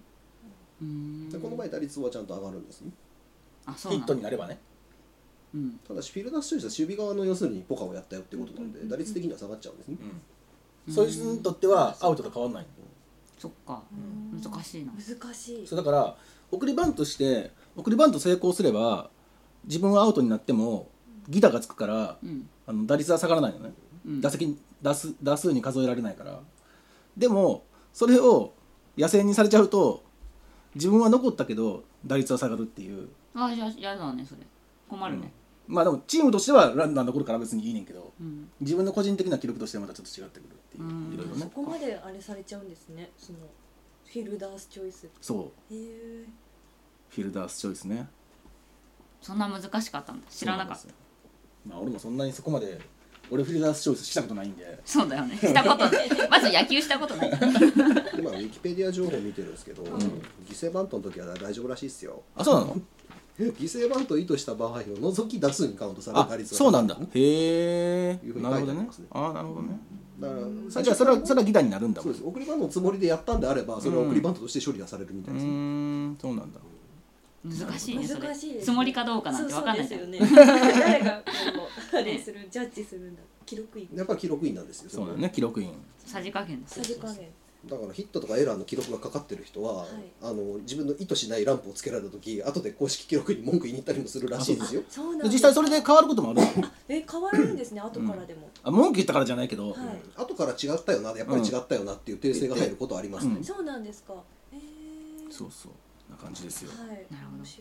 [SPEAKER 1] うーん
[SPEAKER 4] でこの場合打率はちゃんと上がるんですね
[SPEAKER 1] あそう
[SPEAKER 2] ヒ
[SPEAKER 1] なんだ
[SPEAKER 2] ットになればね
[SPEAKER 1] うん
[SPEAKER 4] ただしフィールダースチョイスは守備側の要するにポカをやったよってことなんで
[SPEAKER 3] うん
[SPEAKER 4] 打率的には下がっちゃうんですね
[SPEAKER 1] うん
[SPEAKER 2] そいつにとってはアウトと変わらない
[SPEAKER 1] そっか難しいな
[SPEAKER 3] 難しい
[SPEAKER 2] そうだから送りバントして送りバント成功すれば自分はアウトになってもギターがつくから
[SPEAKER 1] うん
[SPEAKER 2] あの打率は下がらないのね、
[SPEAKER 1] うん
[SPEAKER 2] 打席打数打数に数えられないからでもそれを野生にされちゃうと自分は残ったけど打率は下がるっていう、
[SPEAKER 1] あじゃあやだねそれ困るね
[SPEAKER 2] まあでもチームとしてはランナー残るから別にいいねんけど
[SPEAKER 1] うん
[SPEAKER 2] 自分の個人的な記録としてはまたちょっと違ってくるっていう、
[SPEAKER 1] うん
[SPEAKER 2] いろいろ
[SPEAKER 3] そ
[SPEAKER 2] ね
[SPEAKER 3] こまであれされちゃうんですねそのフィルダースチョイスへ
[SPEAKER 2] そう
[SPEAKER 3] え
[SPEAKER 2] フィルダースチョイスね
[SPEAKER 1] そんな難しかったんだ知らなかった
[SPEAKER 2] そうなんですよまあ俺もそんなにそこまで俺フィルダースチョイスしたことないんで
[SPEAKER 1] そうだよねしたことないまず野球したことないから
[SPEAKER 4] 今ウィキペディア情報見てるんですけど、
[SPEAKER 3] ん
[SPEAKER 4] 犠牲バントの時は大丈夫らしいっすよ
[SPEAKER 2] あそうなの
[SPEAKER 4] 犠牲バントを意図した場合を除き打数にカウントされる打
[SPEAKER 2] あ
[SPEAKER 4] 率が
[SPEAKER 2] そうなんだへえ
[SPEAKER 4] いうふうに
[SPEAKER 2] なるほ
[SPEAKER 4] 書い
[SPEAKER 2] ど
[SPEAKER 4] てあり
[SPEAKER 2] ね
[SPEAKER 4] ますね
[SPEAKER 2] ああなるほどね
[SPEAKER 4] だから
[SPEAKER 2] それじゃあそれはそれはギターになるんだ
[SPEAKER 4] そ
[SPEAKER 2] も
[SPEAKER 4] うんです送りバントのつもりでやったんであればそれは送りバントとして処理がされるみた
[SPEAKER 2] う
[SPEAKER 4] い
[SPEAKER 2] ー
[SPEAKER 4] ですね、
[SPEAKER 2] んそうなんだ
[SPEAKER 1] 難しいねそれ
[SPEAKER 3] 難しいです
[SPEAKER 1] つもりかどうかな
[SPEAKER 3] そ
[SPEAKER 1] ん
[SPEAKER 3] う
[SPEAKER 1] て
[SPEAKER 3] そ
[SPEAKER 1] 分
[SPEAKER 3] う
[SPEAKER 1] かんないじ
[SPEAKER 3] です
[SPEAKER 1] ゃん
[SPEAKER 3] よね誰がこうあれするジャッジするんだ記録員
[SPEAKER 4] やっぱ記録員なんですよ
[SPEAKER 2] そうだよね記録員
[SPEAKER 1] さじ加減だ
[SPEAKER 3] さじ加減
[SPEAKER 4] だからヒットとかエラーの記録がかかってる人は、
[SPEAKER 3] い
[SPEAKER 4] あの自分の意図しないランプをつけられた時後で公式記録に文句言いに行ったりもするらしいですよ
[SPEAKER 3] そうなん
[SPEAKER 2] で
[SPEAKER 3] だ
[SPEAKER 2] 実際それで変わることもあるの
[SPEAKER 3] え変わるん
[SPEAKER 2] [laughs]
[SPEAKER 3] ですね後からでも、
[SPEAKER 2] あ文句言ったからじゃないけど、
[SPEAKER 3] はい
[SPEAKER 4] 後から違ったよなやっぱり違ったよなっていう訂正が入ることはありますね、
[SPEAKER 2] うん
[SPEAKER 3] そうなんですかえー、
[SPEAKER 2] そうそうな感じですよ
[SPEAKER 3] はい
[SPEAKER 1] なるほど
[SPEAKER 3] 面白いです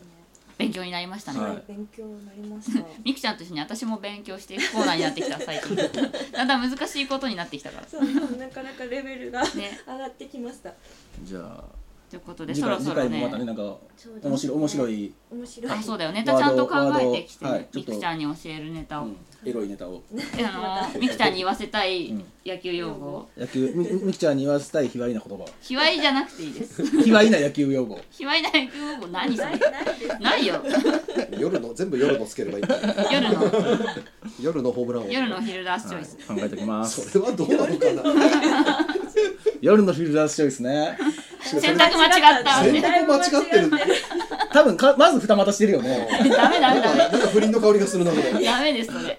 [SPEAKER 3] ね
[SPEAKER 1] 勉強になりましたね、
[SPEAKER 2] は
[SPEAKER 3] はいい、勉強になりました [laughs]
[SPEAKER 1] みきちゃんと一緒に私も勉強していくコーナーになってきた最近だんだん難しいことになってきたから
[SPEAKER 3] そうなかなかレベル
[SPEAKER 2] [laughs]
[SPEAKER 3] が
[SPEAKER 1] ね
[SPEAKER 3] 上がってきました
[SPEAKER 2] じゃあ
[SPEAKER 1] ということで
[SPEAKER 2] 次
[SPEAKER 1] そ
[SPEAKER 2] 回
[SPEAKER 1] ろ
[SPEAKER 2] 次
[SPEAKER 1] そろ
[SPEAKER 2] 回
[SPEAKER 1] ね
[SPEAKER 2] もまたねなんか
[SPEAKER 3] そうですね
[SPEAKER 2] 面白い面白い、
[SPEAKER 3] 面白い
[SPEAKER 1] あそう
[SPEAKER 3] だ
[SPEAKER 1] だよネタちゃんと考えてきて、ね
[SPEAKER 2] ワードをはいちょっ
[SPEAKER 1] み
[SPEAKER 2] と
[SPEAKER 1] きちゃんに教えるネタ
[SPEAKER 2] う
[SPEAKER 1] を、
[SPEAKER 2] ん、エロいネタを
[SPEAKER 1] であのみきちゃんに言わせたい
[SPEAKER 2] うん
[SPEAKER 1] 野球用語を
[SPEAKER 2] 野球みみきちゃんに言わせたい卑猥な言葉 [laughs]
[SPEAKER 1] 卑猥じゃなくていいです
[SPEAKER 2] 卑猥な野球用語
[SPEAKER 1] 卑猥な野球用語何そ
[SPEAKER 3] ない
[SPEAKER 1] れ
[SPEAKER 3] ないです
[SPEAKER 1] ないよ
[SPEAKER 4] [laughs] 夜の全部夜のつければいいんだよ
[SPEAKER 1] 夜の
[SPEAKER 4] 夜のホームランを
[SPEAKER 1] 夜のフィルダースチョイス、
[SPEAKER 2] はい、考えておきます
[SPEAKER 4] それはどうなのかな
[SPEAKER 2] 夜のフィルダースチョイスね
[SPEAKER 1] 選択間違った
[SPEAKER 4] 選択間違ってる
[SPEAKER 3] [laughs]
[SPEAKER 2] 多分かまず二股してるよね
[SPEAKER 1] [laughs] ダメダメダ
[SPEAKER 4] なん
[SPEAKER 1] メ
[SPEAKER 4] か不倫の香りがするなみたいな
[SPEAKER 1] [laughs] ダメですそれ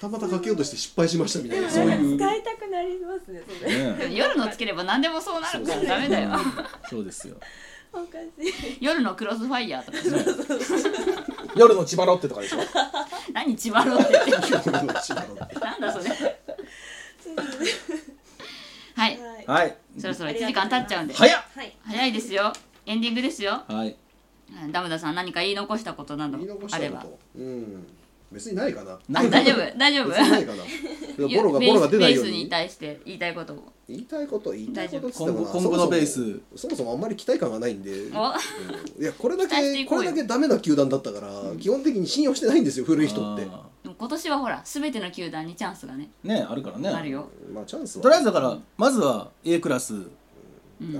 [SPEAKER 4] 二股かけようとして失敗しましたみたいな
[SPEAKER 2] そ
[SPEAKER 4] そうう
[SPEAKER 2] い
[SPEAKER 4] いう
[SPEAKER 3] なんか使いたくなりますねそれ
[SPEAKER 1] で
[SPEAKER 2] ね
[SPEAKER 1] も夜のつければ何でもそうなるからダメだよ
[SPEAKER 2] そうですよ
[SPEAKER 3] おかしい
[SPEAKER 1] 夜のクロスファイヤーとか
[SPEAKER 2] 夜の千葉ロッテとかでしょ
[SPEAKER 1] 何千葉ロって言って
[SPEAKER 4] [laughs] 夜の血だろう
[SPEAKER 1] なんだそれ
[SPEAKER 3] そうです
[SPEAKER 1] はい
[SPEAKER 3] ねはい
[SPEAKER 2] はい
[SPEAKER 1] そろそろ1時間経っちゃうんで
[SPEAKER 2] 早っ
[SPEAKER 3] はい
[SPEAKER 1] 早いですよエンディングですよ
[SPEAKER 2] はい
[SPEAKER 1] ダムダさん何か言い残したことなど
[SPEAKER 4] 言い残し
[SPEAKER 1] あ
[SPEAKER 4] た
[SPEAKER 1] れ
[SPEAKER 4] こ
[SPEAKER 1] ば
[SPEAKER 4] とうん別にないかな
[SPEAKER 1] あ大丈夫大丈夫
[SPEAKER 4] 別にないかなボ
[SPEAKER 1] [laughs]
[SPEAKER 4] ロが
[SPEAKER 1] ベース
[SPEAKER 4] ボロが出ないよう
[SPEAKER 1] ベースに
[SPEAKER 4] に
[SPEAKER 1] 対して言いたいことを
[SPEAKER 4] 言いたいこと言いたいことっつって
[SPEAKER 2] 今後
[SPEAKER 4] もな
[SPEAKER 2] 今後のベース
[SPEAKER 4] そもそもあんまり期待感がないんで、うん
[SPEAKER 1] お
[SPEAKER 4] いやこれだ
[SPEAKER 1] 期待して
[SPEAKER 4] け
[SPEAKER 1] いこ
[SPEAKER 4] こ
[SPEAKER 1] うよ
[SPEAKER 4] れだけダメな球団だったから、基本的に信用してないんですよ古い人って
[SPEAKER 2] あ
[SPEAKER 1] でも今年はほら全ての球団にチャンスがね
[SPEAKER 2] ーねあるからね
[SPEAKER 1] あるよ
[SPEAKER 4] まあチャンスは
[SPEAKER 2] とりあえずだからまずは A クラス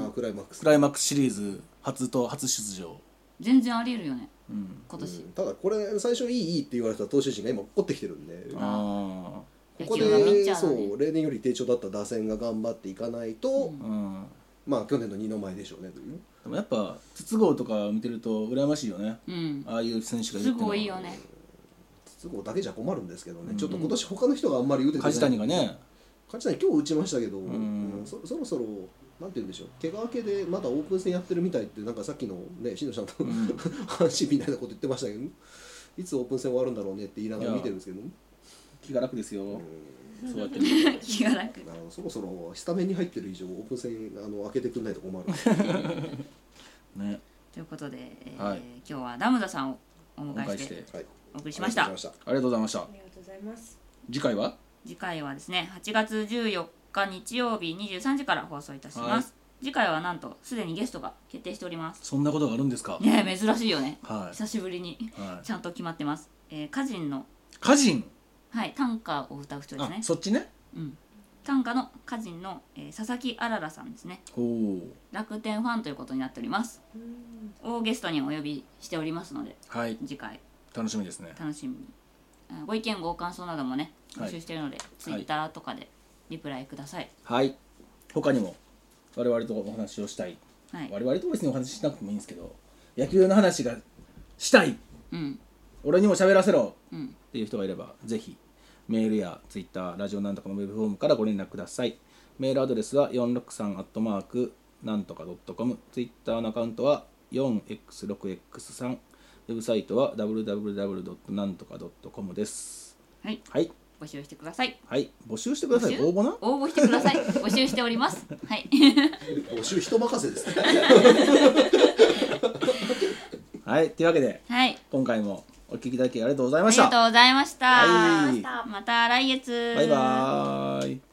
[SPEAKER 4] あクライマックス
[SPEAKER 2] クライマックスシリーズ初と初出場
[SPEAKER 1] 全然ありえるよね
[SPEAKER 2] うん
[SPEAKER 1] 今
[SPEAKER 4] う
[SPEAKER 1] 年
[SPEAKER 4] んただこれ最初いいいいって言われた投手陣が今怒ってきてるんで
[SPEAKER 2] あ
[SPEAKER 1] 野
[SPEAKER 4] ここ
[SPEAKER 1] 球がピッチ
[SPEAKER 4] で
[SPEAKER 1] ャー
[SPEAKER 4] そ
[SPEAKER 1] だね
[SPEAKER 4] う例年より低調だった打線が頑張っていかないと、
[SPEAKER 1] ん
[SPEAKER 2] あうん
[SPEAKER 4] まあ去年の二の前でしょうねという
[SPEAKER 2] でもやっぱ筒香とか見てると羨ましいよね
[SPEAKER 1] うん
[SPEAKER 2] ああいう選手がいる
[SPEAKER 1] す
[SPEAKER 2] っていうのは
[SPEAKER 1] ごいよね
[SPEAKER 4] 筒香だけじゃ困るんですけどね、ちょっと今年他の人があんまり打ててない
[SPEAKER 2] 梶谷がね
[SPEAKER 4] 梶谷今日打ちましたけど、
[SPEAKER 2] ん
[SPEAKER 4] うんそそろそろなんて言うんでしょう怪我明けでまだオープン戦やってるみたいってなんかさっきのね新野さんと、 [laughs] 阪神みたいなこと言ってましたけどいつオープン戦終わるんだろうねって言いながら見てるんですけど、
[SPEAKER 2] 気が楽ですよそうやって
[SPEAKER 1] 気が楽
[SPEAKER 4] あのそろそろスタメンに入ってる以上オープン戦あの開けてくんないと困る
[SPEAKER 1] [laughs]
[SPEAKER 2] ね
[SPEAKER 1] ということで、えー
[SPEAKER 2] はい
[SPEAKER 1] 今日はダムダさんをお
[SPEAKER 2] お
[SPEAKER 1] 迎
[SPEAKER 2] 迎
[SPEAKER 1] え
[SPEAKER 2] え
[SPEAKER 1] し
[SPEAKER 2] してて
[SPEAKER 4] はい
[SPEAKER 1] お送りしました
[SPEAKER 4] お願いしま
[SPEAKER 2] ありがとうございまし
[SPEAKER 3] あ
[SPEAKER 2] た
[SPEAKER 3] りがとうございます
[SPEAKER 2] 次回は
[SPEAKER 1] 次回はですね8月14日日曜日23時から放送いたします、次回はなんとすでにゲストが決定しております
[SPEAKER 2] そんなことがあるんですか
[SPEAKER 1] ねえ珍しいよね
[SPEAKER 2] はい
[SPEAKER 1] 久しぶりに
[SPEAKER 2] はい
[SPEAKER 1] ちゃんと決まってます、えー歌人の
[SPEAKER 2] 歌人
[SPEAKER 1] はい短歌を歌う人です
[SPEAKER 2] あ
[SPEAKER 1] ね
[SPEAKER 2] そっちね
[SPEAKER 1] うん短歌の歌人の、えー佐々木あららさんですね
[SPEAKER 2] おお
[SPEAKER 1] 楽天ファンということになっております
[SPEAKER 3] うん
[SPEAKER 1] をゲストにお呼びしておりますので
[SPEAKER 2] はい
[SPEAKER 1] 次回
[SPEAKER 2] 楽しみですね
[SPEAKER 1] 楽しみにあご意見ご感想などもね
[SPEAKER 2] はい
[SPEAKER 1] 募集してるので、ツイッターとかでリプライください、
[SPEAKER 2] はい他にも我々とお話をしたい、
[SPEAKER 1] はい
[SPEAKER 2] 我々と別にお話ししなくてもいいんですけど野球の話がしたい
[SPEAKER 1] うん
[SPEAKER 2] 俺にも喋らせろ
[SPEAKER 1] うん
[SPEAKER 2] っていう人がいればぜひメールやツイッターラジオなんとかのウェブフォームからご連絡くださいメールアドレスは463アットマークなんとか .com ツイッターのアカウントは 4x6x3 ウェブサイトは www. なんとか .com です
[SPEAKER 1] はい
[SPEAKER 2] はい
[SPEAKER 1] 募集してください
[SPEAKER 2] はい募集してください応募な
[SPEAKER 1] 応募してくださ
[SPEAKER 2] [laughs]
[SPEAKER 1] い募集しておりますはい
[SPEAKER 4] 募集人任せですね
[SPEAKER 2] はいというわけで
[SPEAKER 1] はい
[SPEAKER 2] 今回もお聞きいただきありがとうござい
[SPEAKER 1] あ
[SPEAKER 2] ま
[SPEAKER 1] り
[SPEAKER 2] し
[SPEAKER 1] が
[SPEAKER 2] た
[SPEAKER 1] とうございました、
[SPEAKER 2] はい
[SPEAKER 1] また来月
[SPEAKER 2] バイバーイ